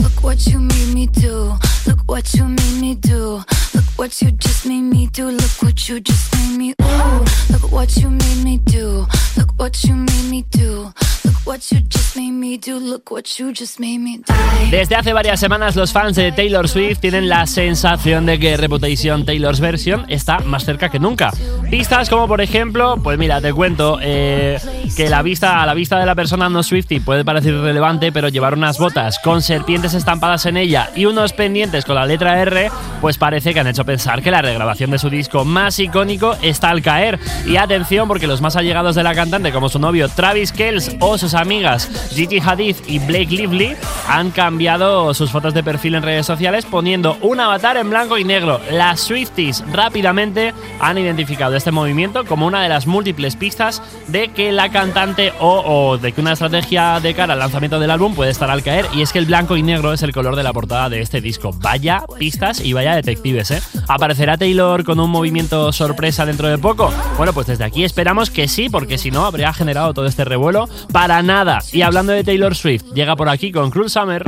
Speaker 9: Look what you made me do. Look what you made me do. Look what you just made me do. Look what you just made me. Ooh. Look what you made me do. Look what you made me do. Look what you just made me do. Look what you just made me do.
Speaker 5: Desde hace varias semanas los fans de Taylor Swift tienen la sensación de que Reputation Taylor's Version está más cerca que nunca. Pistas como por ejemplo, pues mira, te cuento eh, que la vista a la vista de la persona no Swifty puede parecer relevante, pero llevar unas botas con serpientes estampadas en ella y unos pendientes con la letra R, pues parece que han hecho pensar que la regrabación de su disco más icónico está al caer. Y atención porque los más allegados de la cantante como su novio Travis Kells o sus sus amigas Gigi Hadid y Blake Lively han cambiado sus fotos de perfil en redes sociales poniendo un avatar en blanco y negro. Las Swifties rápidamente han identificado este movimiento como una de las múltiples pistas de que la cantante o, o de que una estrategia de cara al lanzamiento del álbum puede estar al caer y es que el blanco y negro es el color de la portada de este disco. Vaya pistas y vaya detectives, ¿eh? ¿Aparecerá Taylor con un movimiento sorpresa dentro de poco? Bueno, pues desde aquí esperamos que sí, porque si no habría generado todo este revuelo para nada. Y hablando de Taylor Swift, llega por aquí con Cruel Summer.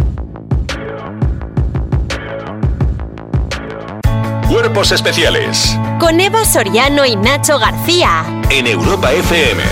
Speaker 6: Cuerpos especiales
Speaker 2: Con Eva Soriano y Nacho García.
Speaker 6: en Europa FM.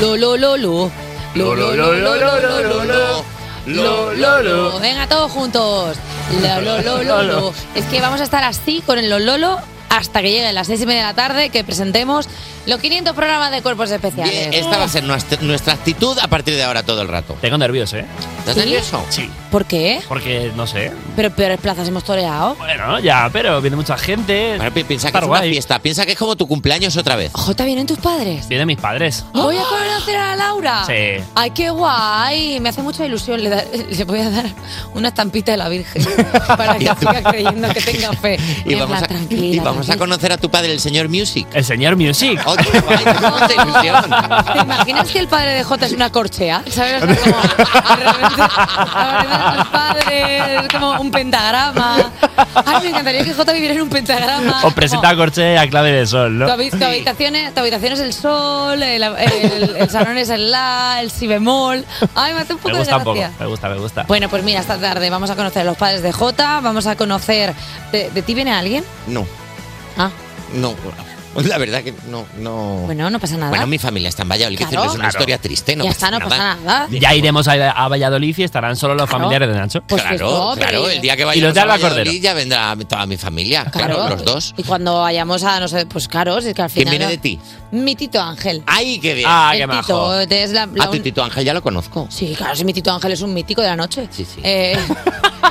Speaker 3: Lo, lo, lo, lo. Lo, lo, lo, lo, lo, lo,
Speaker 14: Oh,
Speaker 3: lo, lo.
Speaker 11: Lo, lo, lo.
Speaker 3: Venga, todos juntos. Lo, lo, lo, lo, lo. Es que vamos a estar así con el lo, lo, lo, hasta que lleguen las seis y media de la tarde que presentemos los 500 programas de cuerpos especiales.
Speaker 4: Esta va a ser nuestra, nuestra actitud a partir de ahora todo el rato.
Speaker 5: Tengo nervios, ¿eh?
Speaker 4: ¿Estás
Speaker 3: ¿Sí?
Speaker 4: nervioso?
Speaker 5: Sí.
Speaker 3: ¿Por qué?
Speaker 5: Porque, no sé,
Speaker 3: Pero peores plazas hemos toreado.
Speaker 5: bueno, ya, pero viene mucha gente.
Speaker 4: piensa que es una fiesta, piensa que es como tu cumpleaños otra vez.
Speaker 3: Jota, vienen tus padres.
Speaker 5: Vienen mis padres.
Speaker 3: Voy a conocer a Laura.
Speaker 5: Sí.
Speaker 3: Ay, qué guay. Me hace mucha ilusión. Le, da- (laughs) le voy a dar una estampita de la Virgen para que siga creyendo que tenga fe.
Speaker 4: (laughs) Y
Speaker 3: En
Speaker 4: vamos,
Speaker 3: plan,
Speaker 4: a,
Speaker 3: tranquila,
Speaker 4: y vamos a
Speaker 3: tranquila.
Speaker 4: conocer a tu padre, el señor Music.
Speaker 5: El señor Music.
Speaker 4: Oh, qué guay, tenemos mucha ilusión.
Speaker 3: ¿Te imaginas que el padre de Jota es una corchea? ¿Sabes? O sea, como, al revés de- al revés de los padres, es como un pentagrama. Ay, me encantaría que Jota viviera en un pentagrama.
Speaker 5: Os presenta a Corche a clave de sol, ¿no?
Speaker 3: Tu, habi- tu habitación es, tu habitación es el sol, el, el- el salón es el la, el si bemol. Ay, me hace un poco
Speaker 5: Me gusta
Speaker 3: de
Speaker 5: un poco,
Speaker 3: gracia.
Speaker 5: me gusta, me gusta.
Speaker 3: Bueno, pues mira, esta tarde vamos a conocer a los padres de Jota, vamos a conocer... ¿De, de ti viene alguien?
Speaker 4: No,
Speaker 3: Ah,
Speaker 4: no. La verdad que no, no.
Speaker 3: bueno, no pasa nada.
Speaker 4: Bueno, mi familia está en Valladolid, que
Speaker 3: Claro.
Speaker 4: es una
Speaker 5: Claro.
Speaker 4: historia triste, no
Speaker 3: ya
Speaker 4: pasa
Speaker 3: está, no
Speaker 4: nada.
Speaker 3: pasa nada.
Speaker 5: Ya iremos a, a Valladolid y estarán solo los familiares de Nacho.
Speaker 3: Pues Claro, eso, pero-
Speaker 4: Claro, el día que
Speaker 5: Y
Speaker 4: vayamos
Speaker 5: los de
Speaker 4: a
Speaker 5: Alba Cordero.
Speaker 4: Valladolid ya vendrá toda mi familia, claro, los dos.
Speaker 3: Y cuando vayamos a, no sé, pues claro, si es que al
Speaker 4: ¿Quién
Speaker 3: final...
Speaker 4: viene de ti?
Speaker 3: Mi tito Ángel.
Speaker 4: ¡Ay, qué bien!
Speaker 3: Ah, qué El majo. Tito, este es la- la
Speaker 4: a tu
Speaker 3: un-
Speaker 4: Tito Ángel ya lo conozco.
Speaker 3: Sí, claro, si mi tito Ángel es un mítico de la noche. Sí, sí.
Speaker 4: (laughs)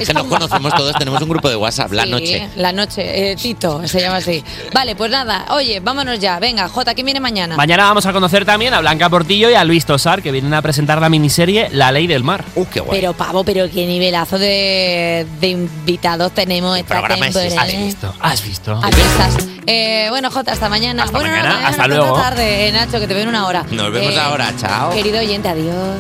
Speaker 4: que nos conocemos todos, tenemos un grupo de WhatsApp, la
Speaker 3: Sí,
Speaker 4: noche.
Speaker 3: La noche, eh, Tito, se llama así. Vale, pues nada, oye, vámonos ya. Venga, Jota, ¿quién viene mañana?
Speaker 5: Mañana vamos a conocer también a Blanca Portillo y a Luis Tosar, que vienen a presentar la miniserie La Ley del Mar.
Speaker 4: ¡Uh, qué
Speaker 3: Pero pavo, pero qué nivelazo de, de invitados tenemos esta temporada.
Speaker 5: ¿Has visto? ¿Has visto?
Speaker 3: Aquí estás. Eh, bueno, Jota, hasta mañana. bueno,
Speaker 5: mañana,
Speaker 3: no, no, mañana,
Speaker 5: hasta
Speaker 3: no,
Speaker 5: luego.
Speaker 3: eh, Hasta tarde, Nacho, que te veo en una hora.
Speaker 4: Nos vemos
Speaker 3: Eh,
Speaker 4: ahora, chao.
Speaker 3: Querido oyente, adiós.